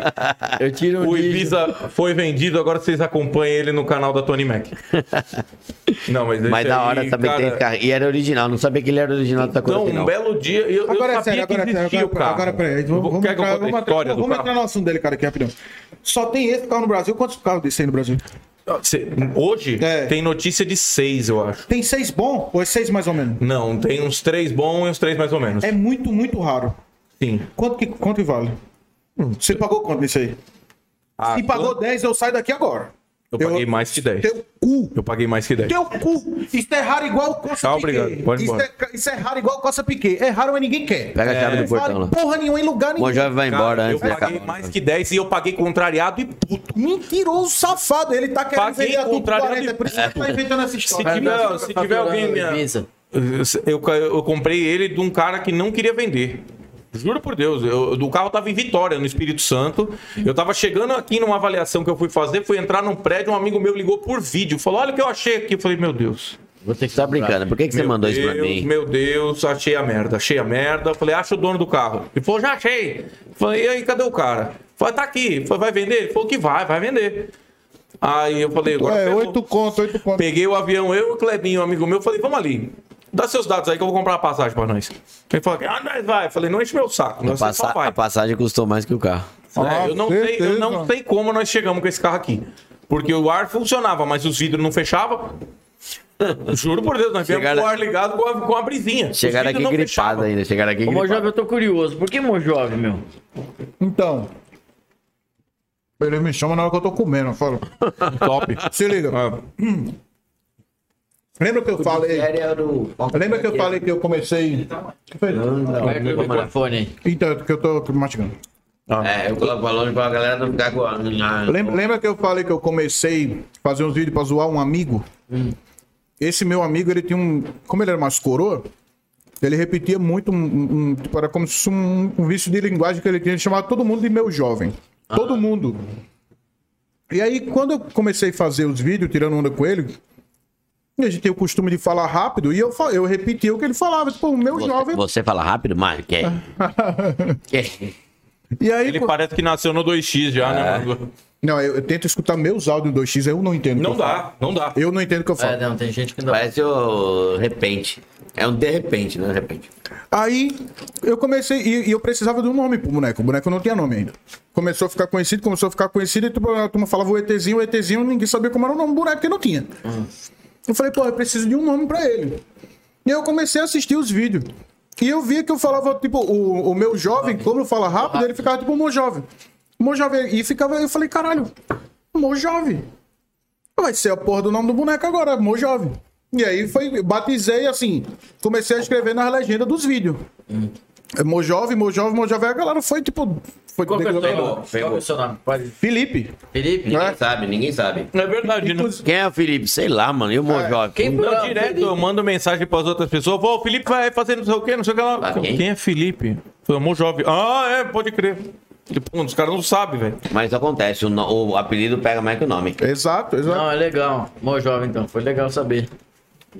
Eu tiro um
O
dígito.
Ibiza foi vendido, agora vocês acompanham ele no canal da Tony Mac. Não, mas, esse
Mas da
aí,
hora também tem
cara,
esse carro. E era original, não sabia que ele era original da Sakura
Então, um
final.
belo dia. Eu, eu
Agora é
sabia
sério, agora é
que
sério.
existia
Agora,
o carro.
agora peraí.
Eu
Vamos,
vou-
vamos,
quer que eu
entrar,
conte a
vamos, entrar,
história do
vamos
carro?
entrar no assunto dele, cara, aqui rapidão. Só tem esse carro no Brasil. Quantos carros desse aí no Brasil?
Cê- Hoje
É.
tem notícia de seis, eu acho.
Tem seis bom ou é seis mais ou menos?
Não, tem uns três bons e uns três mais ou menos.
É muito, muito raro.
Sim.
Quanto que, quanto que vale? Você pagou quanto nisso aí?
Ah,
Se pagou 10, eu saio daqui agora.
Eu paguei mais que 10.
Teu cu.
Eu paguei mais que 10.
Teu cu. Isso é raro igual o Costa
Tchau,
Piquet.
Tá, obrigado. Pode
isso, é,
embora.
isso é raro igual o Costa Piquet. É raro, mas ninguém quer.
Pega a chave do portão
Vale
lá.
porra nenhuma em lugar
O
nenhum.
Jovem vai
Cara,
embora
eu
antes de
paguei
acabar.
mais que 10 e eu paguei contrariado e puto.
Mentiroso, safado. Ele tá querendo
Paguei
vender a tudo por
contrário
40.
de-
É por isso que ele tá inventando essa
Se
história.
tiver, se tiver alguém minha-
Visa.
Eu, eu comprei ele de um cara que não queria vender. Juro por Deus, eu, o carro tava em Vitória, no Espírito Santo. Eu tava chegando aqui numa avaliação que eu fui fazer, fui entrar num prédio, um amigo meu ligou por vídeo, falou: Olha o que eu achei aqui. Eu falei: Meu Deus.
Vou ter que
Tá brincando, por que, que você
Meu
mandou isso pra
Deus,
mim?
Meu Deus, achei a merda, achei a merda. Eu Falei, acha o dono do carro. Ele falou, já achei. Eu Falei, e aí, cadê o cara? Eu Falei, tá aqui. Eu Falei, vai vender? Ele falou que vai, vai vender. Aí eu falei, agora.
É,
ferrou.
oito conto, oito conto.
Peguei o avião, eu e o Clebinho, um amigo meu, falei, vamos ali. Dá seus dados aí que eu vou comprar a passagem pra nós. Ele falou, ah, nós vai. Eu Falei, não enche meu saco.
A,
Nós
passa-
é só vai.
a passagem custou mais que o carro.
É,
Ah,
eu, não sei, eu não
certeza.
sei como nós chegamos com esse carro aqui. Porque o ar funcionava, mas os vidros não fechavam. Juro por Deus, nós viemos
Chegaram-
com o ar ligado com a, com a brisinha. Os
Chegaram aqui
vidros não
gripado
fechavam.
ainda, chegaram aqui
Ô, Mojove,
gripado.
eu tô curioso. Por que Mojove, meu?
Então. Ele me chama na hora que eu tô comendo. Eu falo.
Top.
Se liga.
Ah,
Lembra que eu falei. Lembra que eu falei que eu comecei.
Então,
Que foi?
Perto do microfone aí.
Então, que eu tô mastigando.
É, eu coloco pra longe pra galera não ficar com a.
Lembra, lembra que eu falei que eu comecei a fazer uns vídeos pra zoar um amigo? Esse meu amigo, ele tinha um. Como ele era mais coroa, ele repetia muito um. um- um- tipo, era como se fosse um, um vício de linguagem que ele tinha. Ele chamava todo mundo de meu jovem. Todo mundo. E aí, quando eu comecei a fazer os vídeos, tirando onda com ele. A gente tem o costume de falar rápido e eu, fa- eu repetia o que ele falava. Tipo, meu
Você,
jovem.
você fala rápido, é- Mário? Quer? Quer?
E aí,
ele
pô-
parece que nasceu no 2x já,
É.
né? mano?
Não, eu, eu tento escutar meus áudios no 2x, aí eu não entendo. o que
Não
eu falo.
dá, não dá.
Eu não entendo o que eu falo.
É, não, tem gente que não.
Parece o repente. É um de repente, né? De repente.
Aí eu comecei, e, e eu precisava de um nome pro boneco. O boneco não tinha nome ainda. Começou a ficar conhecido, começou a ficar conhecido, e tipo, a turma falava o ETzinho, o ETzinho, ninguém sabia como era o nome do boneco, porque não tinha. Eu falei, pô, eu preciso de um nome pra ele. E aí eu comecei a assistir os vídeos. E eu via que eu falava, tipo, o, o meu jovem, como eu falo rápido, ele ficava tipo, meu jovem. Meu jovem. E ficava, eu falei, caralho, meu jovem. Vai ser a porra do nome do boneco agora, Mo Jovem. E aí foi, batizei assim, comecei a escrever nas legendas dos vídeos. É Mo Jovem, Mo Jovem, Mo Jovem, a galera foi tipo. Foi
Qual que é o seu
declarando.
nome? Qual que é o seu nome? Pode-
Felipe.
Felipe?
Não é?
Ninguém sabe, ninguém sabe.
É verdade, né?
Inclusive-
Quem é o Felipe? Sei lá, mano. E o Mojove?
Quem
Não,
não,
direto, eu mando mensagem pras outras pessoas. Vou, o Felipe vai fazer não sei o quê, não sei o que lá.
Ah, quem?
Quem? é Felipe? Tomou jovem. Ah, é, pode crer. Tipo, os caras não sabem, velho.
Mas isso acontece, o, no- o apelido pega mais que o nome.
Exato, exato.
Não, é legal. Meu jovem, então. Foi legal saber.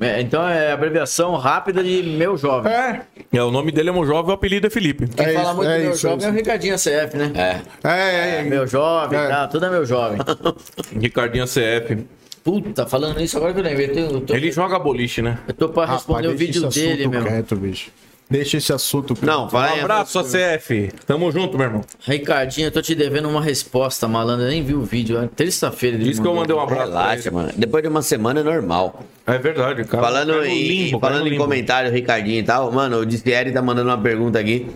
É, então é abreviação rápida de meu jovem.
É,
É, o nome dele é Mojove, o apelido é Felipe.
Quem
é
fala
isso,
muito
é
de meu
isso, é
jovem é,
isso.
o Ricardinho CF, né?
É.
é, é, é.
Meu jovem,
É.
tá, tudo é meu jovem.
Ricardinho CF.
Puta, falando isso agora que eu lembrei. Eu, tenho- eu tô,
Ele joga boliche, né?
eu tô pra
Rapaz,
responder o
deixa
vídeo
esse
dele,
assunto
meu.
Quieto, bicho. Deixa esse assunto. quieto.
Não, fala aí.
Um abraço, ACF. Tamo junto, meu irmão.
Ricardinho, eu tô te devendo uma resposta, malandro. Eu nem vi o vídeo. É terça-feira. ele
Diz que eu
mandou.
mandei um abraço. pra
Relaxa, mano. Depois de uma semana é normal.
ele. É verdade, cara.
Falando
Caiu no
em,
limbo,
falando
caiu no
em
limbo.
comentário, Ricardinho e tal, mano, o Dispieri tá mandando uma pergunta aqui.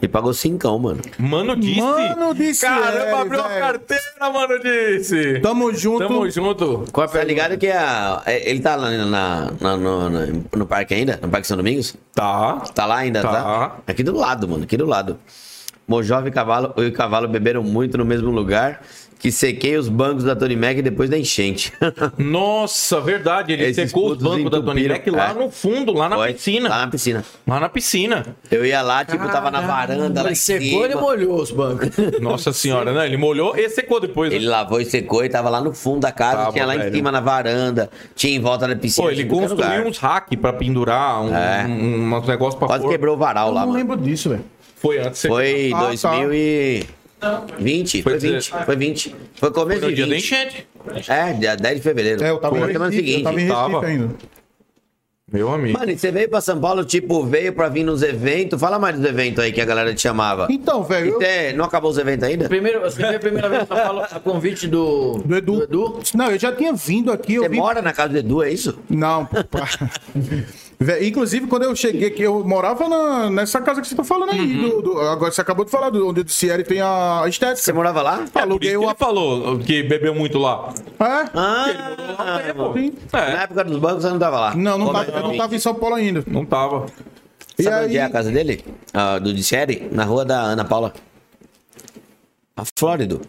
Ele pagou cincão, mano.
Mano disse.
Mano, disse ele,
Caramba, abriu a
velho.
carteira, mano disse.
Tamo junto.
Tamo junto.
Qual é a
Tá
pergunta?
ligado que a, é- ele tá lá na, na- no, no- no parque ainda? No Parque São Domingos?
Tá.
Tá lá ainda, tá?
Tá.
Aqui do lado, mano, aqui do lado. Mojove e Cavalo, eu e Cavalo beberam muito no mesmo lugar que sequei os bancos da Tony Mac depois da enchente.
Tá Nossa, verdade. Ele
Esses
secou o
putos
banco da Tony
entupiram,
Mac lá
é.
no fundo, lá na
Foi?
piscina.
Lá Tá na piscina.
Lá na piscina.
Eu ia lá, tipo, tava na varanda lá em
Ele secou, ele
cima.
molhou os bancos.
Nossa senhora, né? Ele molhou e secou depois. né?
Ele lavou e secou e tava lá no fundo da casa,
Tava,
tinha lá em
velho.
cima na varanda, tinha em volta da piscina.
Pô, ele
tinha em qualquer
construiu um
lugar.
uns rack pra pendurar, um,
É.
um, uns negócios pra
Quase
pôr.
quebrou o varal lá,
Não
mano.
lembro disso, velho.
Foi antes. de secar.
Foi
Ah, tá.
2020,
Foi
foi 20,
dezesseis.
foi 20. Foi começo
Foi no
de
dia da
20.
enchente.
É, dia 10 de fevereiro.
É, eu tava
Foi
em
na semana
Recife, eu
seguinte.
tava em Recife
Tava.
ainda.
Meu amigo.
Mano, e você veio pra São Paulo, tipo, veio pra vir nos eventos. Fala mais dos eventos aí que a galera te chamava.
Então, velho, eu-
Até, não acabou os eventos ainda?
Primeiro, assim, foi a primeira vez que eu falo a convite do,
do Edu.
do Edu.
Não, eu já tinha vindo aqui, eu
Você
vim
mora na casa do Edu, é isso?
Não, pá. Vé, Inclusive, quando eu cheguei aqui, eu morava na- nessa casa que você tá falando aí. do- do- agora você acabou de falar, do, onde o Cieri tem a estética.
Você morava lá?
Por isso
Aluguei
que
o
ele falou que bebeu muito lá.
É?
Ah, irmão. na
um É,
época dos bancos eu não tava lá.
Não, não
Como
tava,
é?
eu não tava em São Paulo ainda.
não tava.
E
Sabe onde
aí,
é a casa dele? Ah, do Disseri? Na rua da Ana Paula. A Flórido.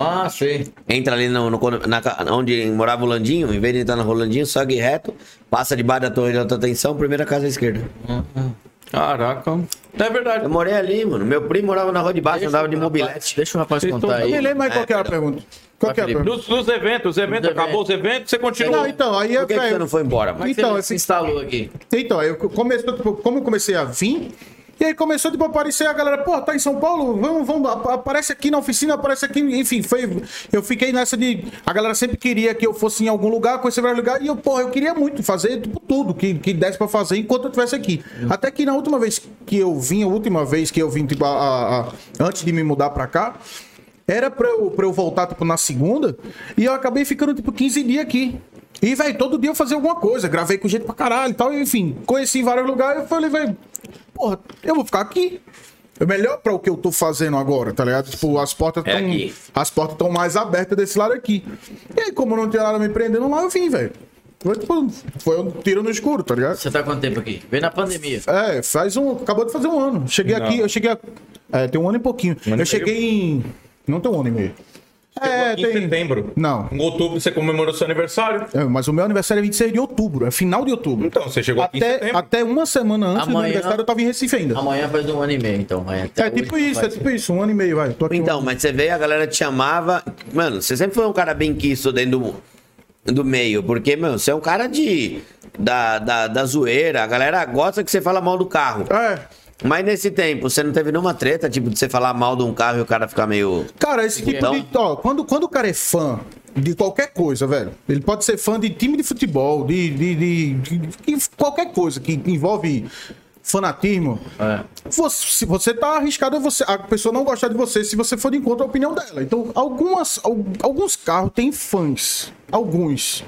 Ah, sei.
Entra ali no, no condo- na ca- onde morava o Landinho, em vez de entrar na rua Landinho, segue reto, passa debaixo da torre de alta tensão, primeira casa à esquerda.
Caraca. É verdade.
Eu morei ali, mano. Meu primo morava na rua de baixo, andava de mobilete.
Deixa o rapaz
Vocês
Então
contar
tão-
aí.
me lembra aí é, qual que era a pergunta. Qual que era a pergunta?
Nos, nos eventos, os eventos,
Nos
acabou os eventos, você continua.
Não, então, aí
Por
eu,
que, que você não
velho,
foi embora, mano?
Como é que
Então,
você
assim-
se instalou aqui?
então, aí eu comecei, tipo, como eu comecei a vir, e aí começou, tipo, a aparecer a galera, pô, tá em São Paulo, vamos, vamos, ap- aparece aqui na oficina, aparece aqui, enfim, foi, eu fiquei nessa de, a galera sempre queria que eu fosse em algum lugar, conhecer vários lugares, e eu, porra, eu queria muito fazer, tipo, tudo que, que desse pra fazer enquanto eu estivesse aqui. Até que na última vez que eu vim, a última vez que eu vim, tipo, a- a- a- antes de me mudar pra cá, Era pra eu, pra eu voltar, tipo, na segunda. E eu acabei ficando, tipo, 15 dias aqui. E, velho, todo dia eu fazia alguma coisa. Gravei com jeito pra caralho e tal. Enfim, conheci vários lugares. Eu falei, velho, porra, eu vou ficar aqui. É melhor pra o que eu tô fazendo agora, tá ligado? Tipo, as portas
É
estão
aqui.
as portas estão mais abertas desse lado aqui. E aí, como não tinha nada me prendendo lá, eu vim, velho. Foi, tipo, foi um tiro no escuro, tá ligado?
Você tá quanto tempo aqui? Vem na pandemia.
É, faz um. Acabou de fazer um ano. Cheguei aqui, eu cheguei. A, é, tem um ano e pouquinho. eu cheguei em. Não tem um ano e meio. é,
Em setembro.
Não.
Em outubro você comemorou seu aniversário.
É, mas o meu aniversário é 26 de outubro, é final de outubro.
Então, você chegou aqui em
até,
setembro.
até uma semana antes do
Amanhã-
aniversário eu tava em Recife ainda.
Amanhã faz um ano e meio, então. vai. Até
É
hoje
tipo
não
isso, é
faz.
tipo isso, um ano e meio, vai. Tô aqui
Então, mas você veio, a galera te chamava. Mano, você sempre foi um cara bem quisto dentro do, do meio. Porque, meu, você é um cara de. Da, da, da zoeira. A galera gosta que você fala mal do carro.
um- É.
Mas nesse tempo, você não teve nenhuma treta, tipo, de você falar mal de um carro e o cara ficar meio.
Cara, esse tipo
Então-
de. Ó, quando, quando o cara é fã de qualquer coisa, velho, ele pode ser fã de time de futebol, de. de, de- de- de qualquer coisa que envolve fanatismo.
É,
Você, se você tá arriscado, você, a pessoa não gostar de você se você for de encontro à opinião dela. Então, algumas, al- alguns carros têm fãs. Alguns.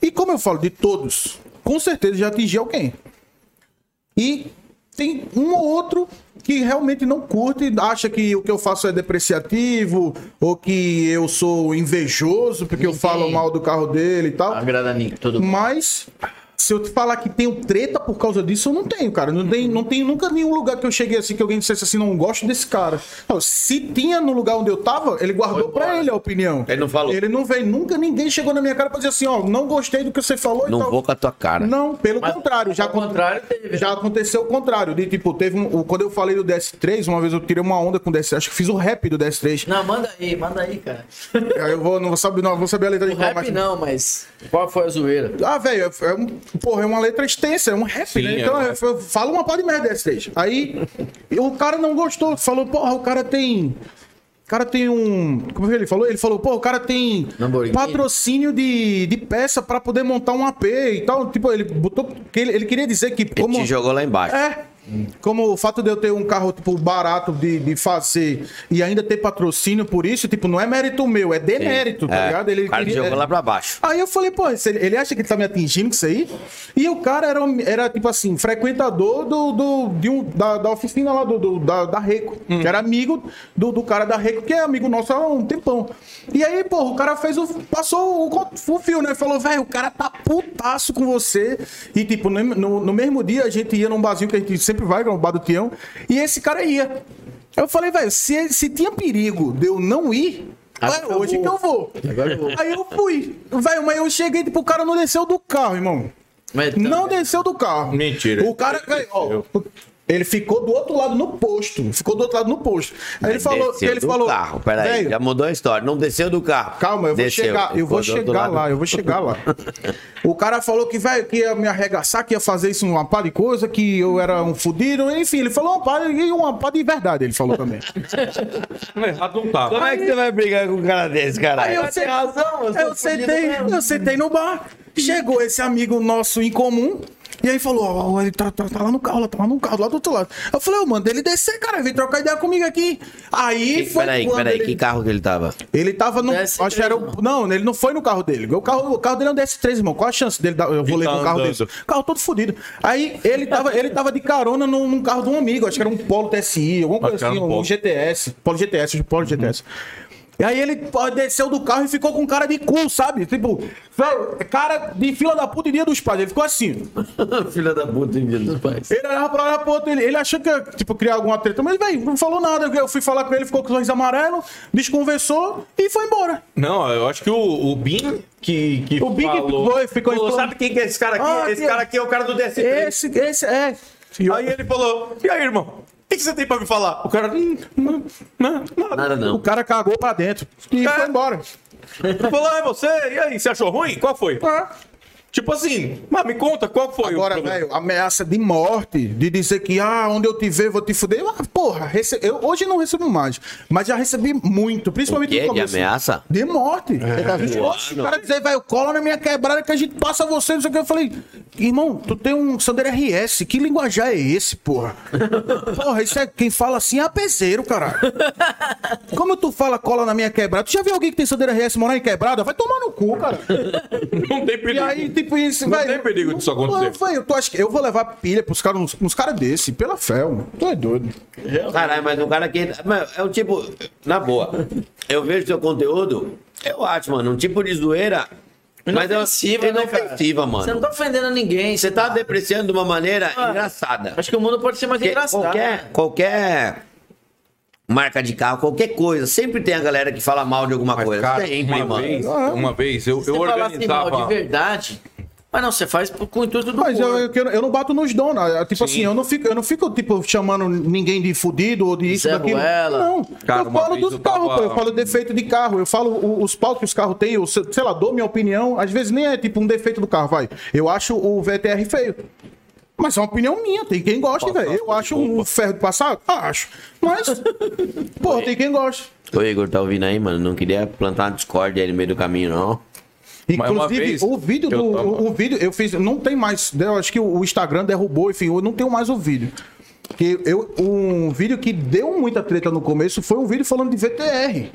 E como eu falo de todos, com certeza já atingi alguém. E tem um ou outro que realmente não curte, acha que o que eu faço é depreciativo, ou que eu sou invejoso porque eu falo mal do carro dele e tal.
Agrada a mim, todo mundo.
Mas se eu te falar que tenho treta por causa disso, eu não tenho, cara. Não tem, não tem nunca nenhum lugar que eu cheguei assim que alguém dissesse assim, não gosto desse cara. Não, se tinha no lugar onde eu tava, ele guardou pra ele a opinião.
Ele não falou.
Ele não veio, nunca ninguém chegou na minha cara pra dizer assim, ó, não gostei do que você falou
Não
e tal.
vou com a tua cara.
Então, Não, pelo
Mas,
contrário, já
ao
acon-
contrário, teve, né?
já aconteceu o contrário, de tipo, teve um, o- quando eu falei do DS3, uma vez eu tirei uma onda com o DS3, acho que fiz o rap do DS3.
Não, manda aí, manda aí, cara.
Aí eu vou, não vou saber, não, vou saber a letra
O
de qual,
rap não, mas qual foi a zoeira?
Ah, velho, é, é um, porra, é uma letra extensa, é um rap, né?
é
Então
um
eu,
rap.
eu falo uma parte de merda dessa aí. Aí o cara não gostou, falou, porra, o cara tem. O cara tem um. Como é que ele falou? Ele falou, pô, o cara tem
Lamborghini.
patrocínio de, de peça pra poder montar um AP e tal. Tipo, ele botou. que Ele, ele queria dizer que.
Ele
Como,
te jogou lá embaixo.
é. Como o fato de eu ter um carro, tipo, barato de, de fazer e ainda ter patrocínio por isso, tipo, não é mérito meu, é demérito, tá
É.
ligado? Ele
o cara te
queria-
jogou lá pra baixo.
Aí eu falei, pô, esse- ele acha que ele tá me atingindo com isso aí? E o cara era, um- era tipo assim, frequentador do, do, de um, da, da oficina lá do, do- da, da Reco. Que era amigo do, do cara da Reco, que é amigo nosso há um tempão. E aí, pô, o cara fez o. passou o, con- o fio, né? Falou, velho, o cara tá putaço com você. E tipo, no, no, no mesmo dia a gente ia num barzinho que a gente sempre vai, que é o bar do Tião. E esse cara ia. Eu falei, velho, se, se tinha perigo de eu não ir,
Agora
é
eu
hoje
vou.
que eu vou.
Agora eu vou.
Aí eu fui. Velho, mas eu cheguei, tipo, o cara não desceu do carro, irmão.
É,
Mas tá-
Não desceu do carro.
Mentira.
O cara, velho, ó. Ele ficou do outro lado no posto. Ficou do outro lado no posto. Aí ele falou.
desceu
ele
do
falou.
carro. Peraí,
velho,
já mudou a história. Não desceu do carro.
Calma, eu vou
Desceu.
chegar, eu vou
Ficou do outro
chegar
lado.
lá, eu vou chegar lá. O cara falou que, velho, que ia me arregaçar, que ia fazer isso uma pá de coisa, que eu era um fudido, enfim, ele falou uma pá, e uma pá de verdade, ele falou também.
Errado né? não tava.
Como é que você vai brigar com um cara desse,
Aí
caralho?
eu sentei, eu, sentei, eu sentei no bar. Chegou esse amigo nosso em comum. E aí falou, ó, ó, ele tá, tá- tá lá no carro, lá, tá lá no carro, lá do outro lado. Eu falei, ô, manda ele descer, cara, vem trocar ideia comigo aqui. Aí foi
Peraí,
quando
peraí,
ele...
que carro que ele tava?
Ele tava no.
DS3,
acho que era o- Não, ele não foi no carro dele. O carro, o carro dele é um DS3, irmão. Qual a chance dele dar. Eu vou
E
ler
tá
no carro
andando.
dele. Carro todo fodido. Aí ele tava, ele tava de carona num, num carro de um amigo. Acho que era um Polo TSI, alguma
Acho
coisa
que era
assim,
um
um,
Polo.
GTS. Polo GTS, Polo GTS. E aí ele pô, desceu do carro e ficou com cara de cu, sabe? Tipo, velho, cara de fila da puta e dia dos pais. Ele ficou assim.
Filha da puta, hein, dos pais.
Ele olhava pra lá, olhava pro outro, ele, ele achou que ia, tipo, criar alguma treta. Mas, velho, não falou nada. Eu fui falar com ele, ficou com o sorriso amarelo, desconversou e foi embora.
Não, eu acho que o, o Bin que, que
O Big
falou...
foi, ficou
falou,
em
sabe quem que é esse cara aqui?
Ah,
esse
que-
cara aqui é o cara do DS3.
Esse, esse, é. E
Aí ele falou, e aí, irmão? O que, que você tem pra me falar? O cara, hum, hum, hum, nada.
Nada
O
não.
cara cagou pra dentro e
É.
foi embora.
Ele falou, ah, é você? E aí, você achou ruim? Qual foi?
Ah.
Tipo assim, mas me conta, qual foi o
Agora,
problema?
velho, ameaça de morte, de dizer que, ah, onde eu te ver, vou te fuder. Ah, porra, rece- eu hoje não recebo mais, mas já recebi muito, principalmente
O quê?
no
De
começo.
ameaça?
De morte. Oxe, o cara dizer, velho, cola na minha quebrada que a gente passa você, não sei o que. Eu falei, irmão, tu tem um Sandero RS, que linguajar é esse, porra? porra, isso é, quem fala assim é apeseiro, caralho. Como tu fala cola na minha quebrada? Tu já viu alguém que tem Sandero RS morar em quebrada? Vai tomar no cu, cara.
Não tem
E
perigo.
aí, tipo, isso,
Não tem perigo disso acontecer.
Eu, eu, tu acha que eu vou levar pilha pros caras, uns, uns caras desse, pela fé, mano. Tu é doido.
Caralho, mas um cara que. Mano, é um tipo. Na boa. Eu vejo seu conteúdo, eu acho, mano. Um tipo de zoeira. Mas é
Inofensiva, né, cara?
inofensiva,
Você não Ah.
mano.
tá ofendendo ninguém.
Você tá depreciando de uma maneira engraçada.
Acho que o mundo pode ser mais
Porque
engraçado.
Qualquer, qualquer marca de carro, qualquer coisa, sempre tem a galera que fala mal de alguma
Mas,
coisa.
cara,
sempre,
uma
mano.
vez, uma vez, eu,
Se
eu
você
assim,
falasse mal de
organizava...
verdade. Mas não, você faz com o intuito do
Mas eu,
humor.
eu, que eu- eu não bato nos donos. ah, Tipo assim, eu não fico, eu não fico tipo, chamando ninguém de fudido ou de isso,
Zé
daquilo.
Ruela.
Não.
Cara,
eu
uma
falo
vez
dos
eu
carros,
tava-
pô. Eu falo defeito de carro. Eu falo o- os pau que os carros têm. Eu, se- sei lá, dou minha opinião. Às vezes nem é tipo um defeito do carro, vai. Eu acho o VTR feio. Mas é uma opinião minha, tem quem gosta, velho. Eu acho um ferro de passar? Acho. Mas, pô, tem quem gosta.
Ô, Igor, tá ouvindo aí, mano? Não queria plantar uma discórdia aí no meio do caminho, não.
Mas uma
Inclusive,
vez
o vídeo
eu
do.
tava-
O, o vídeo, eu fiz. Não tem mais. né, Eu acho que o Instagram derrubou, enfim, eu não tenho mais o vídeo. Que eu, um vídeo que deu muita treta no começo foi um vídeo falando de VTR.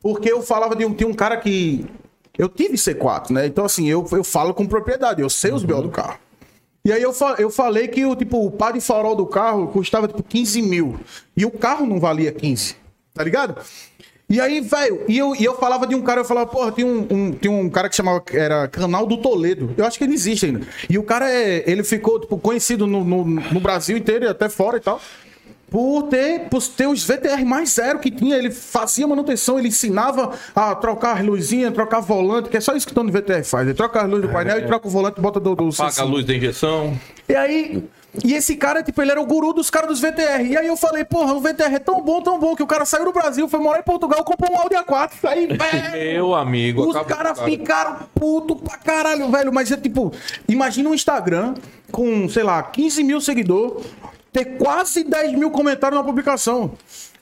Porque eu falava de um. Tinha um cara que. Eu tive C4, né? Então, assim, eu, eu falo com propriedade, eu sei os B.O.
Uhum.
do carro. E aí eu, fa- eu falei que o, tipo, o par de farol do carro custava tipo 15 mil. E o carro não valia 15, tá ligado? E aí, velho, e eu, e eu falava de um cara, eu falava, porra, tem um, um- tem um cara que chamava, era Canal do Toledo. Eu acho que ele existe ainda. E o cara, é, ele ficou, tipo, conhecido no, no, no Brasil inteiro e até fora e tal. Por ter, por ter os VTR mais zero que tinha, ele fazia manutenção, ele ensinava a trocar as luzinhas, trocar volante, que é só isso que o dono de VTR faz. Ele troca as luzes do painel e troca o volante e bota do, do
tipo
Paga É,
assim.
a
sensor.
luz da injeção.
E aí. E esse cara, tipo, ele era o guru dos caras dos VTR. E aí eu falei, porra, o VTR é tão bom, tão bom, que o cara saiu do Brasil, foi morar em Portugal, comprou um Audi A4. Aí, velho,
Meu amigo,
os
acabou,
caras ficaram puto pra caralho, velho. Mas é tipo, imagina um Instagram com, sei lá, 15 mil seguidores, ter quase 10 mil comentários na publicação.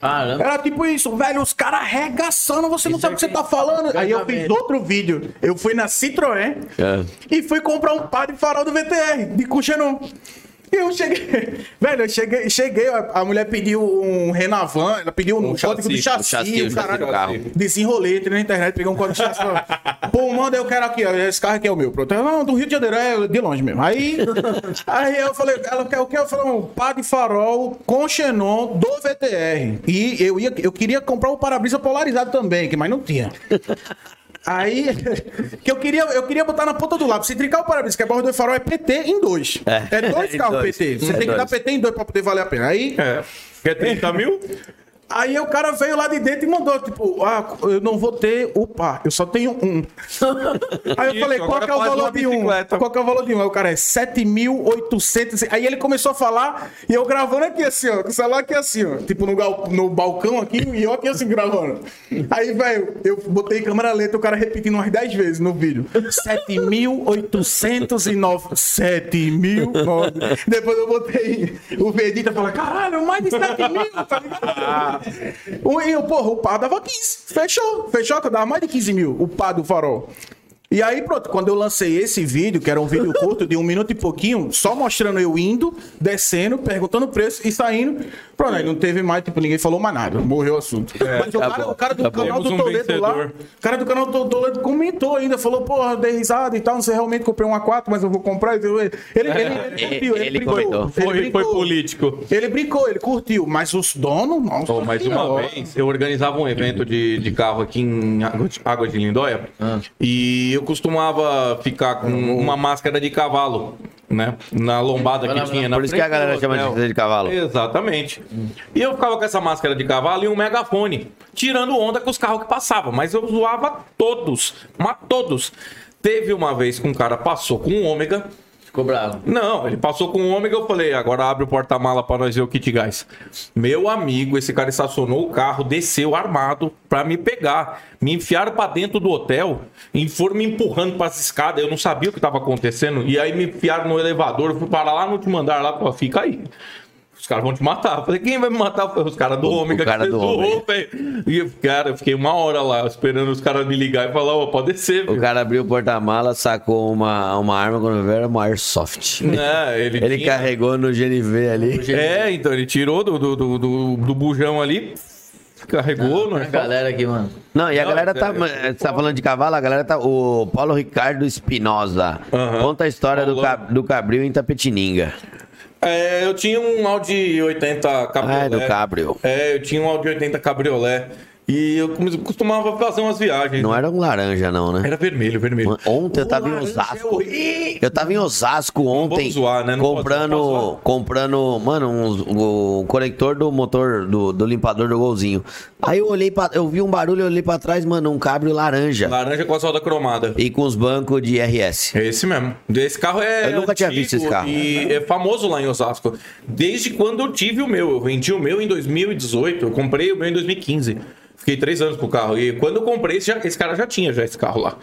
Caramba.
Era tipo isso, velho, os caras arregaçando, você não sabe o que você tá falando. Aí eu fiz outro vídeo. Eu fui na Citroën e fui comprar um par de farol do VTR, de Cuxenon. E eu cheguei, velho, eu cheguei, cheguei, a a mulher pediu um Renavan, ela pediu um, código do
o
chassi,
chassi,
chassi,
o
o chassi
caralho.
do carro.
Desenrolei, entrei na internet, peguei um código de chassi. ó. Pô, manda, eu quero aqui, ó, esse carro aqui é o meu. Pronto, ela, não, do Rio de Janeiro, é de longe mesmo. Aí, aí eu falei, ela quer o que? Eu falei, um par de farol com xenon do VTR. E eu, ia, eu queria comprar um para-brisa polarizado também, que mas não tinha. Aí, que eu queria, eu queria botar na ponta do lápis. Se trincar o para-brisa, que é borra do farol, é PT em dois.
É.
É, dois
Em
carros
dois.
PT.
É
Você tem que dar
dois.
PT em dois pra poder valer a pena. Aí,
É. Quer 30 mil?
Aí o cara veio lá de dentro e mandou, tipo, ah, eu não vou ter o par, eu só tenho um. Aí eu
Isso,
falei, qual
agora
que é o
faz
valor
uma
de um?
bicicleta.
Qual que é o valor de um? Aí o cara é 7.800. Aí ele começou a falar e eu gravando aqui assim, ó, com o celular aqui assim, ó, tipo no, gal- no balcão aqui e eu aqui assim gravando. Aí, velho, eu botei câmera lenta o cara repetindo umas 10 vezes no vídeo. 7.809. 7.009. Depois eu botei o Vegeta e falei, caralho, mais de 7 mil, tá
Ah.
ligado? O- E eu, porra, o pá dava 15. Fechou, fechou, que eu dava mais de 15 mil, o pá do farol.
E aí, pronto, quando eu lancei esse vídeo, que era um vídeo curto de um minuto e pouquinho, só mostrando eu indo, descendo, perguntando o preço e saindo. Pronto, aí não teve mais, tipo, ninguém falou mais nada. Morreu o assunto.
É,
Mas
tá
o cara, o cara do canal do
Temos um
Toledo lá.
vencedor.
O cara do canal do Toledo comentou ainda, falou, porra, dei risada e tal, não sei realmente comprei um A4, mas eu vou comprar. Ele, ele, ele, ele,
É,
curtiu, ele
Ele
brincou.
comentou.
Ele
Foi, foi
brincou.
político.
Ele brincou, ele curtiu, mas os donos, nossa.
Pô, mais uma
senhora.
vez, eu organizava um evento de, de carro aqui em Água de, Água de Lindóia
Ah.
e eu costumava ficar com uma máscara de cavalo, né? Na lombada que tinha. na
Por isso que a
frente do
galera chama de
hotel.
coisa de cavalo.
Exatamente. E eu ficava com essa máscara de cavalo e um megafone, tirando onda com os carros que passavam. Mas eu zoava todos, mas todos. Teve uma vez que um cara passou com um ômega.
Ficou bravo.
Não, ele passou com o ômega, eu falei, agora abre o porta-mala pra nós ver o kit gás. Meu amigo, esse cara estacionou o carro, desceu armado pra me pegar. Me enfiaram pra dentro do hotel e foram me empurrando pras escadas. Eu não sabia o que tava acontecendo. E aí me enfiaram no elevador, eu fui parar lá no último andar lá, pô, fica aí. Os caras vão te matar. Eu falei, quem vai me matar? Eu falei, os caras do
O- o
ômega
cara
que
do
você zoou,
ômega.
velho. E, eu, cara, eu fiquei uma hora lá esperando os caras me ligar e falar, ô, pode descer,
O
velho.
cara abriu o porta-mala, sacou uma, uma arma quando viu, era uma airsoft.
É, ele,
Ele
tinha-
carregou no GNV ali.
É, então ele tirou do, do, do, do, do bujão ali, carregou,
Ah,
né? não,
A
tá,
galera aqui, mano.
Não, e a
Não,
galera
isso
tá.
é- isso
Você tá falando de cavalo, a galera tá. O Paulo Ricardo Espinosa.
Aham.
Conta a história do,
Paulo.
ca- do Cabril em Tapetininga.
É, eu tinha um Audi 80 cabriolé.
Ah, é do Cabrio.
É, eu tinha um Audi 80 cabriolé. E eu come- costumava fazer umas viagens.
Não era um laranja, não, né?
Era vermelho, vermelho.
Ontem eu tava em
Laranja é
Osasco.
horrível.
Eu tava em Osasco ontem.
vamos zoar, né? Não pode-
comprando.
não pode zoar.
comprando, mano, uns- o conector do motor, do, do limpador do golzinho. Aí eu olhei pra. Eu vi um barulho, eu olhei pra trás, mano, um cabrio laranja.
Laranja com a solda cromada.
E com os bancos de RS.
É esse mesmo. Esse carro é.
Eu nunca tinha
antigo
visto esse carro.
E é famoso lá em Osasco. Desde quando eu tive o meu. Eu vendi o meu em 2018. Eu comprei o meu em 2015. Fiquei três anos com o carro. E quando eu comprei, esse, já- esse cara já tinha já esse carro lá.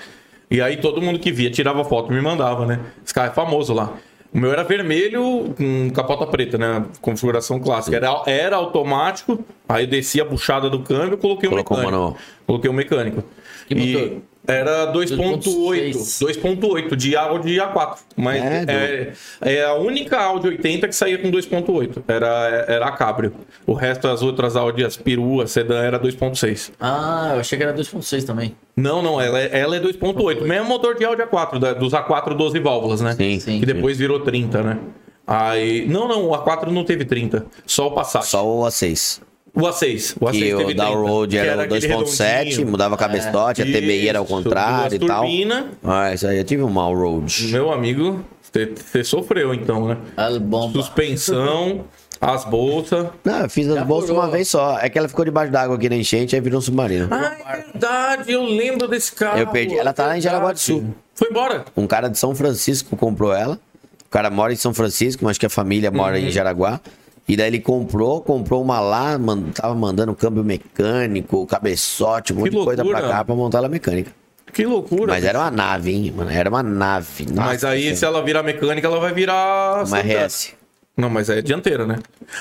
E aí todo mundo que via tirava foto e me mandava, né? Esse carro é famoso lá. O meu era vermelho com capota preta, né? Configuração clássica. Era, era automático. Aí eu desci a buchada do câmbio e coloquei o
Colocou o
mecânico.
manual.
Coloquei o mecânico.
Que
E
motor?
era 2.8.
2.6.
2.8 de Audi A4. Mas
É,
é, é a única Audi 80 que saía com 2.8. Era, era a Cabrio. O resto, as outras Audi, as perua, sedã, era 2.6.
Ah, eu achei que era 2.6 também.
Não, não, ela, é- ela é 2.8. Mesmo motor de Audi A4, da- dos A4 12 válvulas, né?
Sim, sim,
Que depois virou 30, né? Aí, não, não, o A4 não teve 30. Só o Passat.
Só o A6.
O A6. O A6
Que
teve
o
30,
download
que
era o
aquele
2.7,
redondinho.
mudava a cabeçote, a TBI era ao
Isso,
contrário e
duas
tal.
turbina.
Ah, isso aí eu tive um mal road.
Meu amigo, você sofreu então, né?
Ah, bom.
Suspensão, as bolsas.
Não, eu fiz as bolsas
furou.
uma vez só. É que ela ficou debaixo d'água aqui na enchente, aí virou um submarino.
Ah, é verdade, eu lembro desse carro.
Eu perdi. Ela tá lá em Jaraguá do Sul.
Foi embora.
Um cara de São Francisco comprou ela. O cara mora em São Francisco, mas acho que a família mora
Uhum.
em Jaraguá. E daí ele comprou, comprou uma lá, man- tava mandando câmbio mecânico, cabeçote, um monte de coisa pra
loucura.
cá pra montar ela mecânica.
Que loucura.
Mas era assim. uma nave, hein, mano? Era uma nave.
Mas
Nossa,
aí, é se ela virar mecânica, ela vai virar.
uma
Santana.
RS.
Não, mas aí é dianteira, né?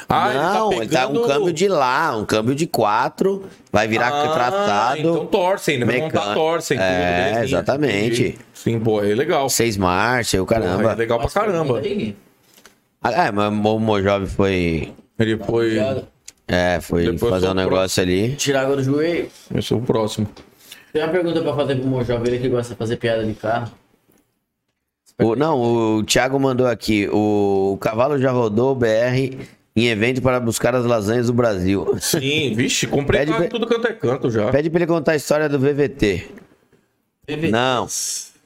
Ah,
é assim. não, ele tá, um
pegando-
câmbio de lá, um câmbio de quatro, vai virar
Ah,
tratado.
Então torcem, né? Vai
Mecan-
montar torcem. tudo,
É,
belezinha.
exatamente.
Entendi. Sim, pô, aí é legal.
Seis marchas, e o
Porra,
caramba.
é legal pra caramba.
Ah, é, mas o Mojove foi.
Ele foi.
É, foi
Depois
fazer um
soprou.
negócio ali.
Tirar água do joelho.
Eu sou é o próximo.
Tem uma pergunta pra fazer pro Mojove, ele que gosta de fazer piada de carro.
O- não, o Thiago mandou aqui. O, cavalo já rodou o BR em evento para buscar as lasanhas do Brasil.
Sim, vixe, comprei
Pede
carro
pra-
tudo canto é canto já.
Pede pra ele contar a história do VVT. Não. O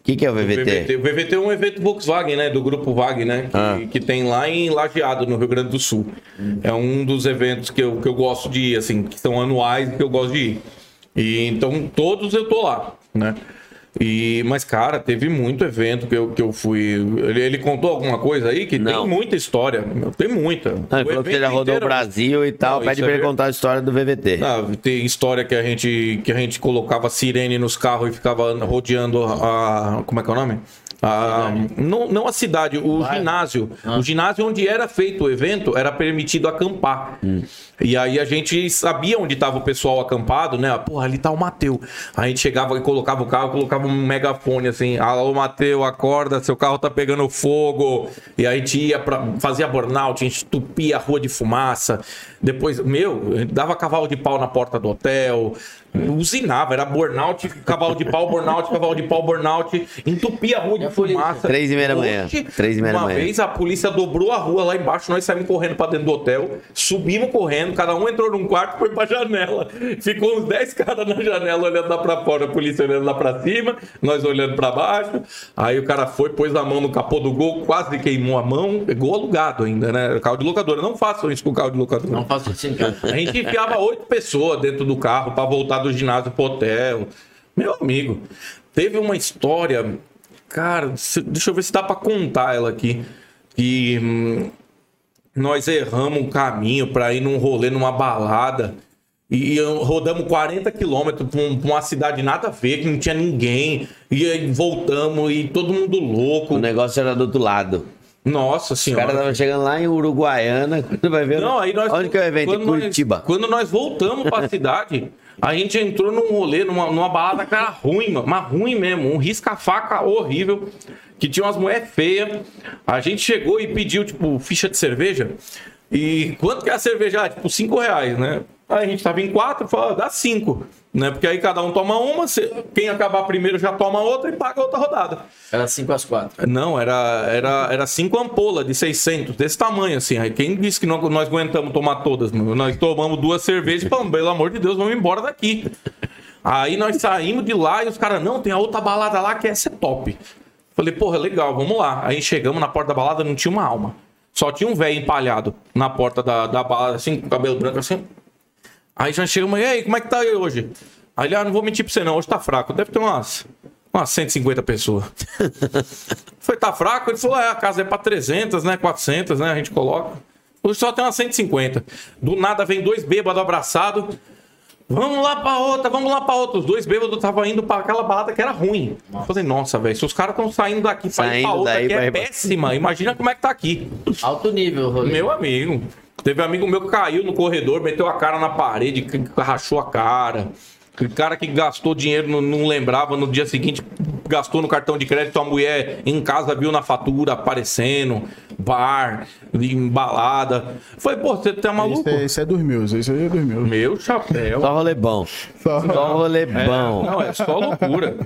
que, que é o VVT?
VVT. O VVT é um evento Volkswagen, né? Do grupo Wagen, né? Que,
Ah.
que tem lá em Lajeado, no Rio Grande do Sul. É um dos eventos que eu, que eu gosto de ir, assim, que são anuais e que eu gosto de ir. E, então, todos eu tô lá, né? E, mas, cara, teve muito evento que eu, que eu fui. Ele, ele contou alguma coisa aí que
Não.
tem muita história. meu, Tem muita.
Ah, ele falou
O
que
evento
ele já rodou
inteiro- é
o Brasil e tal.
Não,
Pede
isso
pra
é
ele
ver-
contar a história do VVT.
ah, tem história que a gente que a gente colocava sirene nos carros e ficava rodeando a como é que é o nome? A- não, não a cidade, o ginásio. O ginásio onde era feito o evento era permitido acampar. E aí a gente sabia onde estava o pessoal acampado, né? Porra, ali tá o Mateu. A gente chegava e colocava o carro, colocava um megafone assim: Alô, Mateu, acorda, seu carro tá pegando fogo. E aí a gente ia pra, fazia burnout, a gente entupia a rua de fumaça. Depois, meu, dava cavalo de pau na porta do hotel, usinava, era burnout, cavalo de pau, burnout, cavalo de pau, burnout, entupia a rua de fumaça.
Três e meia da manhã.
Hoje,
Três e meia da
uma
manhã.
vez a polícia dobrou a rua lá embaixo, nós saímos correndo pra dentro do hotel, subimos correndo, cada um entrou num quarto, foi pra janela. Ficou uns 10 caras na janela olhando lá pra fora, a polícia olhando lá pra cima, nós olhando pra baixo. Aí o cara foi, pôs a mão no capô do gol, quase queimou a mão, gol alugado ainda, né? Era Carro de locadora. Não façam isso com o carro de locadora.
Não faço assim, isso em casa.
A gente enfiava oito pessoas dentro do carro para voltar do ginásio pro hotel. Meu amigo, teve uma história, cara, se- deixa eu ver se dá para contar ela aqui. Que hum, nós erramos um caminho para ir num rolê, numa balada. E e rodamos 40 quilômetros pra um- pra uma cidade nada a ver, que não tinha ninguém. E aí voltamos e todo mundo
O
louco.
negócio era do outro lado.
Nossa
O
senhora.
cara tava chegando lá em Uruguaiana, quando vai ver.
Não, aí nós.
Onde que é o evento? Em
quando nós-
Curitiba.
quando nós voltamos pra cidade, a gente entrou num rolê, numa, numa balada, cara, ruim, mano. Mas ruim mesmo. Um risca-faca horrível. Que tinha umas mulheres feias. A gente chegou e pediu, tipo, ficha de cerveja. E quanto que é a cerveja? Ah, tipo, cinco reais, né? Aí a gente tava em quatro, falou, ah, dá cinco. Né? Porque aí cada um toma uma, cê- quem acabar primeiro já toma outra e paga outra rodada.
Era 5 às 4.
Não, era, era, era cinco ampolas de 600, desse tamanho, assim. Aí quem disse que não- nós aguentamos tomar todas? mano? Nós tomamos duas cervejas e falamos, pelo amor de Deus, vamos embora daqui. Aí nós saímos de lá e os caras, não, tem a outra balada lá que essa é top. Falei, porra, legal, vamos lá. Aí chegamos na porta da balada, não tinha uma alma. Só tinha um velho empalhado na porta da, da balada, assim, com cabelo branco, assim. Aí já chegamos, e aí, como é que tá aí hoje? Aí ele, ah, não vou mentir pra você não, hoje tá fraco. Deve ter umas, umas 150 pessoas. Foi, tá fraco? Ele falou, é, a casa é pra 300, né? 400, né? A gente coloca. Hoje só tem umas 150. Do nada vem dois bêbados abraçados. Vamos lá pra outra, vamos lá pra outra. Os dois bêbados estavam indo pra aquela balada que era ruim. Eu falei, nossa, velho, se os caras estão saindo daqui pra ir
Saindo
pra outra
daí
que
pra
é
ir pra-
péssima, imagina como é que tá aqui.
Alto nível, rolê.
Meu amigo. Teve um amigo meu que caiu no corredor, meteu a cara na parede, que- que rachou a cara. O cara que gastou dinheiro, não, não lembrava, no dia seguinte gastou no cartão de crédito, a mulher em casa viu na fatura aparecendo, bar, embalada. Foi, pô, você tá maluco?
Isso é, isso é dos meus, isso aí é dos meus.
Meu chapéu.
Só rolê bom. Só, rolê Tá bom.
Não, é só loucura.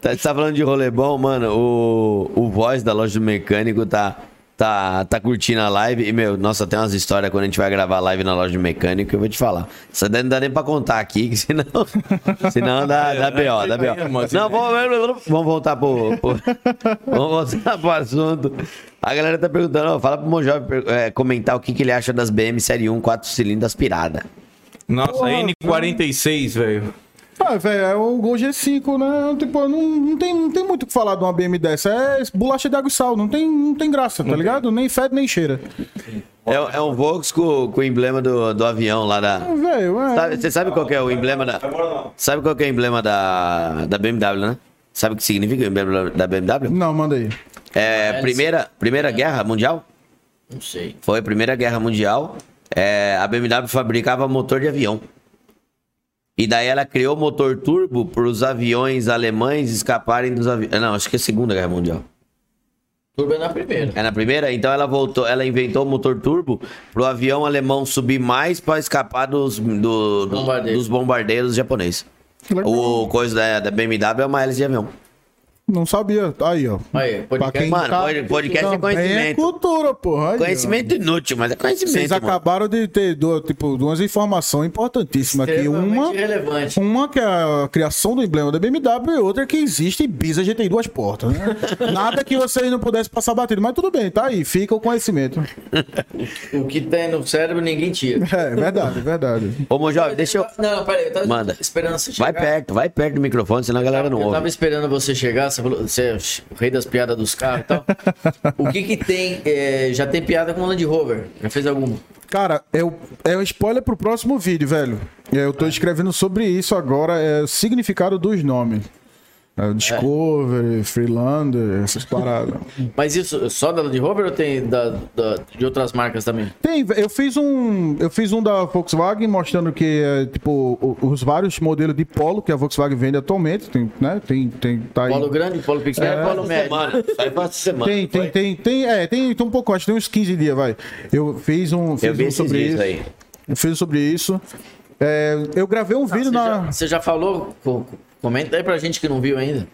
Tá, você tá falando de rolê bom, mano? O, o voz da loja do mecânico tá, tá, tá curtindo a live. E, meu, nossa, tem umas histórias quando a gente vai gravar live na loja do mecânico. Eu vou te falar. Isso daí não dá nem pra contar aqui, que senão. Senão dá, dá B.O., dá B.O.
Mas-
Não, vamos, vamos voltar pro, pro- Vamos voltar pro assunto. A galera tá perguntando, ó, fala pro Monjov eh, comentar o que, que ele acha das BM Série 1 4 cilindros aspirada.
Nossa, N46, velho.
Ah, velho, é o Gol G5, né? Tipo, não, não, tem, não tem muito o que falar de uma BM dessa. É bolacha de água e sal, não tem, não tem graça, tá ligado? Nem fede, nem cheira.
É, é um Vox com, com o emblema do, do avião lá da.
Ah, Velho, é.
Sabe- Você sabe qual que é o emblema da. Sabe qual que é o emblema da, da BMW, né? Sabe o que significa o emblema da BMW?
Não, manda aí.
É primeira, primeira Guerra Mundial?
Não sei.
Foi a Primeira Guerra Mundial. é, a BMW fabricava motor de avião. E daí ela criou o motor turbo para os aviões alemães escaparem dos aviões. Não, acho que é a Segunda Guerra Mundial.
Turbo é na primeira.
É na primeira? Então ela voltou, ela inventou o motor turbo pro avião alemão subir mais pra escapar dos, do- do-
Bombardeiro.
dos bombardeiros japoneses. O coisa da, da BMW é uma hélice de avião.
Não sabia. Aí, ó.
Aí,
Pra
podcast.
quem
Mano,
tá-
pod- podcast é
Também É
conhecimento.
cultura, porra. Aí, ó.
Conhecimento inútil, mas é conhecimento.
Vocês
mano.
acabaram de ter duas, tipo, duas informações importantíssimas aqui. Uma,
Extremamente relevante.
uma que é a criação do emblema da BMW e outra que existe Bisa já tem duas portas, né? Nada que vocês não pudessem passar batido, mas tudo bem, tá aí, fica o conhecimento.
O que tem no cérebro, ninguém tira.
É, verdade, verdade.
Ô, Monjove, deixa eu.
Não, não, peraí. Eu tava
Manda.
esperando você chegar.
Vai perto, vai perto do microfone, senão a galera não
Eu
ouve.
tava esperando você chegar, você falou, você é o rei das piadas dos carros e tal. o que que tem, é, já tem piada com o Land Rover? Já fez alguma?
Cara, é, o, é um spoiler pro próximo é vídeo, velho. E aí Eu tô escrevendo sobre isso agora, é o significado dos nomes. É, Discovery, Freelander, essas paradas.
Mas isso só da Land Rover ou tem da, da- de outras marcas também?
Tem, eu fiz um. Eu fiz um da Volkswagen mostrando que é, tipo, o- os vários modelos de polo que a Volkswagen vende atualmente. Tem, né? Tem, tem, tá aí.
Polo grande, polo pequeno,
Sai
polo
pela
médio.
semana. Sai pela semana.
Tem, tem,
Foi?
tem, tem, é, tem, tem um pouco, acho que tem uns 15 dias, vai. Eu fiz um, fiz
Eu vi
um
esses
sobre
dias
isso.
aí.
Eu fiz um sobre isso. É, eu gravei um vídeo
Você
na.
já, você já falou? Co- co- Comenta aí pra gente que não viu ainda.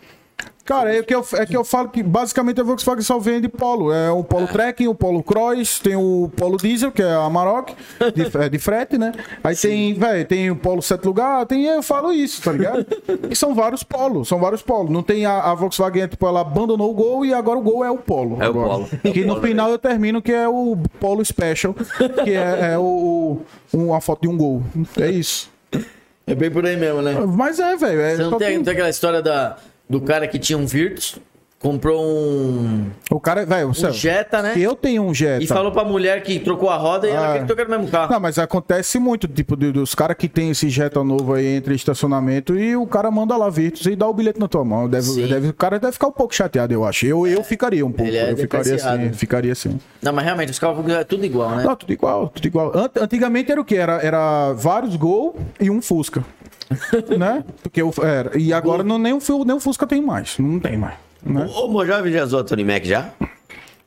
Cara, é que, eu, é que eu falo que basicamente a Volkswagen só vende polo. É o polo trekking, o polo cross, tem o polo diesel, que é a Amarok, de, é de frete, né? Aí tem, velho, tem o polo sete lugar, tem, eu falo isso, tá ligado? E são vários polos, são vários polos. Não tem a, a Volkswagen, é, tipo, ela abandonou o Gol e agora o Gol é o polo.
É o
agora.
Polo.
Que no final eu termino que é o polo special, que é, é o, o- uma foto de um Gol. É isso.
É bem por aí mesmo, né?
Mas é, velho, é
Você não
só
tem,
tem-
não tem aquela história da, do cara que tinha um Virtus, comprou um,
O cara, velho, o
um
céu.
Jetta, né?
Eu tenho um Jetta.
E falou pra mulher que tá. trocou a roda e ela
Ah.
quer que trocar no mesmo carro.
Não, mas acontece muito, tipo, de- dos caras que tem esse Jetta novo aí entre estacionamento e o cara manda lá Virtus e dá o bilhete na tua mão. Deve,
Sim.
deve- o cara deve ficar um pouco chateado, eu acho. Eu, eu ficaria um pouco.
Ele é
eu ficaria
depreciado,
assim,
né?
ficaria assim.
Não, mas realmente, os carros é tudo igual, né?
Não, tudo igual, tudo igual. Ant- antigamente era o quê? Era, era vários Gol e um Fusca. né? Porque eu, era. E agora não, nem, o, Fu- nem o Fusca tem mais. Não tem mais. Né?
Ô, Mojave já zoou a Tony Mac já?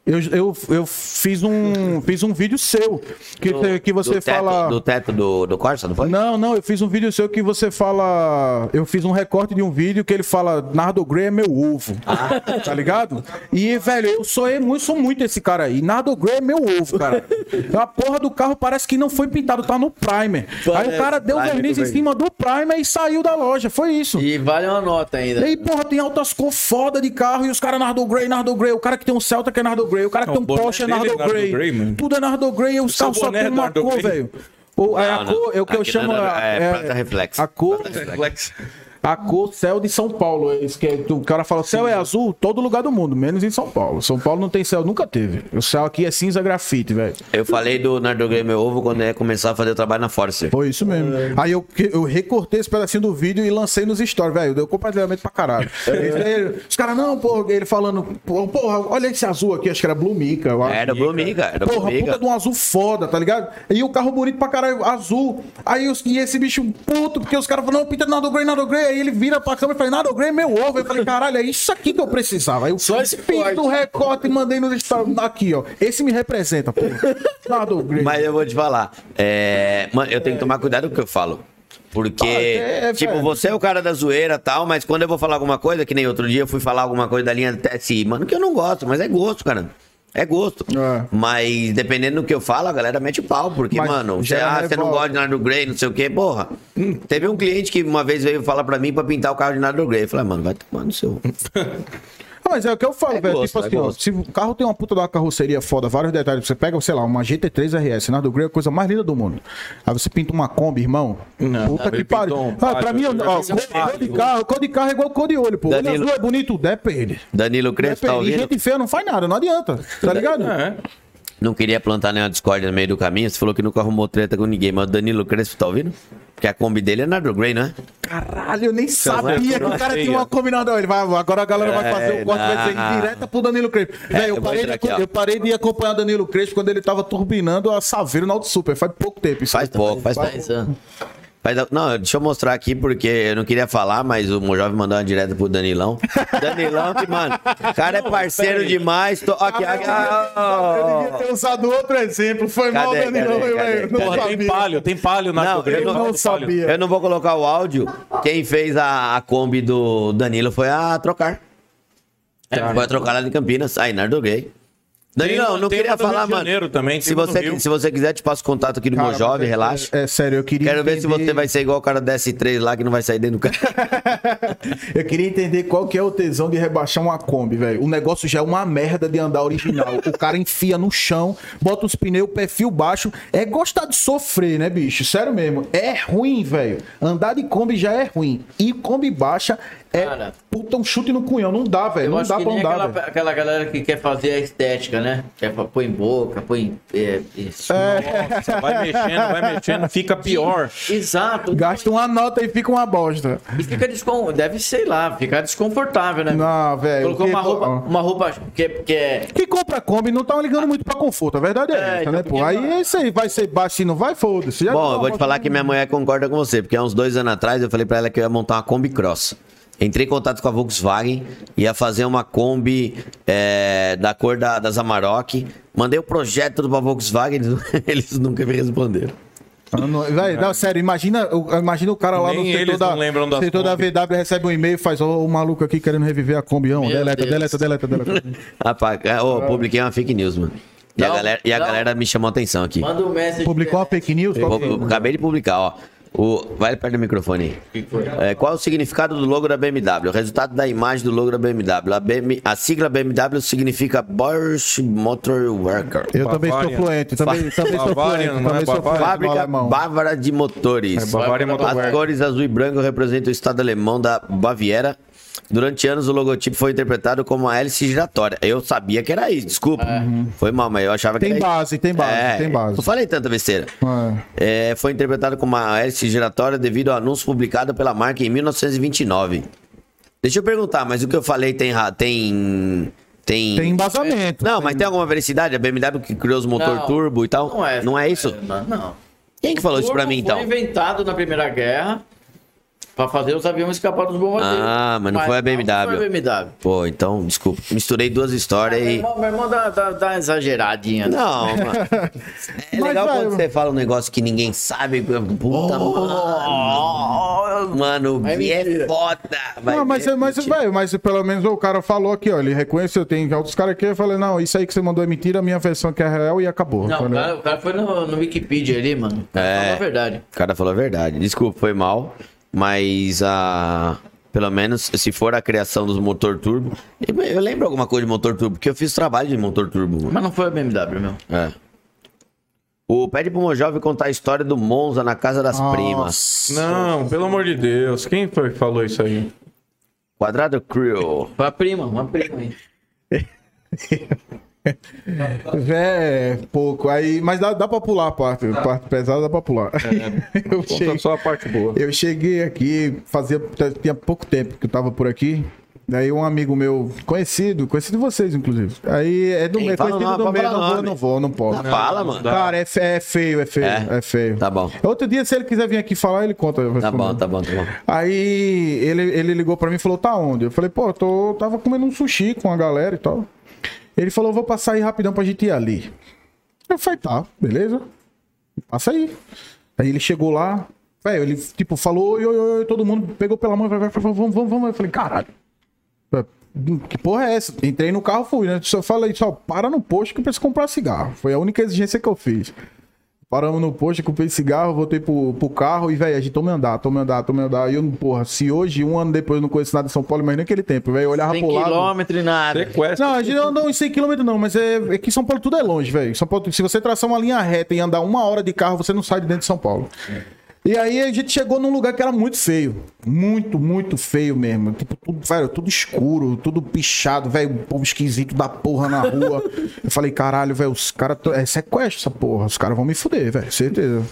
Eu, eu, eu fiz, um, fiz um vídeo seu que, que você
do teto,
fala.
Do teto do, do Corsa, não foi?
Não, não, eu fiz um vídeo seu que você fala. Eu fiz um recorte de um vídeo que ele fala: Nardo Grey é meu ovo.
Ah.
Tá ligado? E, velho, eu sou, eu muito- sou muito esse cara aí. Nardo Grey é meu ovo, cara. Então, A porra do carro parece que não foi pintado, tá no primer. aí o cara deu
é Primer
verniz em
também.
cima do primer e saiu da loja. Foi isso.
E vale uma nota
E
ainda.
aí, porra, tem altas cores foda de carro e os caras Nardo Grey, Nardo Grey. O cara que tem um Celta que é Nardo Grey. O cara que
Não,
tem um
o boné
Porsche é
dele é
Nardo,
Nardo
Grey.
Grey, mano.
Tudo é Nardo Grey e os
Seu
carros só
boné
tem
é
uma
Nardo
cor,
Grey.
velho. Ou, é, a
Não, não.
cor é o que eu
Aqui não é
chamo.
Nardo-
a-
é
é-
prata reflexo.
A cor,
Prata reflexo.
Flex.
a cor céu de São Paulo. é Isso que é- o cara fala, o céu é azul, todo lugar do mundo, menos em São Paulo. São Paulo não tem céu, nunca teve. O céu aqui é cinza grafite, velho.
Eu falei do Nardo Grey meu ovo quando eu ia começar a fazer o trabalho na Force.
Foi isso mesmo.
É.
Aí eu, que- eu recortei esse pedacinho do vídeo e lancei nos stories, velho. Deu compartilhamento pra caralho.
É.
Aí Os caras, não, porra, ele falando, porra, porra, olha esse azul aqui, acho que era Blue Mica, eu acho.
É, Era do Blumiga, era do
Porra, puta
Blumiga.
de um azul foda, tá ligado? E o carro bonito pra caralho, azul. Aí os- e esse bicho puto, porque os caras falam, não, pinta Nado Grey, Nado Grey. Aí ele vira pra câmera e fala, Nado Grey, é meu ovo. Eu falei, caralho, é isso aqui que eu precisava. Aí eu
Só esse
pinto
corte.
o recorte e mandei no stories. Aqui, ó. Esse me representa, pô. Nado Grey.
Mas eu vou te falar. é, Mano, eu tenho que tomar cuidado com o que eu falo. Porque,
Ah, é,
tipo,
velho.
você é o cara da zoeira e tal, mas quando eu vou falar alguma coisa, que nem outro dia eu fui falar alguma coisa da linha TSI, mano, que eu não gosto, mas é gosto, cara. É gosto.
É.
Mas dependendo do que eu falo, a galera mete o pau, porque,
Mas
mano, você,
gera
ah, você não
revolta.
gosta de Nardo Grey, não sei o quê, porra. Teve um cliente que uma vez veio falar pra mim pra pintar o carro de Nardo Grey. Eu falei, ah, mano, vai tomar no seu.
Ah, Mas é o que eu falo,
É
velho.
gosto,
tipo
é
assim, ó,
gosto.
se o carro tem uma puta de uma carroceria foda, vários detalhes. Você pega, sei lá, uma GT3 RS, Nardo Grey é a coisa mais linda do mundo. Aí você pinta uma Kombi, irmão. puta que
ele
pariu.
pintou um
ah, pra
Palio,
mim, ó,
eu já
ó,
fiz um
cor, cor de
Palio.
carro, cor de carro é igual cor de olho, pô. Olho
Danilo-
azul é bonito, depende.
Danilo Crespo, tá
Depende. E
ouvindo?
gente feia não faz nada, não adianta. Tá ligado?
É.
Não queria plantar nenhuma discórdia no meio do caminho. Você falou que nunca arrumou treta com ninguém, mas o Danilo Crespo tá ouvindo? Porque a Kombi dele é Nardo Grey, não é?
Caralho, eu nem sabia
vai
que o
tomar
cara
feia.
tinha uma combinada. Ó, Ele vai, agora a galera vai fazer o corte, vai
É, não. É,
ser direta pro Danilo Crespo. Velho, eu,
eu vou
parei
entrar
de-
aqui, ó.
eu parei de acompanhar o Danilo Crespo quando ele tava turbinando a Saveiro no Auto Super. Faz pouco tempo isso.
Faz pouco, faz pouco.
Mas, ah,
Faz- Não, deixa eu mostrar aqui, porque eu não queria falar, mas o Mojove mandou uma direta pro Danilão. Danilão, que, mano, o cara é parceiro demais. Tô... Aqui, aqui,
Ah, Eu
ah,
devia ter usado outro exemplo. Foi
Cadê,
mal, Danilão.
cadê,
eu-
cadê,
eu não
cadê?
Porra, tem
sabia.
palio, tem palio na
Não,
Grey,
eu não-
palio.
não sabia.
Eu não vou colocar o áudio. Quem fez a, a Kombi do Danilo foi a trocar. É, foi a trocar lá de Campinas. Aí, Nardo Gay. Danilão,
uma-
não
tem
queria
uma do Rio
falar,
de
mano.
Janeiro também,
se,
tem uma no
você,
Rio.
se você quiser, te passo o contato aqui do
Cara,
Mojove,
mas é-
relaxa.
É, sério, eu queria.
Quero ver se
entender-
você vai ser igual o cara do S3 lá que não vai sair dentro do carro.
Eu queria entender qual que é o tesão de rebaixar uma Kombi, velho. O negócio já é uma merda de andar original. o cara enfia no chão, bota os pneus, perfil baixo. É gostar de sofrer, né, bicho? Sério mesmo. É ruim, velho. Andar de Kombi já é ruim. E Kombi baixa é
Cara.
puta um chute no cunhão. Não dá, velho.
eu
Não
acho
dá
que
pra
nem
andar,
aquela,
velho.
aquela galera que quer fazer a estética, né? Que é pra pôr em boca, põe em. É, isso.
Nossa, vai mexendo, vai mexendo, fica pior.
Exato.
Gasta uma nota e fica uma bosta.
E fica descon... Deve, sei lá, ficar desconfortável, né?
Não, velho.
Colocou
que-
uma roupa, uma roupa que, que é.
Quem compra Kombi não tá ligando muito pra conforto, a verdade é,
É,
essa,
então
né,
podia
pô? Aí
parar.
é isso aí, vai ser baixo e não vai, foda-se. Já
Bom,
tá
eu vou
uma
te falar
bosta.
que minha mulher concorda com você, porque há uns dois anos atrás eu falei pra ela que eu ia montar uma Kombi Cross. Entrei em contato com a Volkswagen, ia fazer uma Kombi eh, da cor da, das Amarok. Mandei o projeto tudo pra Volkswagen, eles, eles nunca me responderam.
Ah, não, Véi, não, sério, imagina, o- imagina o cara lá
Nem
no setor
eles
da,
não lembram das
setor da
Kombi.
VW recebe um e-mail e faz, ó, o maluco aqui querendo reviver a Kombi, ó, deleta,
Deus.
deleta, deleta, deleta,
Rapaz, eu publiquei uma fake news, mano. E a
Não,
galera, e a
não.
galera me chamou a atenção aqui.
Manda um message.
Publicou uma fake news? qual
Vou-
que é?
vou- acabei de publicar, ó. O, vai perto do microfone aí. É, qual o significado do logo da BMW? O resultado da imagem do logo da BMW. A, BM a sigla BMW significa Bosch Motor Worker.
Eu também sou
Bavarian.
fluente, também, também sou
Bavarian,
fluente,
não
também
é
sou fluente no
Fábrica
alemão.
Bávara de Motores.
Bavaria
As
Motorwerk.
cores azul e branco representam o estado alemão da Baviera. Durante anos, o logotipo foi interpretado como uma hélice giratória. Eu sabia que era isso, desculpa. Foi mal, mas eu achava
Tem
que era
base, tem base,
É,
tem base.
Não falei tanta besteira. É, foi interpretado como uma hélice giratória devido ao anúncio publicado pela marca em 1929. Deixa eu perguntar, mas o que eu falei tem. ra- Tem. Tem.
Tem embasamento.
Não, mas tem alguma velocidade? A BMW que criou os motor
Não,
turbo e tal?
Não é.
isso?
Não. não.
Quem que falou isso pra
Turbo
mim então?
Foi inventado na Primeira Guerra pra fazer os aviões escapar dos bombardeiros.
Ah, mas não foi a BMW.
Não foi a BMW.
Pô, então, desculpa. Misturei duas histórias
Meu
e.
irmão, meu irmão dá, dá, dá uma exageradinha. né?
Não, mano. É
Mas,
legal
velho-
quando você fala um negócio que ninguém sabe. Puta, mano. Mano,
É
que é
Oh. mentira.
foda. vai
não, mas,
ver,
é- mas,
mentira.
velho, mas pelo menos o cara falou aqui, ó. Ele reconheceu, tem outros caras aqui. Eu falei, não, isso aí que você mandou é mentira, a minha versão que é real e acabou.
Não, o
Falei,
cara, o cara foi no, no Wikipedia ali, mano.
É.
Fala a verdade.
O cara falou a verdade. Desculpa, foi mal. Mas a. Pelo menos, se for a criação dos motor turbo. Eu eu lembro alguma coisa de motor turbo, porque eu fiz trabalho de motor turbo. mano.
Mas não foi a BMW, meu.
É. O pede pro Mojove contar a história do Monza na casa das primas.
Não, pelo amor de Deus, quem foi que falou isso aí?
Quadrado Crew.
Foi a prima, uma prima aí.
Vé, "É, pouco. Aí, mas dá, dá pra pular a parte. A parte pesada dá pra pular. eu, cheguei,
É, Conta só a parte boa.
eu cheguei aqui, fazia. Tinha pouco tempo que eu tava por aqui. Daí um amigo meu, conhecido, conhecido de vocês, inclusive. Aí é do
Ei,
meio,
fala
conhecido
nome,
do
pode
meio,
falar
não vou,
nome.
não vou, não posso.
Ah, fala, mano.
Cara, é fe- é feio, é feio,
É?
é feio.
Tá bom.
Outro dia, se ele quiser vir aqui falar, ele conta.
Tá bom, tá bom, tá bom.
Aí ele, ele ligou pra mim e falou: tá onde? Eu falei: pô, eu tô, eu tava comendo um sushi com a galera e tal. Ele falou: vou passar aí rapidão pra gente ir ali. Eu falei: tá, beleza. Passa aí. Aí ele chegou lá, velho, ele tipo falou: oi, oi, oi, todo mundo pegou pela mão e falou: vamos, vamos, vamos, vamos. Eu falei: caralho. é, Que porra é essa? Entrei no carro, fui, né? Só falei, só para no posto que eu preciso comprar cigarro. Foi a única exigência que eu fiz. Paramos no posto, comprei cigarro, voltei pro, pro carro e, velho, a gente toma andar, toma andar, toma andar. E eu, porra, se hoje, um ano depois, eu não conheço nada de São Paulo, mas naquele tempo, velho, eu olhava
Tem
pro lado.
quilômetro e nada.
é
Sequestra.
Não, a gente não andou em 100 km não, mas é, é que São Paulo tudo é longe, velho. São Paulo, se você traçar uma linha reta e andar uma hora de carro, você não sai de dentro de São Paulo. E aí a gente chegou num lugar que era muito feio. Muito, muito feio mesmo. Tipo, tudo, velho, tudo escuro, tudo pichado, velho, um povo esquisito da porra na rua. Eu falei, caralho, velho, os caras. tão- É sequestro essa porra. Os caras vão me fuder, velho. Certeza.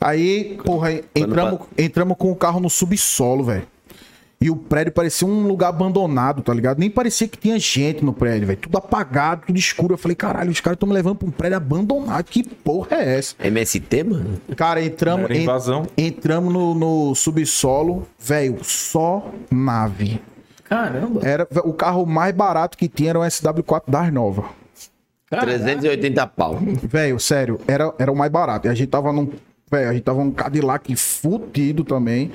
Aí, porra, entramos, entramos com o carro no subsolo, velho. E o prédio parecia um lugar abandonado, tá ligado? Nem parecia que tinha gente no prédio, velho. Tudo apagado, tudo escuro. Eu falei, caralho, os caras estão me levando pra um prédio abandonado. Que porra é essa?
MST, mano?
Cara, entramos.
Era invasão.
en- entramos no, no subsolo, velho, só nave.
Caramba.
Era vé- o carro mais barato que tinha era um SW4 das Nova.
380 pau.
Velho, sério, era, era o mais barato. E a gente tava num. Velho, a gente tava num Cadillac fudido também.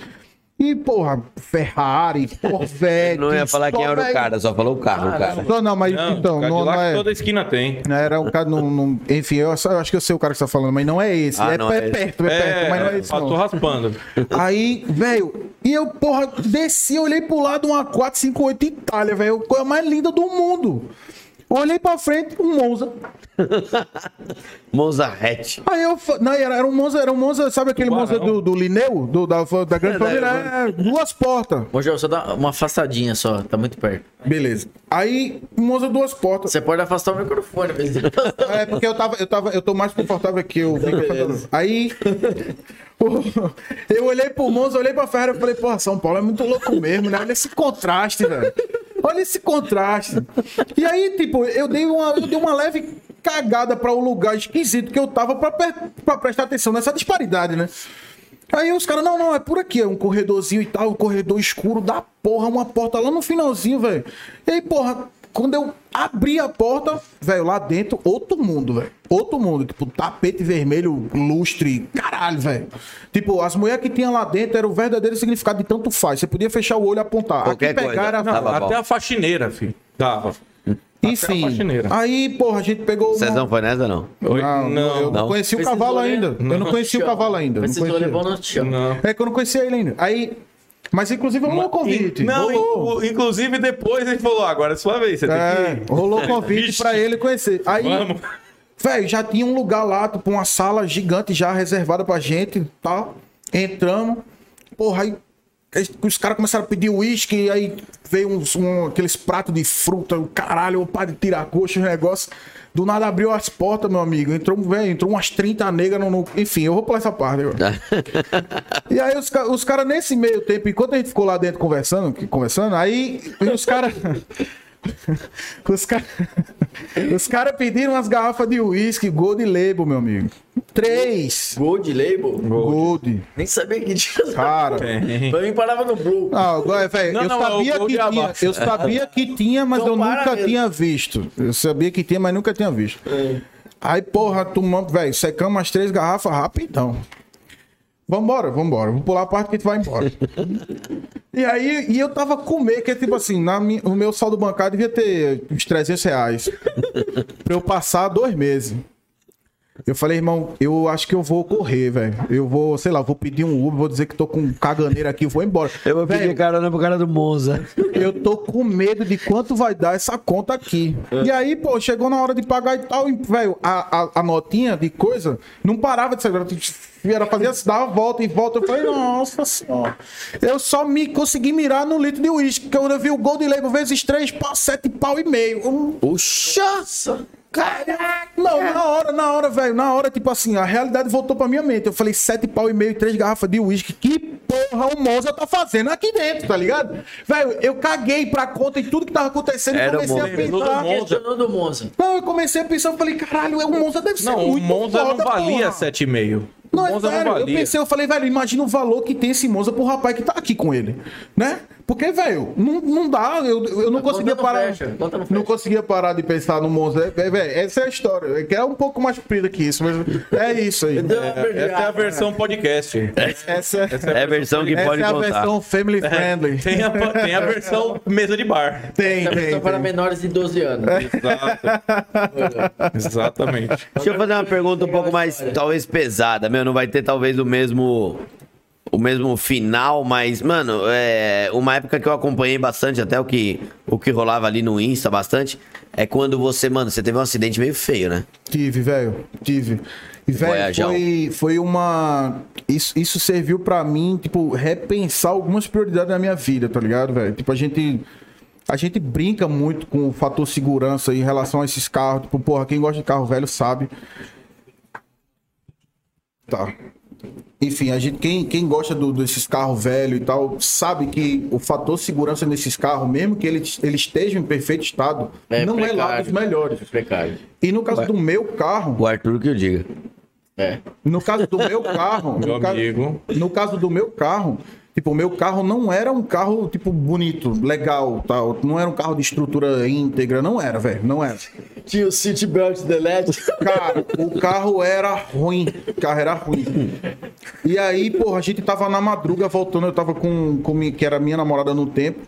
E, porra, Ferrari, Corvette.
Não ia falar quem
só,
era o
velho,
cara, só falou o carro, o cara.
Não, não, mas
Não,
então, não,
Cadillac
não é.
toda esquina tem.
Não era um cara. Não, não- enfim, eu, só- eu acho que eu sei o cara que você tá falando, mas não é esse.
Ah,
é,
não
é
é esse.
perto, é, perto, mas não é esse.
eu tô
Não.
raspando.
Aí, velho, e eu, porra, desci, olhei pro lado uma 458 Itália, velho, coisa mais linda do mundo. Olhei pra frente, um Monza.
Mozarrete.
Aí eu. fa- Não, era, era um Monza, era um Monza, sabe aquele Monza do, do Lineu? Do, da, da Grande Família? É, duas portas.
Mojão, só dá uma afastadinha só, tá muito perto.
Beleza. Aí, um Monza, duas portas.
Você pode afastar o microfone, tá beleza?
É, porque eu tava, eu tava, eu tô mais confortável que eu. Aí, o- eu olhei pro Monza, olhei pra Ferrari e falei, porra, São Paulo é muito louco mesmo, né? Olha esse contraste, velho. Olha esse contraste. E aí, tipo, eu dei uma, eu dei uma leve cagada pra o lugar esquisito que eu tava pra, per- pra prestar atenção nessa disparidade, né? Aí os caras, não, não, é por aqui, é um corredorzinho e tal, um corredor escuro da porra, uma porta lá no finalzinho, velho. E aí, porra, quando eu abri a porta, velho, lá dentro, outro mundo, velho. Outro mundo, tipo, tapete vermelho, lustre, caralho, velho. Tipo, as mulheres que tinha lá dentro era o verdadeiro significado de tanto faz. Você podia fechar o olho e apontar.
Qualquer
Aqui
coisa.
pegar era.
Tava bom.
Até a faxineira, filho. Dava.
Enfim.
faxineira.
Aí, porra, a gente pegou.
Vocês não foi nessa, não?
Oi?
Não, eu não,
Não.
conheci o
Precisou,
cavalo
né?
ainda. Eu não conheci o cavalo ainda. não
Precisou
conhecia.
levar o noticião.
É que eu não conhecia ele ainda. Aí. Mas inclusive rolou convite.
Não,
rolou.
inclu- inclusive depois ele falou: "Ah, agora é sua vez, você
É,
tem que ir.
rolou convite
Vixe.
pra ele conhecer. Aí,
Vamos.
velho, já tinha um lugar lá, tipo, uma sala gigante já reservada pra gente e tal. Entramos. Porra, aí es- os caras começaram a pedir uísque, aí veio uns, um- aqueles pratos de fruta, o caralho, o padre tirar coxa, o negócio. Do nada abriu as portas, meu amigo. Entrou, velho, entrou umas 30 negras no, no- Enfim, eu vou pular essa parte agora. E aí os, ca- os caras, nesse meio tempo, enquanto a gente ficou lá dentro conversando, que- conversando, aí os caras. os caras. Os caras pediram umas garrafas de uísque Gold Label, meu amigo. Três.
Gold Label?
Gold. Tá.
Nem sabia que tinha.
Cara.
Pra mim parava no Blue.
Ah, agora, velho,
Não,
eu
não, é o
sabia
Gold
que
é
tinha,
abaixo.
eu sabia que tinha, mas
Então
eu
para
nunca
mesmo.
tinha visto. Eu sabia que tinha, mas nunca tinha visto. Aí, porra, tomamos, velho, secamos as três garrafas rapidão. Vambora, vambora. Vou pular a parte que tu vai embora. e aí, e eu tava com medo, que é tipo assim, na mi- o meu saldo bancário devia ter uns 300 reais. pra eu passar dois meses. Eu falei, irmão, eu acho que eu vou correr, velho. Eu vou, sei lá, vou pedir um Uber, vou dizer que tô com caganeira aqui, vou embora.
Eu vou
Velho,
pedir carona pro cara do Monza.
eu tô com medo de quanto vai dar essa conta aqui. E aí, pô, chegou na hora de pagar e tal, e, velho, a, a, a notinha de coisa não parava de sair. Era fazer assim, dava volta e volta. Eu falei, nossa senhora. Eu só me consegui mirar no litro de uísque, porque quando eu vi o Gold Label vezes três, pá, sete pau e meio. Um-
Puxa!
Caraca! Não, na hora, na hora, velho, na hora, tipo assim, a realidade voltou pra minha mente. Eu falei, sete pau e meio e três garrafas de uísque. Que porra o Monza tá fazendo aqui dentro, tá ligado? Velho, eu caguei pra conta e tudo que tava acontecendo e
Era
comecei
o
a
Monza.
pensar.
Questionou do Monza.
Não, eu comecei a pensar, eu falei, caralho, é o Monza deve ser
Não, o
muito
Monza não
foda, porra.
valia 7,5. O
Não, é
Monza
sério,
não
eu
valia.
pensei, eu falei, velho, imagina o valor que tem esse Monza pro rapaz que tá aqui com ele, né? Porque, velho, não, não dá, eu, eu não conseguia
não
parar.
fecha, conta não
não,
fecha.
conseguia parar de pensar no Monza. É, velho, essa é a história. É que é um pouco mais comprida que isso, mas é isso aí.
Essa é a
né?
versão podcast.
Essa, essa
É a versão que pode
é a
contar.
versão family friendly.
Tem a, tem a versão mesa de bar.
Tem, tem,
Então, para
tem.
menores de 12 anos.
É.
Exatamente.
Deixa eu fazer uma pergunta um pouco mais, talvez, pesada. Meu, não vai ter talvez o mesmo. O mesmo final, mas, mano, é, uma época que eu acompanhei bastante, até o que, o que rolava ali no Insta bastante, é quando você, mano, você teve um acidente meio feio, né?
Tive, velho. Tive. E, velho,
Voyageão.
foi, foi uma. Isso, isso serviu pra mim, tipo, repensar algumas prioridades da minha vida, tá ligado, velho? Tipo, a gente. A gente brinca muito com o fator segurança em relação a esses carros. Tipo, porra, quem gosta de carro velho sabe. Tá. Enfim, a gente, quem, quem gosta do, desses carros velhos e tal, sabe que o fator segurança nesses carros, mesmo que eles ele esteja em perfeito estado,
É
não é lá
precário.
dos melhores.
Precário.
E no caso do meu carro,
O Arthur que eu diga.
É.
no caso do meu carro,
Meu
no, ca-
amigo.
no caso do meu carro, tipo, o meu carro não era um carro, tipo, bonito, legal, tal. Não era um carro de estrutura íntegra, não era, velho, não era.
Tinha o City Belt Delete.
Cara, o carro era ruim. O carro era ruim. E aí, porra, a gente tava na madruga voltando, eu tava com, com mi- que era minha namorada no tempo.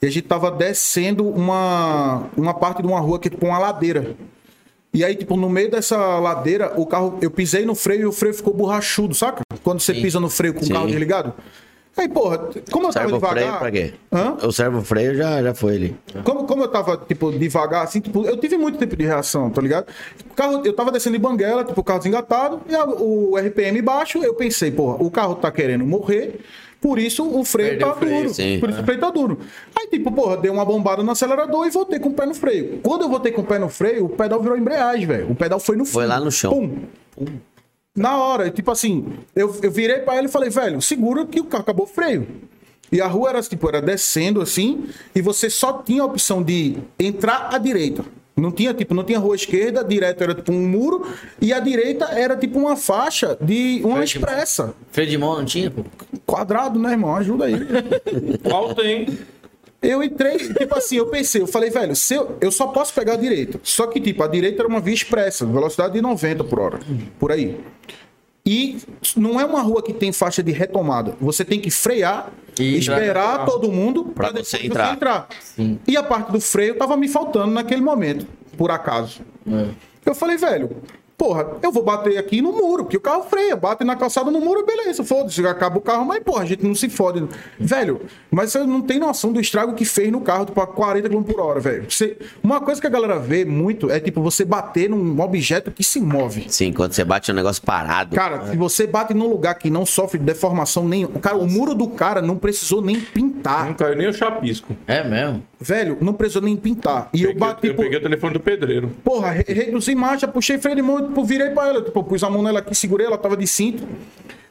E a gente tava descendo uma, uma parte de uma rua que é tipo uma ladeira. E aí, tipo, no meio dessa ladeira, o carro. Eu pisei no freio e o freio ficou borrachudo, saca? Quando você pisa no freio com o carro desligado. Aí, porra, como eu tava
Servo freio
devagar.
pra quê?
Hã?
O servo freio já, já foi ali.
Como, como eu tava, tipo, devagar, assim, tipo, eu tive muito tempo de reação, tá ligado? O carro, eu tava descendo de banguela, tipo, o carro desengatado, e a- o RPM baixo, eu pensei, porra, o carro tá querendo morrer, por isso o freio
Perdeu
tá
o freio,
duro.
sim.
por isso o freio tá duro. Aí, tipo, porra, dei uma bombada no acelerador e voltei com o pé no freio. Quando eu voltei com o pé no freio, o pedal virou embreagem, velho. O pedal foi no fundo.
lá no chão.
Pum. Na hora, tipo assim, eu, eu virei pra ele e falei, velho, segura que o carro acabou o freio. E a rua era, tipo, era descendo assim, e você só tinha a opção de entrar à direita. Não tinha, tipo, não tinha rua esquerda, direto era tipo um muro, e a direita era tipo uma faixa de uma expressa.
Freio de mão não tinha, pô.
Quadrado, né, irmão? Ajuda aí.
Qual tem?
Eu entrei, tipo assim, eu pensei, eu falei, velho, se eu, eu só posso pegar a direita. Só que, tipo, a direita era uma via expressa, velocidade de 90 por hora, por aí. E não é uma rua que tem faixa de retomada. Você tem que frear,
E
esperar todo mundo pra
você
depois
entrar.
E a parte do freio tava me faltando naquele momento, por acaso. Eu falei, velho, porra, eu vou bater aqui no muro, porque o carro freia, bate na calçada no muro, beleza, foda-se, acaba o carro, mas porra, a gente não se fode. Velho, mas você não tem noção do estrago que fez no carro, tipo, a 40 km por hora, velho. Você- Uma coisa que a galera vê muito é, tipo, você bater num objeto que se move.
Sim, quando você bate um negócio parado.
Cara, se você bate num lugar que não sofre deformação nenhuma, cara, o muro do cara não precisou nem pintar.
Não caiu nem o chapisco.
É mesmo.
Velho, não precisou nem pintar. E eu
Peguei-
bati,
eu
por.
peguei o telefone do pedreiro.
Porra, re- reduzi marcha, puxei freio de mão, tipo, virei pra ela, tipo, pus a mão nela aqui, segurei, ela tava de cinto.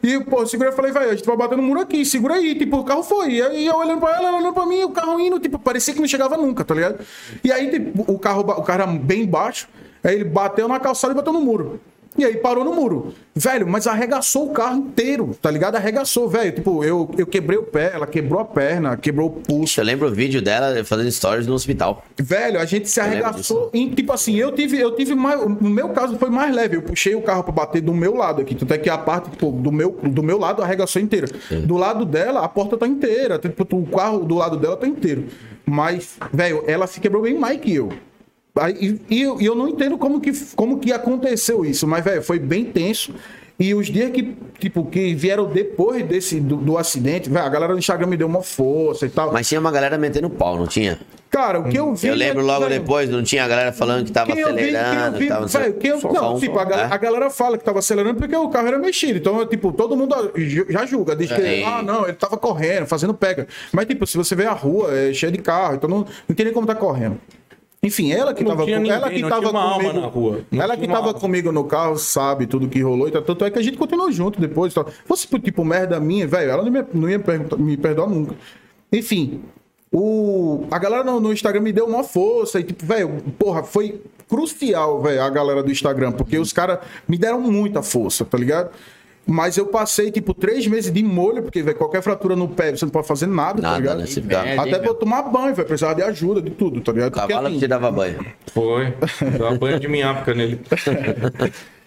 E, pô, eu segurei e falei, velho, a gente vai bater no muro aqui, segura aí. Tipo, o carro foi. E aí eu olhando pra ela, ela olhando pra mim, o carro indo, tipo, parecia que não chegava nunca, tá ligado? E aí, tipo, o carro, ba- o cara bem baixo, aí ele bateu na calçada e bateu no muro. E aí parou no muro. Velho, mas arregaçou o carro inteiro, tá ligado? Arregaçou, velho. Tipo, eu, eu quebrei o pé, ela quebrou a perna, quebrou o pulso.
Puxa, eu lembro o vídeo dela fazendo stories no hospital.
Velho, a gente se arregaçou em, tipo assim, eu tive, eu tive mais, no meu caso foi mais leve, eu puxei o carro pra bater do meu lado aqui, tanto é que a parte tipo, do meu do meu lado arregaçou inteira. Do lado dela, a porta tá inteira, tipo, o carro do lado dela tá inteiro. Mas, velho, ela se quebrou bem mais que eu. Aí, e, e eu, e eu não entendo como que, como que aconteceu isso, mas, velho, foi bem tenso. E os dias que, tipo, que vieram depois desse, do, do acidente, velho, a galera no Instagram me deu uma força e tal.
Mas tinha uma galera metendo pau, não tinha?
cara, o que eu vi...
Eu lembro logo
velho,
depois, não tinha a galera falando que tava
quem eu vi,
acelerando,
quem eu
tava
vi,
sei-
velho, quem eu-
só
não,
um,
tipo,
só-
a, gal-
é?
a galera fala que tava acelerando porque o carro era mexido. Então, é, tipo, todo mundo ah, ju- já julga. Diz que,
Sim.
ah, não, ele tava correndo, fazendo pega. Mas, tipo, se você vê a rua, é cheia de carro, então não, não tem nem como tá correndo. Enfim, ela que
Não
tava,
tinha
com- ela
ninguém,
que
não
tava
tinha uma alma
comigo
na rua. Não
Ela
tinha
que
uma
tava
alma.
comigo no carro, sabe tudo que rolou e tal. Tanto é que a gente continuou junto depois. e Tal. Fosse pro tipo merda minha, velho, ela não, me, não ia perguntar- me perdoar nunca. Enfim, o, a galera no, no Instagram me deu uma força e tipo, velho, porra, foi crucial, velho, a galera do Instagram, porque os caras me deram muita força, tá ligado? Mas eu passei, tipo, três meses de molho, porque, velho, qualquer fratura no pé, você não pode fazer nada, tá
Nada,
ligado?
né? Você fica-
É,
Até
hein,
pra eu tomar banho, velho, precisava de ajuda, de tudo, tá ligado?
O
Porque,
cavalo
assim,
que te dava banho.
Foi. Dá uma banha de minhaca nele.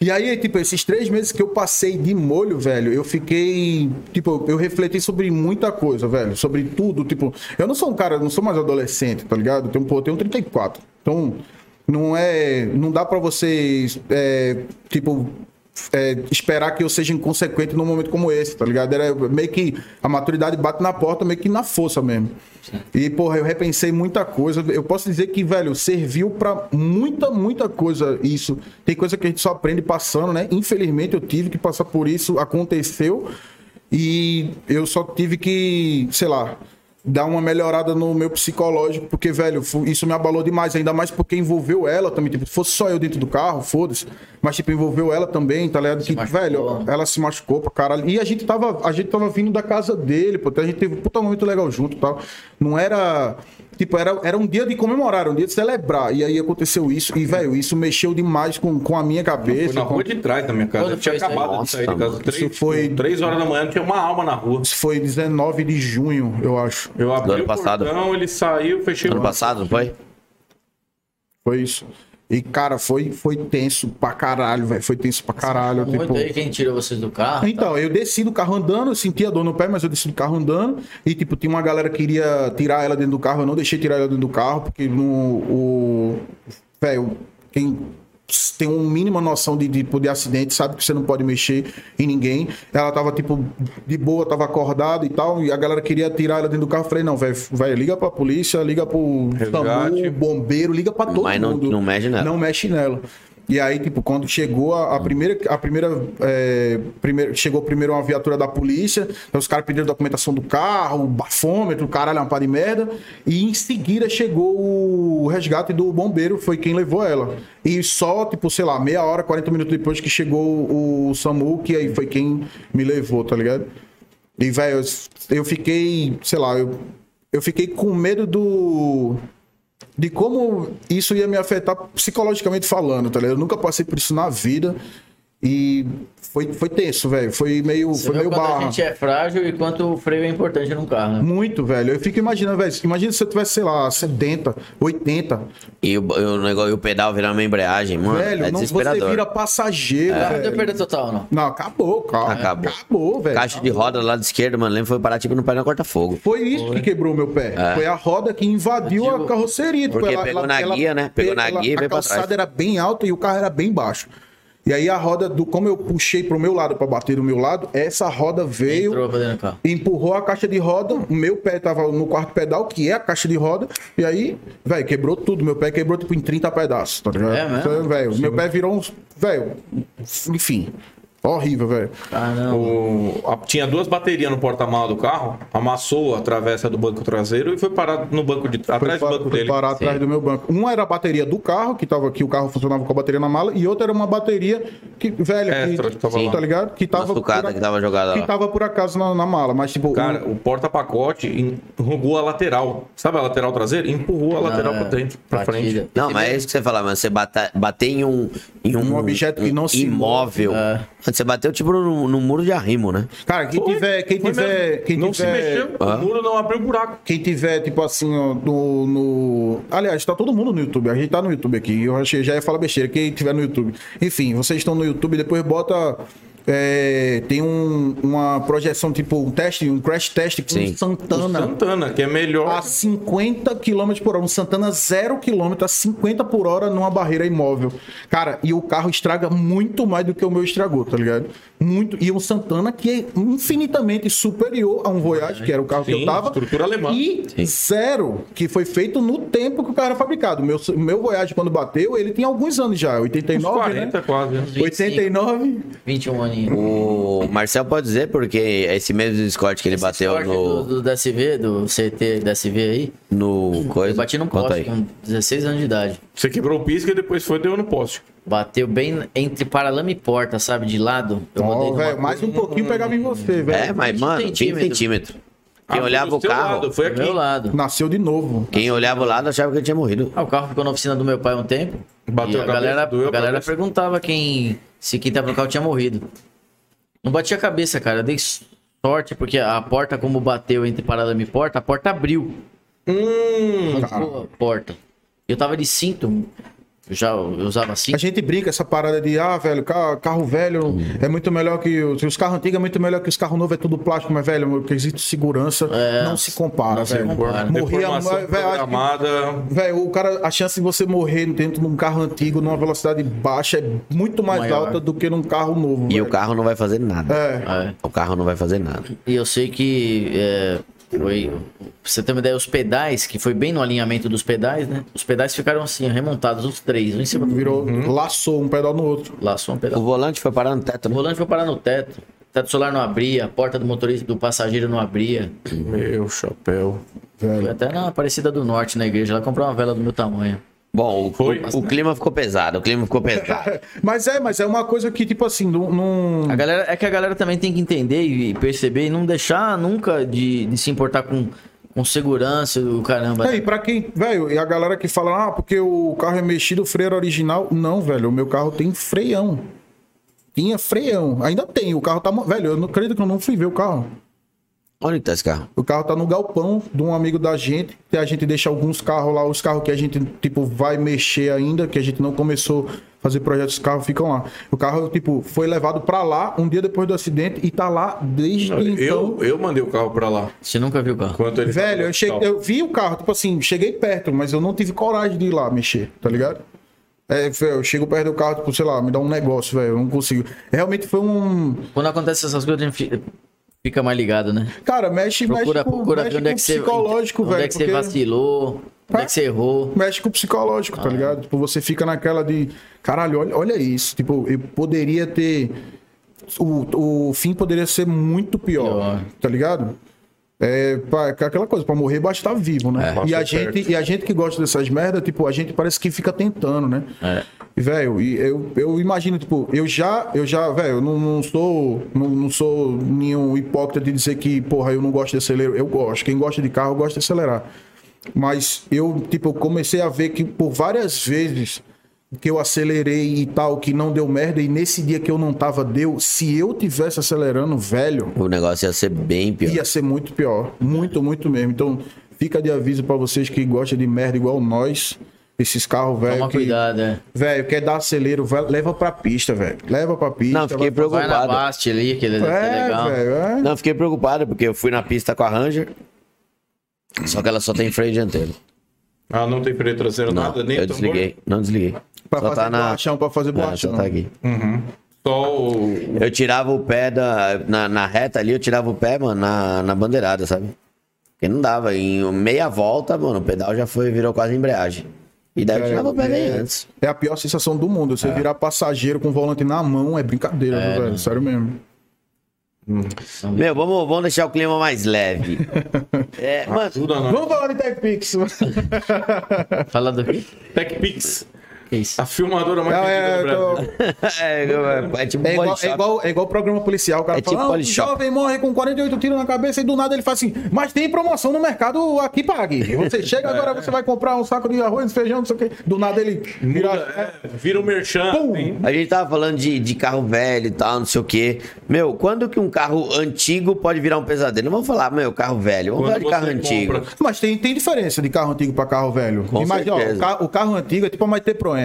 E aí, tipo, esses três meses que eu passei de molho, velho, eu fiquei. Tipo, eu refleti sobre muita coisa, velho. Sobre tudo. Tipo, eu não sou um cara, eu não sou mais adolescente, tá ligado? Eu tenho, pô, eu tenho 34. Então, não é. Não dá pra vocês. é, tipo. é, esperar que eu seja inconsequente num momento como esse, tá ligado? Era meio que a maturidade bate na porta, meio que na força mesmo. E, porra, eu repensei muita coisa. Eu posso dizer que, velho, serviu pra muita, muita coisa isso. Tem coisa que a gente só aprende passando, né? Infelizmente, eu tive que passar por isso, aconteceu. E eu só tive que, sei lá, dar uma melhorada no meu psicológico, porque, velho, fu- isso me abalou demais, ainda mais porque envolveu ela também. Tipo, fosse só eu dentro do carro, foda-se. Mas, tipo, envolveu ela também, tá ligado? Que,
machucou.
velho, ela se machucou pra caralho. E a gente tava, a gente tava vindo da casa dele, pô. então A gente teve um puta momento legal junto e tal. Não era. Tipo, era, era um dia de comemorar, era um dia de celebrar. E aí aconteceu isso. E, velho, isso mexeu demais com, com a minha
Foi
cabeça.
na
com-
rua de trás da minha casa.
Quando
Eu tinha
foi isso aí?
acabado de
Nossa,
sair de casa.
mano.
Três,
Isso foi-
três horas da manhã, não tinha uma alma na rua.
Isso foi 19 de junho, eu acho.
Eu abri
Do ano
o
passado.
portão, ele saiu, fechei
Ano
o
passado, não foi?
Foi isso. E, cara, foi, foi tenso pra caralho, velho. Foi tenso pra caralho.
Muito
Tipo...
aí quem tirou vocês do carro.
Então, eu desci do carro andando, eu senti a dor no pé, mas eu desci do carro andando. E, tipo, tinha uma galera que queria tirar ela dentro do carro. Eu não deixei tirar ela dentro do carro, porque no. O. Velho, quem tem uma mínima noção de, tipo, de, de acidente, sabe que você não pode mexer em ninguém. Ela tava, tipo, de boa, tava acordada e tal, e a galera queria tirar ela dentro do carro. Eu falei, não, velho, vai, liga pra polícia, liga pro
Resgate.
SAMU, bombeiro, liga pra todo
Mas não-
mundo.
não mexe nela.
Não mexe nela. E aí, tipo, quando chegou a, a primeira. A primeira, é, primeiro, chegou primeiro uma viatura da polícia, aí os caras pediram documentação do carro, bafômetro, caralho, uma pá de merda. E em seguida chegou o resgate do bombeiro, foi quem levou ela. E só, tipo, sei lá, meia hora, 40 minutos depois que chegou o SAMU, que aí foi quem me levou, tá ligado? E, velho, eu- eu fiquei, sei lá, eu, eu fiquei com medo do. de como isso ia me afetar psicologicamente falando, tá ligado? Eu nunca passei por isso na vida. E foi, foi tenso, velho. Foi meio,
Você
foi
vê
meio
quanto a
barra.
gente é frágil e quanto o freio é importante num carro, né?
Muito, velho. Eu fico imaginando, velho. Imagina se eu tivesse, sei lá, 70, 80.
E o, e o negócio, e o pedal virar uma embreagem, mano.
velho,
é
não, você
desesperador. É.
vira passageiro,
O carro Ah, não
velho.
deu perda total, não.
Não, acabou, cara.
Acabou.
Acabou, velho.
Caixa de roda do lado esquerdo, mano. Lembra foi parar tipo no pé na corta-fogo.
Foi isso que quebrou meu pé. Foi a roda que invadiu a carroceria.
Ah.
Tipo,
Porque pegou na guia, né? Pegou na guia e veio
A
pra
calçada
trás.
era bem alta e o carro era bem baixo. E aí a roda, do como eu puxei pro meu lado pra bater do meu lado, essa roda veio,
Entrou pra dentro do carro.
empurrou a caixa de roda, o meu pé tava no quarto pedal, que é a caixa de roda, e aí, velho, quebrou tudo. Meu pé quebrou tipo em 30 pedaços, tá ligado?
É mesmo?
Então, velho, meu pé virou uns. Velho, enfim. Horrível, velho.
Caramba.
O- a- tinha duas baterias no porta-malas do carro, amassou a travessa do banco traseiro e foi parar no banco de
Foi
atrás
pa-
do banco
foi
dele.
parar atrás do meu banco. Uma era a bateria do carro, que tava que o carro funcionava com a bateria na mala, e outra era uma bateria que, velho,
Extra,
que,
que tava lá.
tá ligado? Que tava,
Uma sucata
por,
que tava jogada
que
lá.
tava por acaso na, na mala, mas tipo,
Cara,
um-
o porta-pacote enrugou a lateral. Sabe a lateral traseira? Empurrou a lateral
Ah,
é,
pra dentro, pra
batida.
frente.
Não, mas é isso que você fala, mano. Você bata- bater em um, em um,
Um objeto que não se
imóvel.
move.
Você bateu tipo no, no muro de arrimo, né?
um, cara, quem
Foi,
tiver, quem
foi
tiver,
mesmo.
quem
não
tiver,
se mexeu, o muro não abriu buraco.
quem tiver tipo assim, ó, no, no- aliás, tá todo mundo no YouTube. A gente tá no YouTube aqui. Eu achei já ia falar besteira quem tiver no YouTube. Enfim, vocês estão no YouTube, depois bota é, tem um- uma projeção, tipo um teste, um crash test com
Sim.
Santana.
Santana, que é melhor.
a 50 km por hora. Um Santana 0 km a 50 por hora numa barreira imóvel. Cara, e o carro estraga muito mais do que o meu estragou, tá ligado? Muito. E um Santana que é infinitamente superior a um Voyage, que era o carro que
Sim,
eu tava.
estrutura alemã.
E zero, que foi feito no tempo que o carro era fabricado. Meu, meu Voyage, quando bateu, ele tem alguns anos já.
uns
89,
40
né?
quase. né?
89.
21 aninhos.
O Marcel pode dizer, porque é esse mesmo Scott que ele bateu
Sorte
no,
do, do DSV, do CT DSV aí.
no coisa.
Eu bati num
Conta
poste
aí.
com 16 anos de idade.
Você quebrou o pisca e depois foi e deu no poste.
Bateu bem entre paralama e porta, sabe? De lado. Eu rodei
Ó,
numa
velho, mais um pouquinho pegava em você,
É,
velho.
mas, mano, 20
centímetros.
centímetros. Quem
Ah,
olhava
do
o
seu
carro,
lado, foi
do
aqui.
meu lado.
Nasceu de novo.
quem olhava o lado achava que ele tinha morrido.
Ah, o carro ficou na oficina do meu pai um tempo.
Bateu
e
a
a
cabeça,
galera,
doeu a
a galera
cabeça.
perguntava quem se quem tava no carro tinha morrido. Não bati a cabeça, cara. Eu dei sorte, porque a porta, como bateu entre paralama e porta, a porta abriu. Hum, a porta. Eu tava de cinto. Eu já eu usava
A
cinto.
gente brinca essa parada de, ah, velho, ca- carro, velho é muito melhor que os, os carros antigos, é muito melhor que os carros novos, é tudo plástico, mas, velho, o quesito de segurança não se compara, velho. Morria,
Deformação
mas, velho, acho que-
programada.
velho, o cara, a chance de você morrer dentro de um carro antigo, numa velocidade baixa, é muito mais
Maior.
alta do que num carro novo.
E
velho.
o carro não vai fazer nada.
É.
É.
O carro não vai fazer nada.
E eu sei que. É, foi, pra você ter uma ideia, os pedais, que foi bem no alinhamento dos pedais, né? Os pedais ficaram assim, remontados, os três, um em cima do
Virou, laçou um pedal no outro.
lá, só um pedal.
O volante foi parar no teto,
O
né?
volante foi parar no teto. O teto solar não abria, a porta do motorista do passageiro não abria.
Meu chapéu.
Fui até na Aparecida do Norte, na igreja, lá comprar uma vela do meu tamanho.
Bom, o,
Foi.
o clima ficou pesado, o clima ficou pesado.
Mas é, mas é uma coisa que, tipo assim, num. num-
A galera, é que a galera também tem que entender e perceber e não deixar nunca de, de se importar com, com segurança, o caramba.
É, e pra quem, velho, e a galera que fala, ah, porque o carro é mexido, o freio era original. Não, velho, o meu carro tem freião. Tinha freião. Ainda tem, o carro tá. mo- Velho, eu não acredito que eu não fui ver o carro.
Onde que tá esse carro?
O carro tá no galpão de um amigo da gente. que a gente deixa alguns carros lá, os carros que a gente, tipo, vai mexer ainda, que a gente não começou a fazer projetos, os carros ficam lá. O carro, tipo, foi levado pra lá um dia depois do acidente e tá lá desde então.
Eu, eu mandei o carro pra lá.
Você nunca viu o carro.
Enquanto ele
Velho, eu, cheguei, eu vi o carro, tipo assim, cheguei perto, mas eu não tive coragem de ir lá mexer, tá ligado? É, foi, eu chego perto do carro, tipo, sei lá, me dá um negócio, velho, eu não consigo. Realmente foi um.
Quando acontece essas coisas, a gente fi- fica mais ligado, né?
Cara, mexe,
Procura,
mexe com,
procura ver
mexe
onde
com
é
o
que você.
psicológico,
onde
velho.
é que você
porque
vacilou, onde é que você errou.
Mexe com o psicológico, tá ligado? Tipo, você fica naquela de. Caralho, olha, olha isso. Tipo, eu poderia ter. O, o fim poderia ser muito pior,
Pior.
tá ligado? É, pra- aquela coisa, pra morrer basta estar vivo,
É.
né? E, a gente, e a gente que gosta dessas merdas, tipo, a gente parece que fica tentando, né?
É.
E, velho, e eu, eu imagino, tipo, eu já, eu já, velho, eu não, não sou, não, não sou nenhum hipócrita de dizer que, porra, eu não gosto de acelerar. Eu gosto. Quem gosta de carro gosta de acelerar. Mas eu, tipo, eu comecei a ver que por várias vezes que eu acelerei e tal, que não deu merda, e nesse dia que eu não tava, deu. Se eu tivesse acelerando, velho,
O negócio ia ser bem pior.
ia ser muito pior. Muito, muito mesmo. Então, fica de aviso pra vocês que gostam de merda igual nós. Esses carros, velho.
Toma
que-
cuidado, é.
Velho, quer dar acelero, vai- leva pra pista, velho. Leva pra pista.
Não, fiquei
vai-
Vai na
preocupado. tá
Bast ali, que ele é
É,
legal.
velho. é.
Não, fiquei preocupado, porque eu fui na pista com a Ranger. Só que ela só tem freio dianteiro.
Ah, não tem freio traseiro,
Não,
nada, nem
eu
tambor?
desliguei. Não desliguei.
Pra
só
fazer
tá na.
borrachão, pra fazer
É,
borrachão.
só tá aqui.
Só o.
Eu tirava o pé da, na, na reta ali, eu tirava o pé, mano, na, na bandeirada, sabe? Porque não dava. Em meia volta, mano, o pedal já foi, virou quase embreagem. E daí eu tirava o pé bem antes.
É a pior sensação do mundo.
É.
Você virar passageiro com o volante na mão é brincadeira, viu, velho.
né?
Sério mesmo.
Meu, vamos, vamos deixar o clima mais leve. É, mano,
Ajuda nós.
Vamos falar de TechPix.
Fala do que?
TechPix,
isso?
a filmadora mais
Não,
vendida
é,
do Brasil.
é,
tô-
é, é tipo
é,
um
igual,
body
é,
shop.
igual, é igual programa policial. O cara
É
fala,
tipo
"Ah, um
body shop."
jovem morre com 48 tiros na cabeça e do nada ele faz assim, mas tem promoção no mercado aqui, pague. Você chega agora, você vai comprar um saco de arroz, feijão, não sei o quê. Do nada ele vira...
Muda, é, vira o merchan.
Pum!
assim.
A gente tava falando de, de carro velho e tal, não sei o quê. Meu, quando que um carro antigo pode virar um pesadelo? Não vamos falar, meu, carro velho. Vamos falar
Quando
de
você
carro antigo.
compra.
Mas tem, tem diferença de carro antigo pra carro velho.
Com
Imagina, ó, o,
certeza.
ca- o carro antigo é tipo a Maite Proença.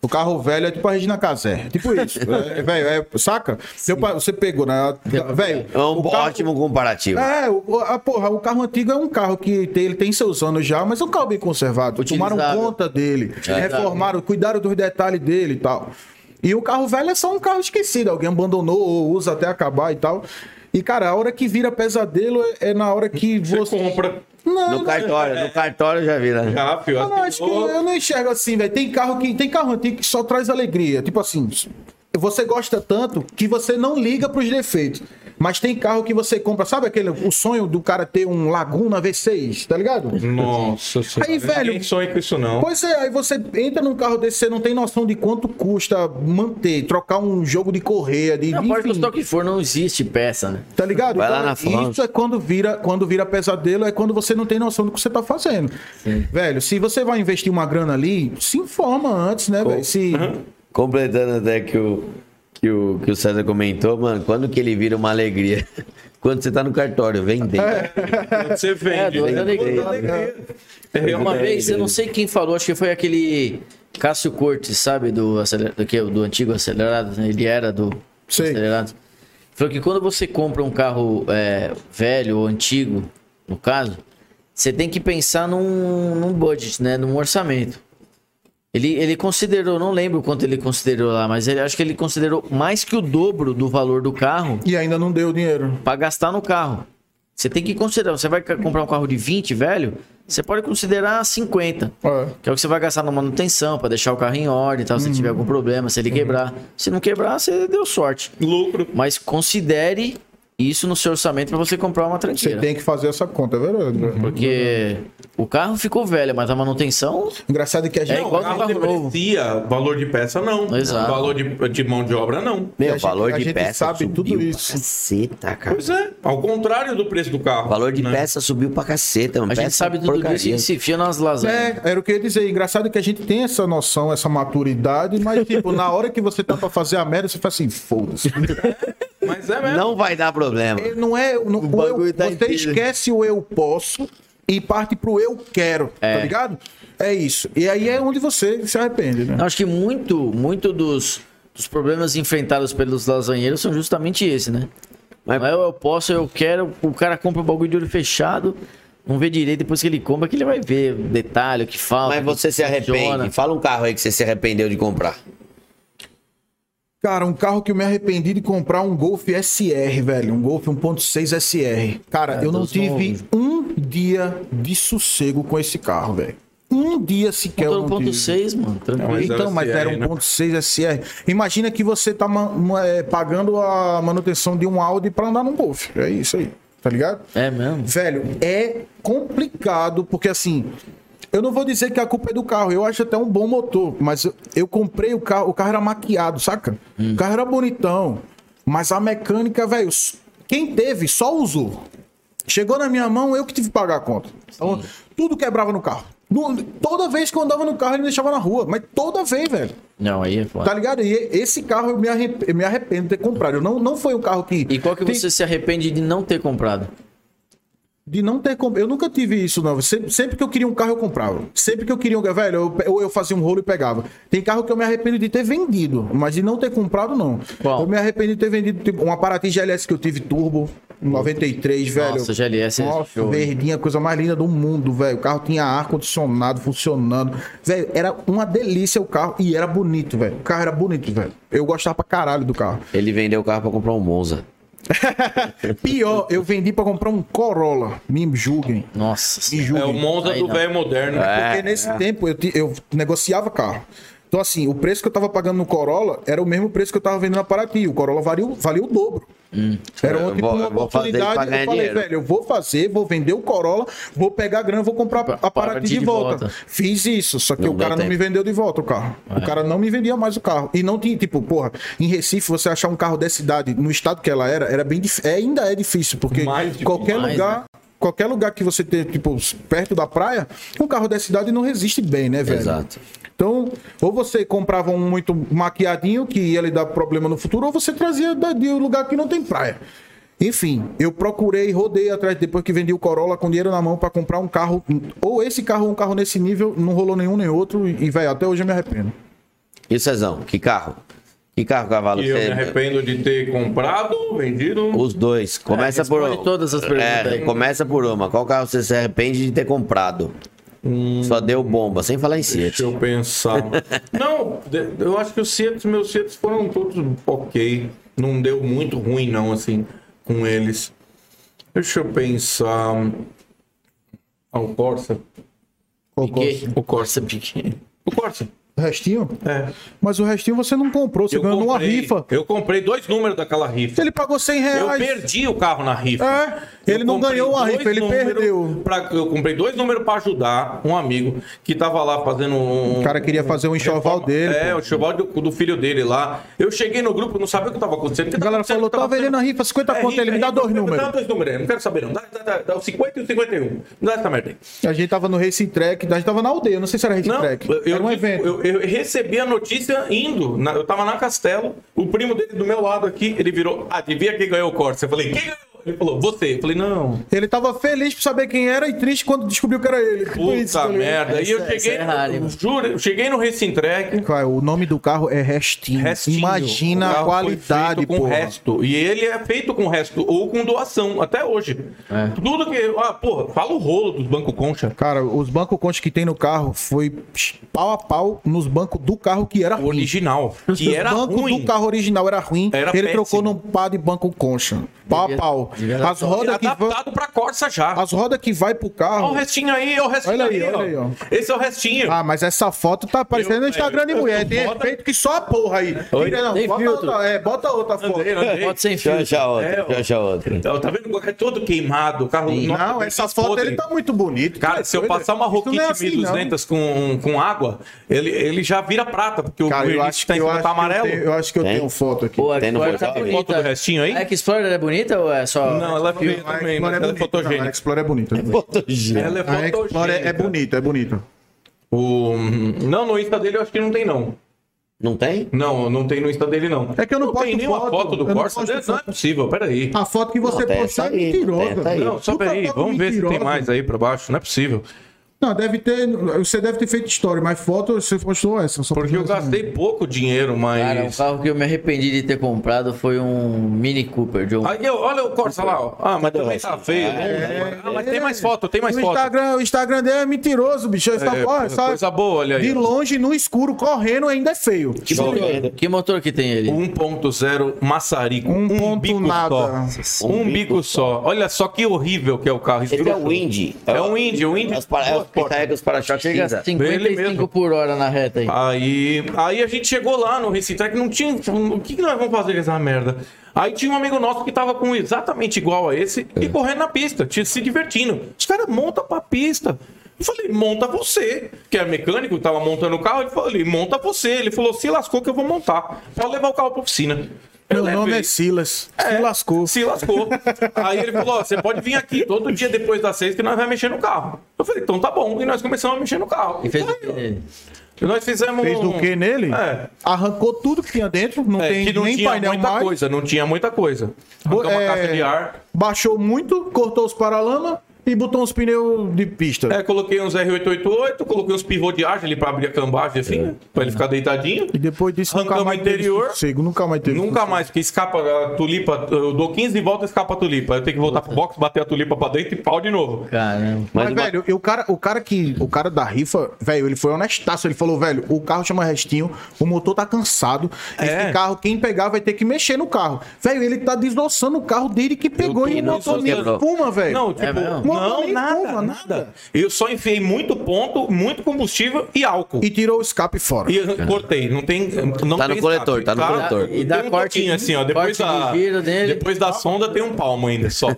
O carro velho é tipo a Regina Casé. Tipo isso. É, velho, é- saca? Seu pa- você pegou, né? Velho.
É um
o
bo-
carro-
ótimo comparativo.
É, o- a, porra, o carro antigo é um carro que tem- ele tem seus anos já, mas é um carro bem conservado. Tomaram
Utilizável.
conta dele, reformaram, cuidaram dos detalhes dele e tal. E o carro velho é só um carro esquecido, alguém abandonou ou usa até acabar e tal. E, cara, a hora que vira pesadelo é- é na hora que
Você
você.
compra.
Não, é.
No cartório, no cartório já né? vira.
Ah, fio,
eu não, acho que
assinou.
eu não enxergo assim, velho. Tem carro que tem carro antigo que só traz alegria. Tipo assim, você gosta tanto que você não liga pros defeitos. Mas tem carro que você compra, sabe aquele o sonho do cara ter um Laguna V6, tá ligado?
Nossa senhora.
Aí, velho-
Ninguém sonha com isso, não.
Pois é, aí você entra num carro desse, você não tem noção de quanto custa manter, trocar um jogo de correia, de
Não, pode
enfim,
custar o que for, não existe peça, né?
Tá ligado?
Vai lá na França.
isso é quando vira, quando vira pesadelo, é quando você não tem noção do que você tá fazendo. Velho, se você vai investir uma grana ali, se informa antes, né, velho? Se
Uhum.
Completando até que o, que, o, que o César comentou, mano, quando que ele vira uma alegria? Quando você tá no cartório, vendendo.
Você
É,
vende.
do-
né?
da alegria.
É
Uma
uma-
vez, eu não sei quem falou, acho que foi aquele Cássio Cortes, sabe? Do, aceler... do, que? do antigo acelerado, né? ele era do
Sei.
acelerado. Falou que quando você compra um carro é, velho ou antigo, no caso, você tem que pensar num, num budget, né? Num orçamento. Ele, ele considerou, não lembro quanto ele considerou lá, mas ele acho que ele considerou mais que o dobro do valor do carro
E ainda não deu dinheiro.
para gastar no carro. Você tem que considerar, você vai ca- comprar um carro de 20, velho, você pode considerar 50.
É.
Que é o que você vai gastar na manutenção, para deixar o carro em ordem, e tal, se
Uhum.
tiver algum problema, se ele quebrar. Se não quebrar, você deu sorte.
Lucro.
Mas considere isso no seu orçamento para você comprar uma
Você
tranqueira.
tem que fazer essa conta, é verdade. velho.
Uhum. Porque o carro ficou velho, mas a manutenção
Engraçado que a gente.
É igual-
O carro
carro novo.
deprecia, valor de peça não.
Exato.
Valor de, de mão de obra não.
Meu,
A gente-
valor
a
de
gente
peça
sabe
subiu
tudo
pra
isso.
caceta, cara.
Pois é, ao contrário do preço do carro.
O valor de
né?
peça subiu pra caceta.
é. a gente sabe tudo disso e se enfia nas lasanhas.
É, era o que eu ia dizer. Engraçado que a gente tem essa noção, essa maturidade, mas, tipo, na hora que você tá pra fazer a merda, você faz assim, foda-se.
Mas é mesmo.
Não vai dar problema.
Não é. Não, o eu-
bagulho tá
você
inteiro.
esquece o eu posso e parte pro eu quero, tá ligado? É isso. E aí é onde você se arrepende, né?
Eu acho que muito, muito dos, dos problemas enfrentados pelos lasanheiros são é, justamente esse, né? Mas eu, eu posso, eu quero, o cara compra o bagulho de olho fechado, Não vê direito depois que ele compra, que ele vai ver o detalhe, o que falta.
Mas
o que
você se arrepende.
funciona.
Fala um carro aí que você se arrependeu de comprar.
Cara, um carro que eu me arrependi de comprar um Golf SR, velho. Um Golf 1.6 SR. Cara, eu não
dos
tive
novos.
um dia de sossego com esse carro, velho. Um dia sequer. eu
Motor
não tive.
1.6, mano. Tranquilo.
É, Mas era
Então, mas era
SR, né?
1.6 SR. Imagina que você tá ma- ma- eh, pagando a manutenção de um Audi pra andar num Golf. É isso aí, tá ligado?
É mesmo.
Velho, é complicado, porque assim, eu não vou dizer que a culpa é do carro, eu acho até um bom motor, mas eu, eu comprei o carro, o carro era maquiado, saca?
Hum.
O carro era bonitão, mas a mecânica, velho, s- quem teve só usou. Chegou na minha mão, eu que tive que pagar a conta. Então, tudo quebrava no carro. No- toda vez que eu andava no carro, ele me deixava na rua, mas toda vez, velho.
Não, aí é
Tá
foda.
ligado? E esse carro eu me arrependo, eu me arrependo de ter comprado. Eu não, não foi um carro que.
E qual que
tem-
você se arrepende de não ter comprado?
De não ter comprado. Eu nunca tive isso, não. Sempre, sempre que eu queria um carro, eu comprava. Sempre que eu queria um. Velho, eu, pe- ou eu fazia um rolo e pegava. Tem carro que eu me arrependo de ter vendido, mas de não ter comprado, não.
Qual?
Eu me arrependo de ter vendido tipo, uma Paraty GLS que eu tive turbo, um 93, velho.
Nossa, GLS é
Nossa,
show, hein?
verdinha, coisa mais linda do mundo, velho. O carro tinha ar-condicionado funcionando. Velho, era uma delícia o carro e era bonito, velho. O carro era bonito, velho. Eu gostava pra caralho do carro.
Ele vendeu o carro pra comprar um Monza.
Pior, eu vendi pra comprar um Corolla. Me julguem.
Nossa.
Me julguem.
É o Monza
Aí
do
não. É,
velho moderno.
É,
Porque nesse tempo eu, ti- eu negociava carro. Então, assim, o preço que eu tava pagando no Corolla era o mesmo preço que eu tava vendendo na Paraty. O Corolla valia, valia o dobro. Era
Hum. Eu
uma, tipo,
vou-
uma
eu vou fazer ele
oportunidade.
pra
Eu
ganhar
falei,
dinheiro.
velho, eu vou fazer, vou vender o Corolla, vou pegar a grana, vou comprar
Pa-
a Paraty de, volta. Fiz isso, só que
Não
o cara
deu
não me
tempo. É.
vendeu de volta o carro. O cara não me vendia mais o carro. E não tinha, tipo, porra, em Recife, você achar um carro dessa idade, no estado que ela era, era bem dif- é, Ainda é difícil, porque qualquer
Mais,
lugar qualquer lugar que você tenha, tipo, perto da praia, um carro dessa idade não resiste bem, né, velho?
Exato.
Então, ou você comprava um muito maquiadinho que ia lhe dar problema no futuro, ou você trazia da- de um lugar que não tem praia. Enfim, eu procurei, rodei atrás, depois que vendi o Corolla com dinheiro na mão pra comprar um carro, ou esse carro ou um carro nesse nível, não rolou nenhum nem outro, e, e, velho, até hoje eu me arrependo.
E o Cezão, que carro? Que carro, cavalo?
E eu me
Você-
arrependo de ter comprado, vendido.
Os dois. Começa por
É, responde todas as perguntas
É,
aí.
começa por uma. Qual carro você se arrepende de ter comprado? Só deu bomba, sem falar em
Hum. Deixa
Citroën.
eu pensar. não, de- eu acho que os Cetos, meus Cetos foram todos ok. Não deu muito ruim, não, assim, com eles. Deixa eu pensar. Ah, o Corsa.
Piquet.
O Corsa pequeno. O Corsa.
O restinho?
É.
Mas o restinho você não comprou, você ganhou numa rifa.
Eu comprei dois números daquela rifa.
Ele pagou 100 reais.
Eu perdi o carro na rifa.
É, ele não
comprei
ganhou a
dois
rifa, ele
números
perdeu.
pra- eu comprei dois números pra ajudar um amigo que tava lá fazendo um.
O cara queria fazer um enxoval dele.
É,
pô.
o enxoval do, do filho dele lá. Eu cheguei no grupo, não sabia o que tava acontecendo. porque
A galera
acontecendo,
falou,
tava
tá vendendo a rifa, 50
É, tá?
conto, ele me dá dois
me
números.
Dá dois números, não quero saber não. Dá, dá, dá, dá o 50 e o 51. Me dá essa merda aí.
A gente tava no Racing Track, a gente tava na aldeia, não sei se era Racing
Não,
Track.
eu,
era um evento.
eu, eu recebi a notícia indo. na- eu tava na Castelo, o primo dele do meu lado aqui, ele virou, adivinha quem ganhou o Corsa? Eu falei, quem ganhou? Ele falou, você. Eu falei, não.
Ele tava feliz por saber quem era e triste quando descobriu que era ele. Tipo
Puta
isso, tá ligado?
merda. E eu
Essa-
cheguei,
essa é rara,
eu
hein?
juro, eu cheguei no Racing Track.
Cara, o nome do carro é Restinho.
Restinho. O
Imagina a
carro
qualidade,
foi feito com
pô.
resto. E ele é feito com resto ou com doação, até hoje. Tudo que. Ah, porra, fala o rolo dos Banco Concha.
Cara, os bancos concha que tem no carro foi pau a pau nos bancos do carro que era
O
ruim.
original. Que era
o banco
ruim.
do carro original era ruim. ele
Era péssimo.
trocou num pá de banco concha. Pau a
Devia-
pau.
devia-
As rodas, que vão,
adaptado pra Corsa já.
as rodas que vai pro
Olha o
carro.
restinho aí, olha o restinho
Olha aí,
aí, ó.
olha aí, ó.
Esse é o restinho.
Ah, mas essa foto tá aparecendo
Eu-
no Instagram de
eu-
mulher.
eu-
Tem
bota-
respeito que só a porra aí. Tira, não,
tem
bota,
filtro.
outra, é, bota outra foto.
Andei, andei.
Pode sem
Deixa eu
filtro.
achar
É,
outro.
ó.
Deixa eu achar outro.
Então, tá vendo? O carro é todo queimado. O carro nossa,
não,
tá
essa
todo
foto
podre.
ele tá muito bonito.
Cara, se eu passar uma
Isso não é
roquete
assim,
1200 com, com água, ele, ele já vira prata, porque
não.
o
Cara, eu
verniz
acho,
tá em
eu
cima
acho
tá
que eu
amarelo.
tenho, eu acho que eu
É?
Tem?
tenho foto aqui.
Pô, a
Tem no
Explorer tá
Photoshop?
bonita.
Foto do restinho aí?
A Explorer é bonita ou é só...
Não, ela é feia
A
também,
Explorer
mas
é
ela é
bonita. não, a
fotogênica.
Explorer é bonita.
Fotogênica.
Ela é
A Explorer
fotogênica.
é bonita, é bonita.
O... Não, no Insta dele eu acho que não tem, não.
Não tem?
Não, não tem no Insta dele, não.
É que eu não
tem
posto
nenhuma
foto.
foto do
Eu não
Corsa.
posto
Não, é
foto.
possível, peraí.
A foto que você
Não, tem
postou é
essa aí, tem
mentirosa.
essa aí.
velho.
Não, só
Puta
peraí,
foto
vamos ver se tem
mentirosa.
mais aí pra baixo. Não é possível.
Não, deve ter. Você deve ter feito história, mas foto você postou essa. Só
Porque
postou
eu
essa
gastei pouco dinheiro,
Cara, um
mas.
carro que eu me arrependi de ter comprado foi um Mini Cooper de um.
Aí eu, olha o Corsa lá, ó. Ah, mas também tá feio.
é.
Ah, mas tem mais foto, tem mais
o
foto.
Instagram, o Instagram dele é mentiroso, bicho. Ele tá,
É,
porra, sabe?
coisa boa, olha aí.
De longe, no escuro, correndo, ainda é feio.
que, motor, que motor que tem ele?
1.0 maçarico.
Um
Um,
ponto
bico
nada.
só. Um, bico, só. Olha só que horrível que é o carro.
Esse é
esdrúxulo.
o Indy.
É um Indy, um Indy.
As para- É
Duas
o que carrega os para-choques
Chega
cinza.
a
Ele
55
mesmo. Ah.
por hora na reta aí.
Aí, aí a gente chegou lá no Recitrack, não tinha. O que, que nós vamos fazer com essa merda? Aí tinha um amigo nosso que tava com exatamente igual a esse e
É.
correndo na pista, te- se divertindo. Os caras montam pra pista. Eu falei, monta você, que é mecânico, tava montando o carro. Ele falou, monta você. Ele falou, se lascou que eu vou montar. Pode levar o carro pra oficina.
Meu
Eu
nome
levei.
é Silas. Se lascou.
Se lascou. Aí ele falou: ó, você pode vir aqui todo dia depois das seis que nós vamos mexer no carro. Eu falei, então tá bom. E nós começamos a mexer no carro.
E fez o
Aí,
quê?
Nós fizemos.
Fez
um-
o que nele?
É.
Arrancou tudo que tinha dentro, não
É,
tem
que não
nem
tinha
painel
muita
mais.
coisa, não tinha muita coisa.
Bo-
Botou uma
é,
caixa de ar.
Baixou muito, cortou os paralama e botou uns pneus de pista.
É, coloquei uns R888, coloquei uns pivô de ar ali pra abrir a cambagem, assim,
É.
né? pra ele ficar deitadinho.
E depois disso, nunca
Arrancamos
mais
o
teve
interior.
sossego, nunca mais teve
Nunca mais, porque escapa a tulipa, eu dou 15 e volta e escapa a tulipa. Eu tenho que voltar pro box, bater a tulipa pra dentro e pau de novo.
Caramba.
Mas, velho, e o cara, o cara que. O cara da rifa, velho, ele foi honestaço. Ele falou, velho, o carro chama restinho, o motor tá cansado. Esse
É.
carro, quem pegar vai ter que mexer no carro. Velho, ele tá desdoçando o carro desde que pegou e o
não
motor
só
nem
quebrou.
espuma, velho.
Não, tipo,
mesmo?
não,
Não, nem
nada,
curva, nada.
nada. Eu só enfiei muito ponto, muito combustível e álcool.
E tirou o escape fora.
E eu cortei, não tem. Não
Tá
tem
no coletor,
escape.
tá no coletor.
E dá um corte, assim, ó. Depois,
corte
da,
de giro nele.
depois da sonda tem um palmo ainda só.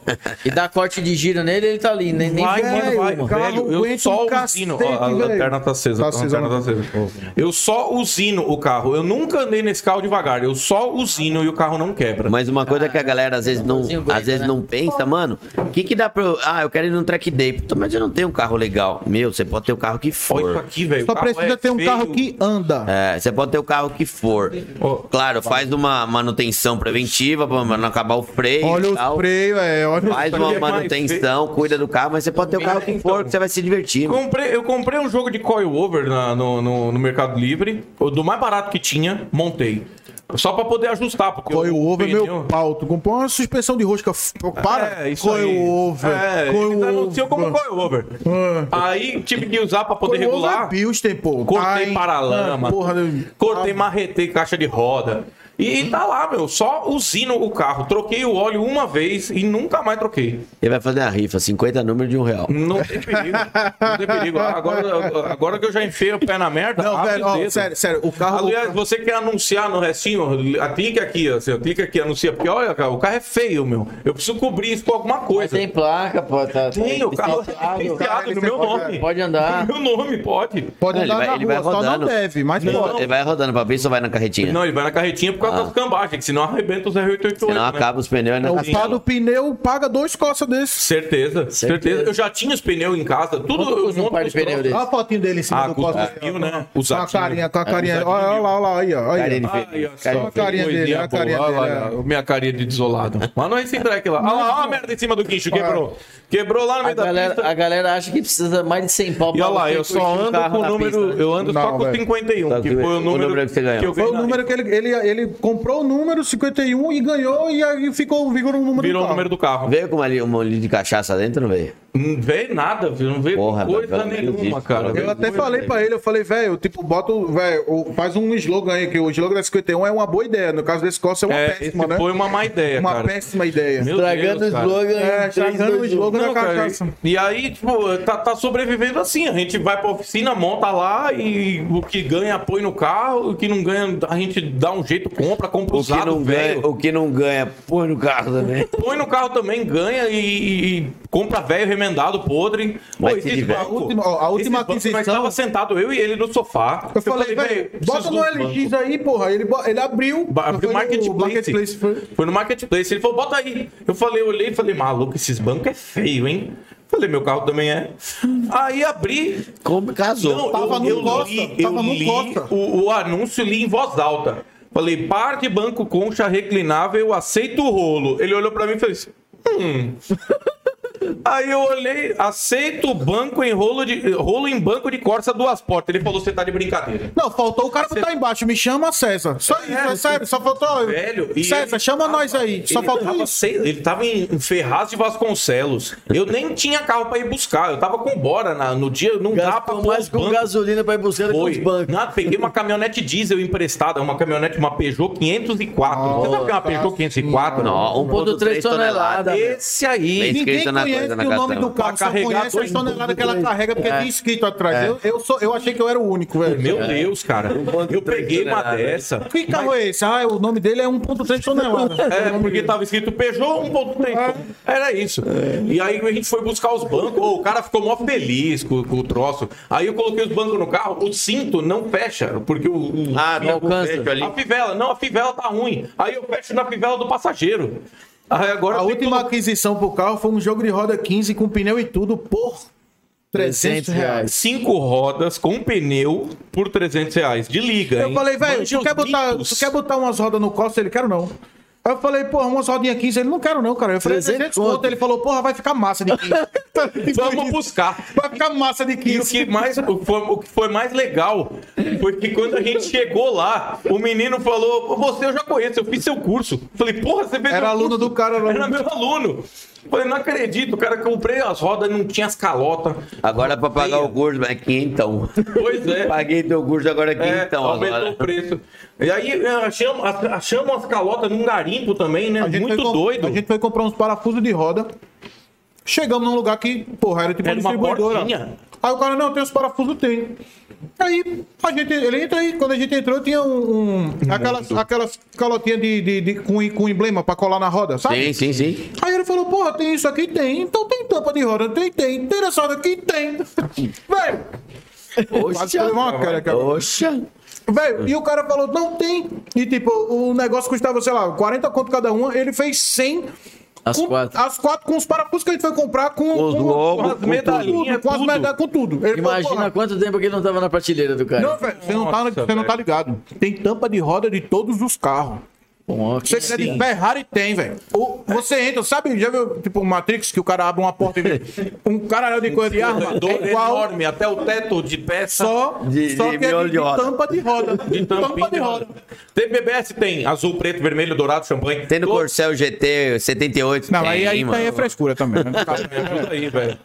E dá corte de giro nele, ele tá ali. Nem, nem
Vai,
fuma
mano, vai,
uma.
carro
velho. Eu
aguenta
só
um
usino.
cacete,
Ó, a
velho.
lanterna tá acesa.
Tá
a
acesa,
lanterna tá acesa. Eu só usino o carro. Eu nunca andei nesse carro devagar. Eu só usino e o carro não quebra.
Mas uma coisa que a galera às vezes não,
motorzinho aguenta,
às vezes
né?
não pensa, mano, o que que dá pra eu... Ah, eu quero ir num track day. Puta, Mas eu não tenho um carro legal. Meu, você pode ter o carro que
Olha isso
for.
aqui, velho.
Só
O carro
precisa
é
ter um
feio.
carro que anda.
É, você pode ter o carro que for.
Ó.
Claro, faz uma manutenção preventiva pra não acabar o freio
Olha
e
o
tal.
freio, é. Olha o
Faz
Isso aqui
uma
é mais
manutenção, cuida do carro, mas você pode ter o carro que for, que você vai se divertir. mano.
Comprei, eu comprei um jogo de coilover na, no, no, no Mercado Livre, o do mais barato que tinha, montei. Só pra poder ajustar, porque um-
Coil
o
over,
pneu-
meu pau. Tu comprou uma suspensão de rosca. f- Para.
É, isso
coil
aí.
over.
É,
coil
ele tá anunciou como
over.
coil over.
Ah.
Aí tive que usar pra poder
Coil over
regular.
é Bilstein, pô.
Cortei
Ai, ah,
paralama.
Porra, né? Ah.
Cortei, marretei caixa de roda. E tá lá, meu. Só usino o carro. Troquei o óleo uma vez e nunca mais troquei.
Ele vai fazer a rifa, 50 números de um real.
Não tem perigo. Não tem perigo. Agora, agora que eu já enfiei o pé na merda,
Ah, Não,
abre
velho,
o
ó,
dedo.
sério, sério, o carro.
Aliás, você quer anunciar no restinho? Ah, Clica aqui, ó, assim, ó, clica aqui, anuncia. Porque olha, cara, o carro é feio, meu. Eu preciso cobrir isso com alguma
Mas
coisa.
tem placa, pô. Tá,
Tem, o carro é licenciado no meu nome.
Pode andar.
No meu nome, pode.
Pode
Ele
andar
vai-
na
ele vai
rua, só
rodando.
não deve, mas é
Não.
pode.
Ele vai rodando pra ver se vai na carretinha.
Não, é ele vai na carretinha por causa
Ah.
das cambagens, que senão arrebenta os R888.
Senão
né?
acaba os pneus e
É,
não
O pá do pneu paga dois costas desses.
Certeza, certeza, Eu já tinha os pneus em casa, tudo
Quanto
eu
custa um
monto
par de
os
pneu
troços.
desse?
Olha a fotinho dele em cima
Ah,
do
custa
poste.
uns mil, né?
Com
Os
a
atinhos.
carinha, com a carinha. Olha olha lá, olha lá, aí, ó. Aí, ó.
Aí, ó,
Olha a carinha
coisinha
dele, olha a
boa.
carinha
Olha lá,
dele, é.
olha lá, minha carinha de desolado. Mas não é esse track lá. Olha lá, olha a merda em cima do guincho, quebrou. Quebrou lá no
A
meio da
galera, a
pista.
galera acha que precisa mais de 100 pau
E olha lá,
você
eu só
curtir um
ando
carro
com o
na
número.
pista, né?
Eu ando
Não,
só com
velho.
51,
Tá,
que
que-
foi
o
o número,
número que você ganhou.
eu
Foi o
ganhei.
número que ele, ele, ele comprou o número 51 e ganhou e aí ficou, virou o número
Virou
do
o número
carro.
do carro.
Veio com uma, li- uma li um de cachaça dentro, não veio?
Não veio nada, viu? Não veio
Porra,
coisa
pelo menos
nenhuma,
isso,
cara. tá
pelo menos
Eu até falei pra ele, eu falei, velho, tipo, bota, o- velho, o- faz um slogan aí, que o slogan da 51 é uma boa ideia. No caso desse Corsa é uma
É,
péssima,
esse
né?
foi uma má ideia,
Uma
cara.
péssima ideia.
Meu
Estragando o
Deus, cara.
slogan.
É, estragando o slogan da
Não, cara,
cachaça.
E aí, tipo, tá, tá sobrevivendo assim. A gente vai pra oficina, monta lá e o que ganha põe no carro, o que não ganha a gente dá um jeito, compra, compra
O que
usado,
não ganha,
velho.
o que não ganha, põe no carro também.
Põe no carro também, ganha e, e- e compra velho, remendado, podre.
Vai
Pô,
se
esse
divertir.
banco-
A última- ó, a
esse
última
banco, Nós
aquisição-
tava sentado, eu e ele, no sofá.
Eu falei, velho, bota
preciso
no
dos
LX aí, porra. Ele, bo- ele abriu.
Ba-
Foi
Abriu
no
o marketplace.
marketplace, foi.
Foi no marketplace. Ele falou, bota aí. Eu falei, eu olhei e falei, maluco, esses bancos é feio, hein? Falei, meu carro também é. Aí abri.
Como casou.
Não,
Tava
eu,
no
eu
Costa,
li,
tava
eu
no
li
Costa.
O, o anúncio li em voz alta. Falei, par de banco concha reclinável, aceito o rolo. Ele olhou pra mim e fez, hum. Aí eu olhei, aceito banco em rolo, de, rolo em banco de Corsa duas portas. Ele falou, você tá de brincadeira.
Não, faltou o cara botar embaixo. Me chama César. Só isso, é, sério. Só faltou.
Velho, e
César,
ele
chama
tava-
nós aí. Só
ele
faltou
tava
isso.
sem- ele tava em em Ferraz de Vasconcelos. Eu nem tinha carro pra ir buscar. Eu tava com bora na- no dia, não dá
Gastou
pra pôr
mais
os
com
bancos.
gasolina pra ir buscando com os
Foi.
bancos.
Nada, peguei uma caminhonete diesel emprestada, uma caminhonete, uma Peugeot 504. Você sabe o que é uma Peugeot 504?
um
Não,
1.3 tonelada.
Esse aí.
Bem-
Ninguém
escrito na
conhece
coisa, na
o nome
cartela.
do carro, só
carregar É.
conhece
dois
as toneladas que ela carrega, porque tem escrito atrás. Eu, eu, sou, eu achei que eu era o único, velho.
Meu Deus, cara. Eu peguei uma dessa.
Que carro é esse? Ah, o nome dele é 1.3 toneladas.
É, porque tava escrito Peugeot 1.3.
É.
Era isso. E aí a gente foi buscar os bancos. Ô, o cara ficou mó feliz com, com o troço. Aí eu coloquei os bancos no carro. O cinto não fecha, porque o. o-
é
Ah, não
alcança.
alcança. Ali.
a fivela, não, a fivela tá ruim. Aí eu fecho na fivela do passageiro. Aí agora
A
eu tenho que
última aquisição pro carro foi um jogo de roda 15 com pneu e tudo por 300 reais.
cinco rodas com pneu por 300 reais de liga.
Eu
hein?
falei, velho, tu,
Mandios
quer botar-
limpos.
tu quer botar umas rodas no Costa? Ele, quero não. Aí eu falei, porra, umas rodinhas 15, ele não quero não, cara. Eu falei, 300 conto. Ele falou, porra, vai ficar massa de 15.
Vamos buscar.
vai ficar massa de
E o
15.
que, mais, o, que foi, o que foi mais legal foi que quando a gente chegou lá, o menino falou: "Pô, Você eu já conheço, eu fiz seu curso. Falei, porra, você fez
Era
meu
aluno
curso?"
do cara lá.
Era meu aluno. Falei, não acredito, cara, comprei as rodas, não tinha as calotas.
Agora pra pagar o curso é quinhentão.
Pois é.
Paguei teu curso, agora é
É,
quinhentão.
aumentou
agora.
o preço. E aí é, achamos, achamos as calotas num garimpo também, né?
A gente
Muito
foi com-
doido.
A gente foi comprar uns parafusos de roda. Chegamos num lugar que, porra, era tipo
Era uma
distribuidora.
portinha.
Aí o cara, não, tem os parafusos, tem. Aí a gente, ele entra aí, quando a gente entrou, tinha um. um- aquelas, aquelas calotinhas de, de, de- com, com emblema pra colar na roda, sabe?
Sim, sim, sim.
Aí ele falou, porra, tem isso aqui? Tem. Então tem tampa de roda? Tem, tem. Tem essa roda aqui? Tem. Velho! Quase que eu levei uma cara, cara.
Oxa.
Velho, e o cara falou, não tem. E tipo, o negócio custava, sei lá, 40 conto cada uma, ele fez 100.
As
com,
quatro.
As quatro com os parafusos que a gente foi comprar com, com,
os logos,
com as
com
medalhinhas,
tudo.
com as
Tudo.
medalhas, com tudo. Ele falou,
Imagina
porra,
quanto tempo que ele não tava na prateleira do cara.
Não, velho, você, não tá,
Nossa,
você não tá
velho.
ligado. Tem tampa de roda de todos os carros.
Pô,
Se
que
você quiser
sim.
de Ferrari, tem, velho. O- Você entra, sabe? Já viu, tipo, o Matrix, que o cara abre uma porta e vê um caralho de coisa de arma?
Dor
É igual,
enorme, até o teto de peça.
só,
De-
só
de
que é
miolo
de,
de roda.
tampa de roda.
De
tampa de roda.
Tem BBS, tem azul, preto, vermelho, dourado, champanhe.
Tem no
Todo-
Corcel GT 78.
Não,
tem,
aí, aí tá
mano.
aí é frescura também. né?
Me ajuda aí, velho.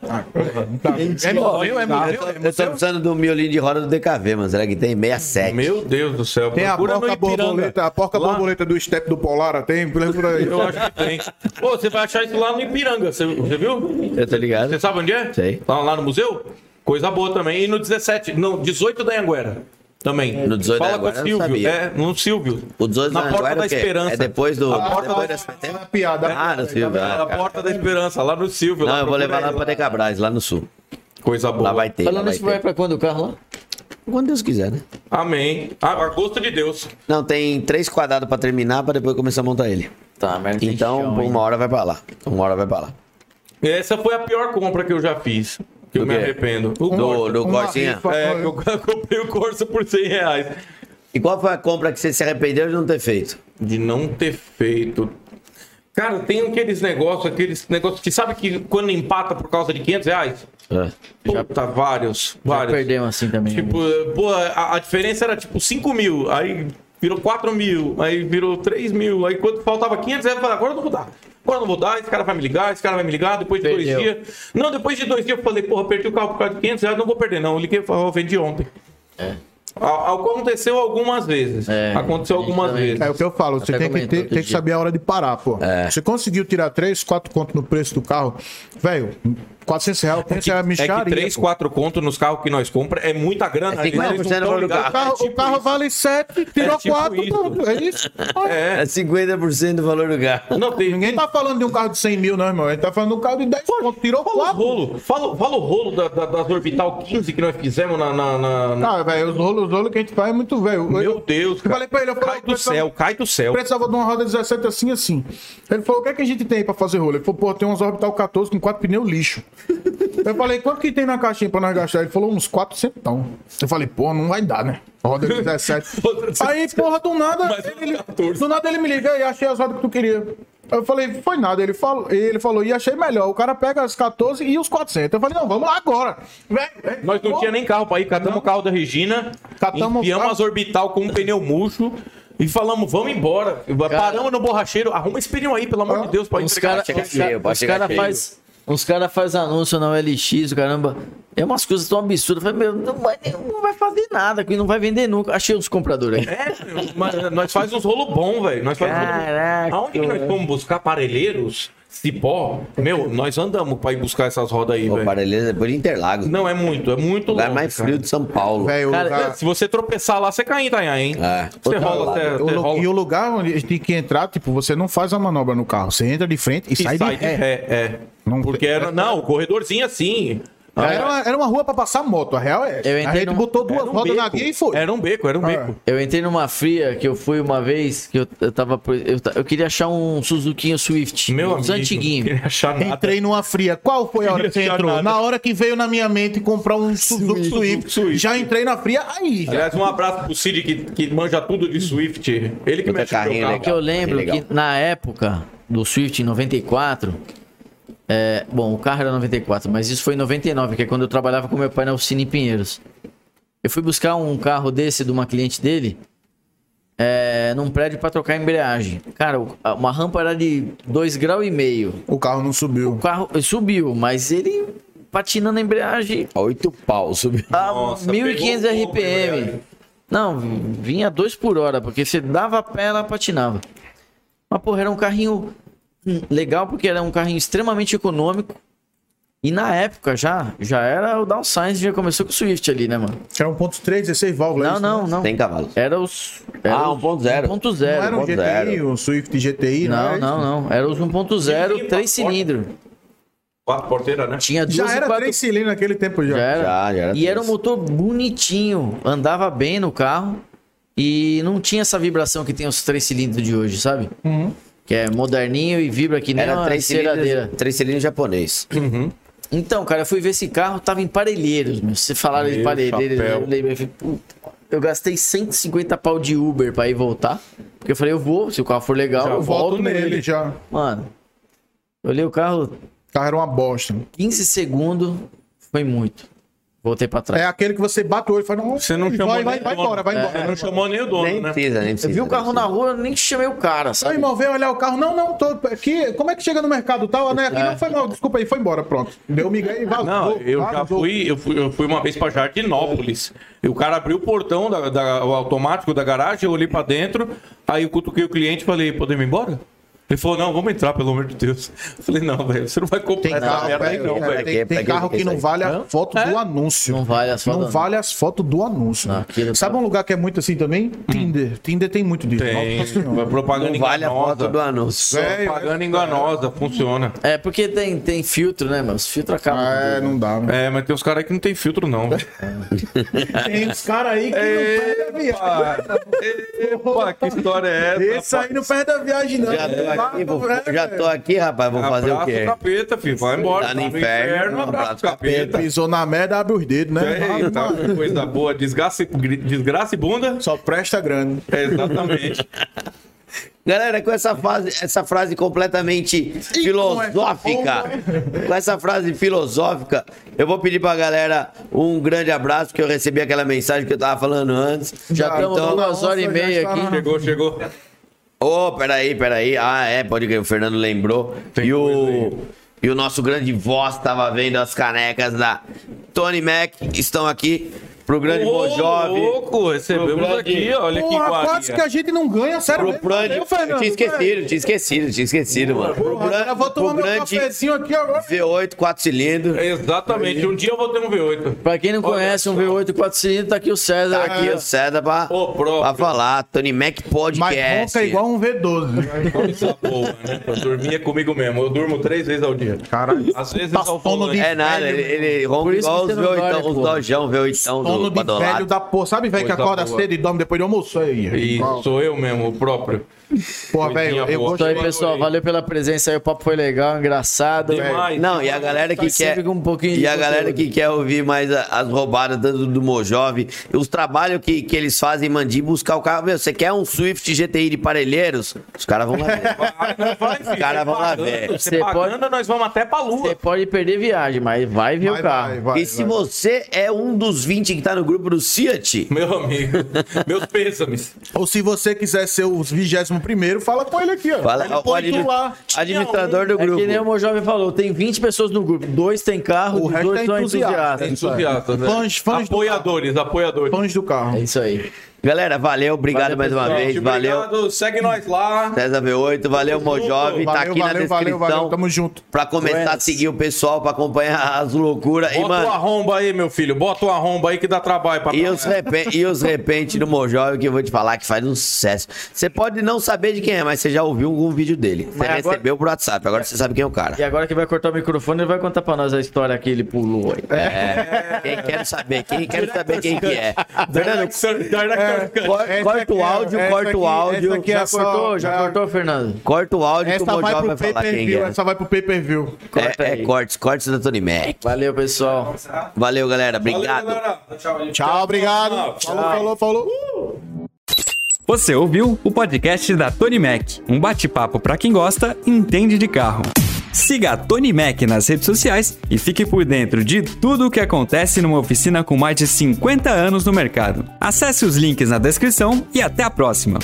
É móvel, é
Eu tô,
móvel.
eu tô precisando do miolinho de roda do DKV, mano. Será que tem 67?
Meu Deus do céu.
Tem a
Procura
porca
no Ipiranga.
borboleta, a porca
né? Lá-
borboleta do step do Polara, tem, por aí, por aí.
Eu acho que tem. Pô, você vai achar isso lá no Ipiranga, você, você viu?
Eu tô ligado.
Você sabe onde é?
Sei.
Lá, lá no museu? Coisa boa também. E no 17, não, 18 da Anguera. Também.
No 18 da
Fala com o
Anhanguera, eu não
Silvio.
sabia.
É, no Silvio.
O 18
Na
não,
Porta
agora
da
o quê?
Esperança.
É depois do.
Ah,
depois da
ah, é uma
SPT?
piada.
Ah, no Silvio.
Na
Ah,
Porta da Esperança, lá no Silvio.
não,
lá
eu vou
procura
levar lá
aí.
pra Decabras, lá no sul.
Coisa boa.
Lá vai ter. Lá
Falando
vai
isso, vai
ter.
pra quando o carro lá?
Quando Deus quiser, né?
Amém. A, a gosto de Deus.
Não, tem três quadrados pra terminar pra depois começar a montar ele.
Tá, merda.
Então, uma hora vai pra lá. Uma hora vai pra lá.
Essa foi a pior compra que eu já fiz. Que eu
Do
me
quê?
arrependo.
Do,
O Corsa.
do
Uma
Corsinha.
rifa.
É, que eu comprei o Corsa por 100 reais.
E qual foi a compra que você se arrependeu de não ter feito?
De não ter feito. Cara, tem aqueles negócios, aqueles negócios que sabe que quando empata por causa de 500 reais?
É.
Puta, vários,
Já
vários.
perdemos assim também.
Tipo, pô, a, a diferença era tipo 5 mil, aí virou 4 mil, aí virou 3 mil, aí quando faltava 500 reais, eu falei, agora eu não vou dar. Agora eu não vou dar, esse cara vai me ligar, esse cara vai me ligar, depois de
Perdeu.
dois dias. Não, depois de dois dias eu falei, porra, perdi o carro por causa de 500 reais, não vou perder não. Eu liguei e falei, ó, vendi ontem. A- Aconteceu algumas vezes.
É,
Aconteceu
a gente
algumas
também.
vezes.
É o que eu falo, você
Até
tem que,
comentou
ter-
outro
tem que
dia. É.
saber a hora de parar, pô. Você conseguiu tirar 3, 4 conto no preço do carro, velho, 400 reais, 500 reais é
É
micharia.
que 3,
pô.
4 conto nos carros que nós compra é muita grana.
É
eles- eles
50%
não tão
do carro.
ligados.
O carro,
É tipo
o carro
isso.
vale 7, tirou
tipo
4,
isso.
pronto, é isso.
É 50% do valor do carro.
Não, tem,
Ninguém tá falando de um carro de 100 mil, não, irmão. Ele tá falando de um carro de 10 conto, tirou
Fala o
4.
rolo. Fala, fala o rolo da, da- das Orbital 15 que nós fizemos na. na- na- na-
Ah, velho, os rolos, os rolos que a gente faz é muito velho.
Meu Deus, cara.
falei pra ele, eu falei,
cai do céu, cai do céu.
Precisava de uma roda 17 assim, assim. Ele falou, o que é que a gente tem aí pra fazer rolo? Ele falou, pô, tem umas Orbital 14 com quatro pneus lixo. Eu falei, quanto que tem na caixinha pra nós gastar? Ele falou, uns 4 centão. Eu falei, pô, não vai dar, né? Roda 17. aí, porra, do nada,
Mas
ele,
uma 14.
do nada ele me liga e achei as rodas que tu queria. Eu falei, foi nada. Ele falou, ele falou, e achei melhor. O cara pega as 14 e os 400. Eu falei, não, vamos lá agora. Vem, vem.
Nós não
Pô,
tinha nem carro pra ir, catamos o carro da Regina,
Catamos o
enfiamos
carro.
as orbital com um pneu murcho e falamos, vamos embora. Paramos no borracheiro, arruma esse pneu aí, pelo
Ah,
amor de Deus, pra
Os
entregar.
caras
chega cheio, pode
os
chegar
cara
cheio.
faz, os cara faz anúncio na OLX, o caramba. É umas coisas tão absurdas. Eu falei, meu, não vai, não vai fazer nada, que não vai vender nunca. Achei uns compradores aí.
É, mas nós faz uns rolo bom, velho. Nós faz uns rolo bom.
Caraca,
Aonde que nós
velho.
fomos buscar aparelheiros, cipó? Meu, nós andamos pra ir buscar essas rodas aí,
O
velho.
Parelheiros é por Interlagos.
Não, é muito, é muito
o lugar
longe,
mais
cara.
frio de São Paulo.
Velho, o
Cara,
lugar-
Se você tropeçar lá, você cai em Itanhaém, hein?
É.
Você rola,
lado.
você,
o
você
lu-
rola.
e o lugar onde a gente tem que entrar, tipo, você não faz a manobra no carro. Você entra de frente e,
E
sai, de ré.
é.
Não
Porque
tem-
era, não, o corredorzinho assim.
Era, uma, era uma rua pra passar moto, a real é. essa.
Eu
A
entrei
gente
num-
botou duas
Era um
rodas na
beco.
guia e foi.
Era um beco, era um
Ah.
beco.
Eu entrei numa fria que eu fui uma vez, que eu, eu tava. por- Eu, ta- eu queria achar um Suzuquinho Swift. um
Meu
uns
amigo.
antiguinho.
Queria achar nada.
Entrei numa fria. Qual foi a hora que você
um Não tinha
entrou?
nada.
Na hora que veio na minha mente comprar um Suzuki Swift.
Swift.
Já entrei na fria aí. já.
Aliás, um abraço pro Cid que, que manja tudo de Swift. Ele que
Puta
mexe com o meu
carrinho
carro.
É que eu lembro
legal.
que na época do Swift em 94. é, bom, o carro era 94, mas isso foi em 99, que é quando eu trabalhava com meu pai na oficina em Pinheiros. Eu fui buscar um carro desse de uma cliente dele é, num prédio pra trocar a embreagem. Cara, o- a- uma rampa era de 2,5 graus. e meio.
O carro não
O
subiu.
carro subiu, mas ele patinando a embreagem
A Oito pau subiu.
a
Nossa,
1500
pegou pouco,
RPM.
né,
velho.
Não, vinha dois por hora, porque você dava pé, ela patinava. Mas, porra, era um carrinho hum, legal, porque era um carrinho extremamente econômico. E na época já, já era o downsize, já começou com o Swift ali, né, mano?
Era 1.3, 16 válvulas.
Não,
isso, né? um
não, não. É
Tem cavalos.
Era os. Era
Ah,
os
1.0.
1.0.
Não era um
ponto
GTI,
zero.
um Swift GTI,
Não,
era isso?
não, não. Era os 1.0,
Sim,
3
a
cilindros.
Quatro porteiras, né?
Tinha duas
Já
e
era
quatro-
três cilindros naquele tempo já.
Já era.
Já, já era
e era um
três.
motor bonitinho, andava bem no carro e não tinha essa vibração que tem os três cilindros de hoje, sabe? Que é moderninho e vibra que nem
Era
uma
três
enceradeira.
cilindros, três cilindros japonês.
Então, cara, eu fui ver esse carro, tava em Parelheiros, meu. Vocês falaram de
Meu
Parelheiros, eu
chapéu.
lembrei, eu falei, puta, eu gastei 150 pau de Uber pra ir voltar. Porque eu falei, eu vou, se o carro for legal,
Já
eu volto,
volto nele.
Ele já.
Mano, eu olhei o carro,
O carro era uma bosta.
15 segundos, foi muito. Voltei pra trás.
É aquele que você bate o olho e fala, não,
Você não chamou
vai,
nem
vai,
o
vai
dono.
embora, vai
É,
embora.
Não chamou nem o dono,
Nem
né?
precisa, nem precisa.
Eu vi o
nem
carro na
precisa.
rua, eu nem chamei o cara,
Meu
sabe?
irmão veio olhar o carro, não, não, tô aqui, como é que chega no mercado tal, né? Aqui não foi mal, desculpa aí, foi embora, pronto. Deu migué e vazou.
Não, eu já
vazou.
fui, eu fui, eu fui uma vez pra Jardinópolis. E o cara abriu o portão da, da- o automático da garagem, eu olhei pra dentro, aí eu cutuquei o cliente e falei, podemos ir embora? Ele falou, não, vamos entrar, pelo amor de Deus. Eu falei, não, velho, você não vai comprar
Tem
essa
carro,
merda aí,
velho,
não,
cara,
velho. É?
tem-
Pra quê?
tem
Pra quê
carro
que
que não
isso
vale a foto do anúncio.
Não vale as fotos
Não
do
vale as fotos do anúncio.
Não, aquilo
Sabe
tá-
um lugar que é muito assim também? Tinder. Tinder tem muito disso.
Hum. Tem,
Nossa Senhora.
propaganda
Não vale a
enganosa. É,
foto do anúncio.
Velho,
Propaganda enganosa, funciona.
É, porque tem, tem filtro, né, mano? Os filtros acabam.
É, não dá, velho.
É, mas tem uns caras que não tem filtro, não.
Tem uns caras aí que não perdem a viagem.
Opa, que história é
Esse aí não perde a viagem, não.
Já tô aqui, vou-
É,
já tô aqui, rapaz, vou fazer o
abraço
quê?
capeta, filho. Vai embora.
Tá no inferno,
abraço capeta.
Pisou na merda, abre os dedos, né?
Eita,
Rapaz,
que coisa boa. Desgraça, e- desgraça e bunda.
Só presta grande.
É, exatamente.
Galera, com essa, fase, essa frase completamente filosófica, com essa frase filosófica, eu vou pedir pra galera um grande abraço, que eu recebi aquela mensagem que eu tava falando antes.
Já estamos
então,
duas horas e
já
meia
está
aqui.
na-
Chegou, chegou.
Ô, Oh, peraí, peraí. Ah, é, pode crer, o Fernando lembrou. e o. E o nosso grande voz tava vendo as canecas da Tony Mac, estão aqui pro grande Bom Jovem.
louco, recebemos
Grande.
aqui, olha que
Porra, quase que
iguaria.
a gente não ganha, sério.
Pro
mesmo.
Brand,
Valeu, Fernando,
eu tinha esquecido, tinha esquecido, tinha esquecido, mano. Pro
Porra, agora eu vou
Brand,
tomar
pro
meu
Brand
cafezinho aqui agora.
V8, 4
É.
cilindros.
Exatamente. Um dia eu vou ter um V8.
Pra quem não conhece, um V8 4 cilindros, tá aqui o César.
Tá aqui o César pra,
Ô, próprio.
pra falar. Tony Mac
Mas
Podcast.
é
ronca igual um V12.
Coisa boa, né? Eu dormia comigo mesmo. Eu durmo três vezes ao dia.
Caralho.
Às vezes
Tá sono
ao volante.
de-
É nada, ele, ele ronca
isso que
igual os
você não dorme,
V8, os
porra.
dojão, V8 do
Dono de
badolado.
velho da porra. Sabe, velho, que
Coisa
acorda
boa.
cedo e dorme depois do almoço? Aí,
E é, sou eu mesmo, o próprio.
porra, velho,
coisinha
eu
boa.
gosto
Então aí, pessoal,
adorei.
valeu pela presença aí. O papo foi legal, engraçado.
Demais.
Não, e a galera que
Tá sempre
quer.
com um pouquinho de
e a
conteúdo.
galera que quer ouvir mais a- as roubadas tanto do Mojove, os trabalhos que, que eles fazem, mandi buscar o carro. Meu, você quer um Swift GTI de parelheiros? Os caras vão lá ver.
Vai, não vai, filho.
Os caras vão lá
Pagando,
ver.
Você
Você
pagando, nós vamos até pra lua.
Você pode perder viagem, mas vai ver o carro.
e se você é um dos 20 que tá no grupo do Fiat,
Meu amigo, meus pêsames.
Ou se você quiser ser o 21 fala com ele aqui, ó. ele
fala, o
põe tu
admi-
lá. um.
administrador do
É
grupo.
que nem o meu jovem falou, tem 20 pessoas no grupo, dois tem carro,
O
os
resto
dois
é
são
entusiasta.
entusiastas.
Entusiastas, né?
Fãs- fãs do-
apoiadores, apoiadores.
Fãs do carro.
É isso aí.
Galera, valeu, obrigado
Valeu,
mais uma
Gente,
vez. Valeu.
obrigado, Segue nós lá.
César V8, valeu, Mojove. Tá
Valeu,
aqui na
valeu, valeu,
descrição.
valeu. Tamo junto.
Pra começar a
Friends.
seguir o pessoal, pra acompanhar as loucuras. E,
Bota
mano,
uma romba aí, meu filho. Bota uma romba aí que dá trabalho pra
E os, repente, e os repente do Mojóio que eu vou te falar que faz um sucesso. Você pode não saber de quem é, mas você já ouviu algum vídeo dele. Você
Mas agora-
recebeu por WhatsApp, agora você sabe quem é o cara.
E agora que vai cortar o microfone, ele vai contar pra nós a história que ele pulou aí.
É. Quem quer saber, quem quer saber quem que é. Fernando,
Director- director cut.
cor-
Essa
corta o
aqui é-
áudio,
essa
corta o
aqui-
áudio.
essa aqui é
Já
só-
cortou, já
é-
corta, Fernando?
Corta o áudio que o
Essa vai
Mojóio vai
pro
falar quem
pay-per-view,
é.
essa vai pro pay-per-view.
Corta
É, é
aí.
cortes, cortes da Tony Mac.
Valeu, pessoal.
Valeu, galera.
Valeu,
Obrigado.
galera.
Tchau, obrigado.
Tchau.
Falou, falou, falou.
Você ouviu o podcast da Tony Mac, um bate-papo para quem gosta e entende de carro. Siga a Tony Mac nas redes sociais e fique por dentro de tudo o que acontece numa oficina com mais de 50 anos no mercado. Acesse os links na descrição e até a próxima.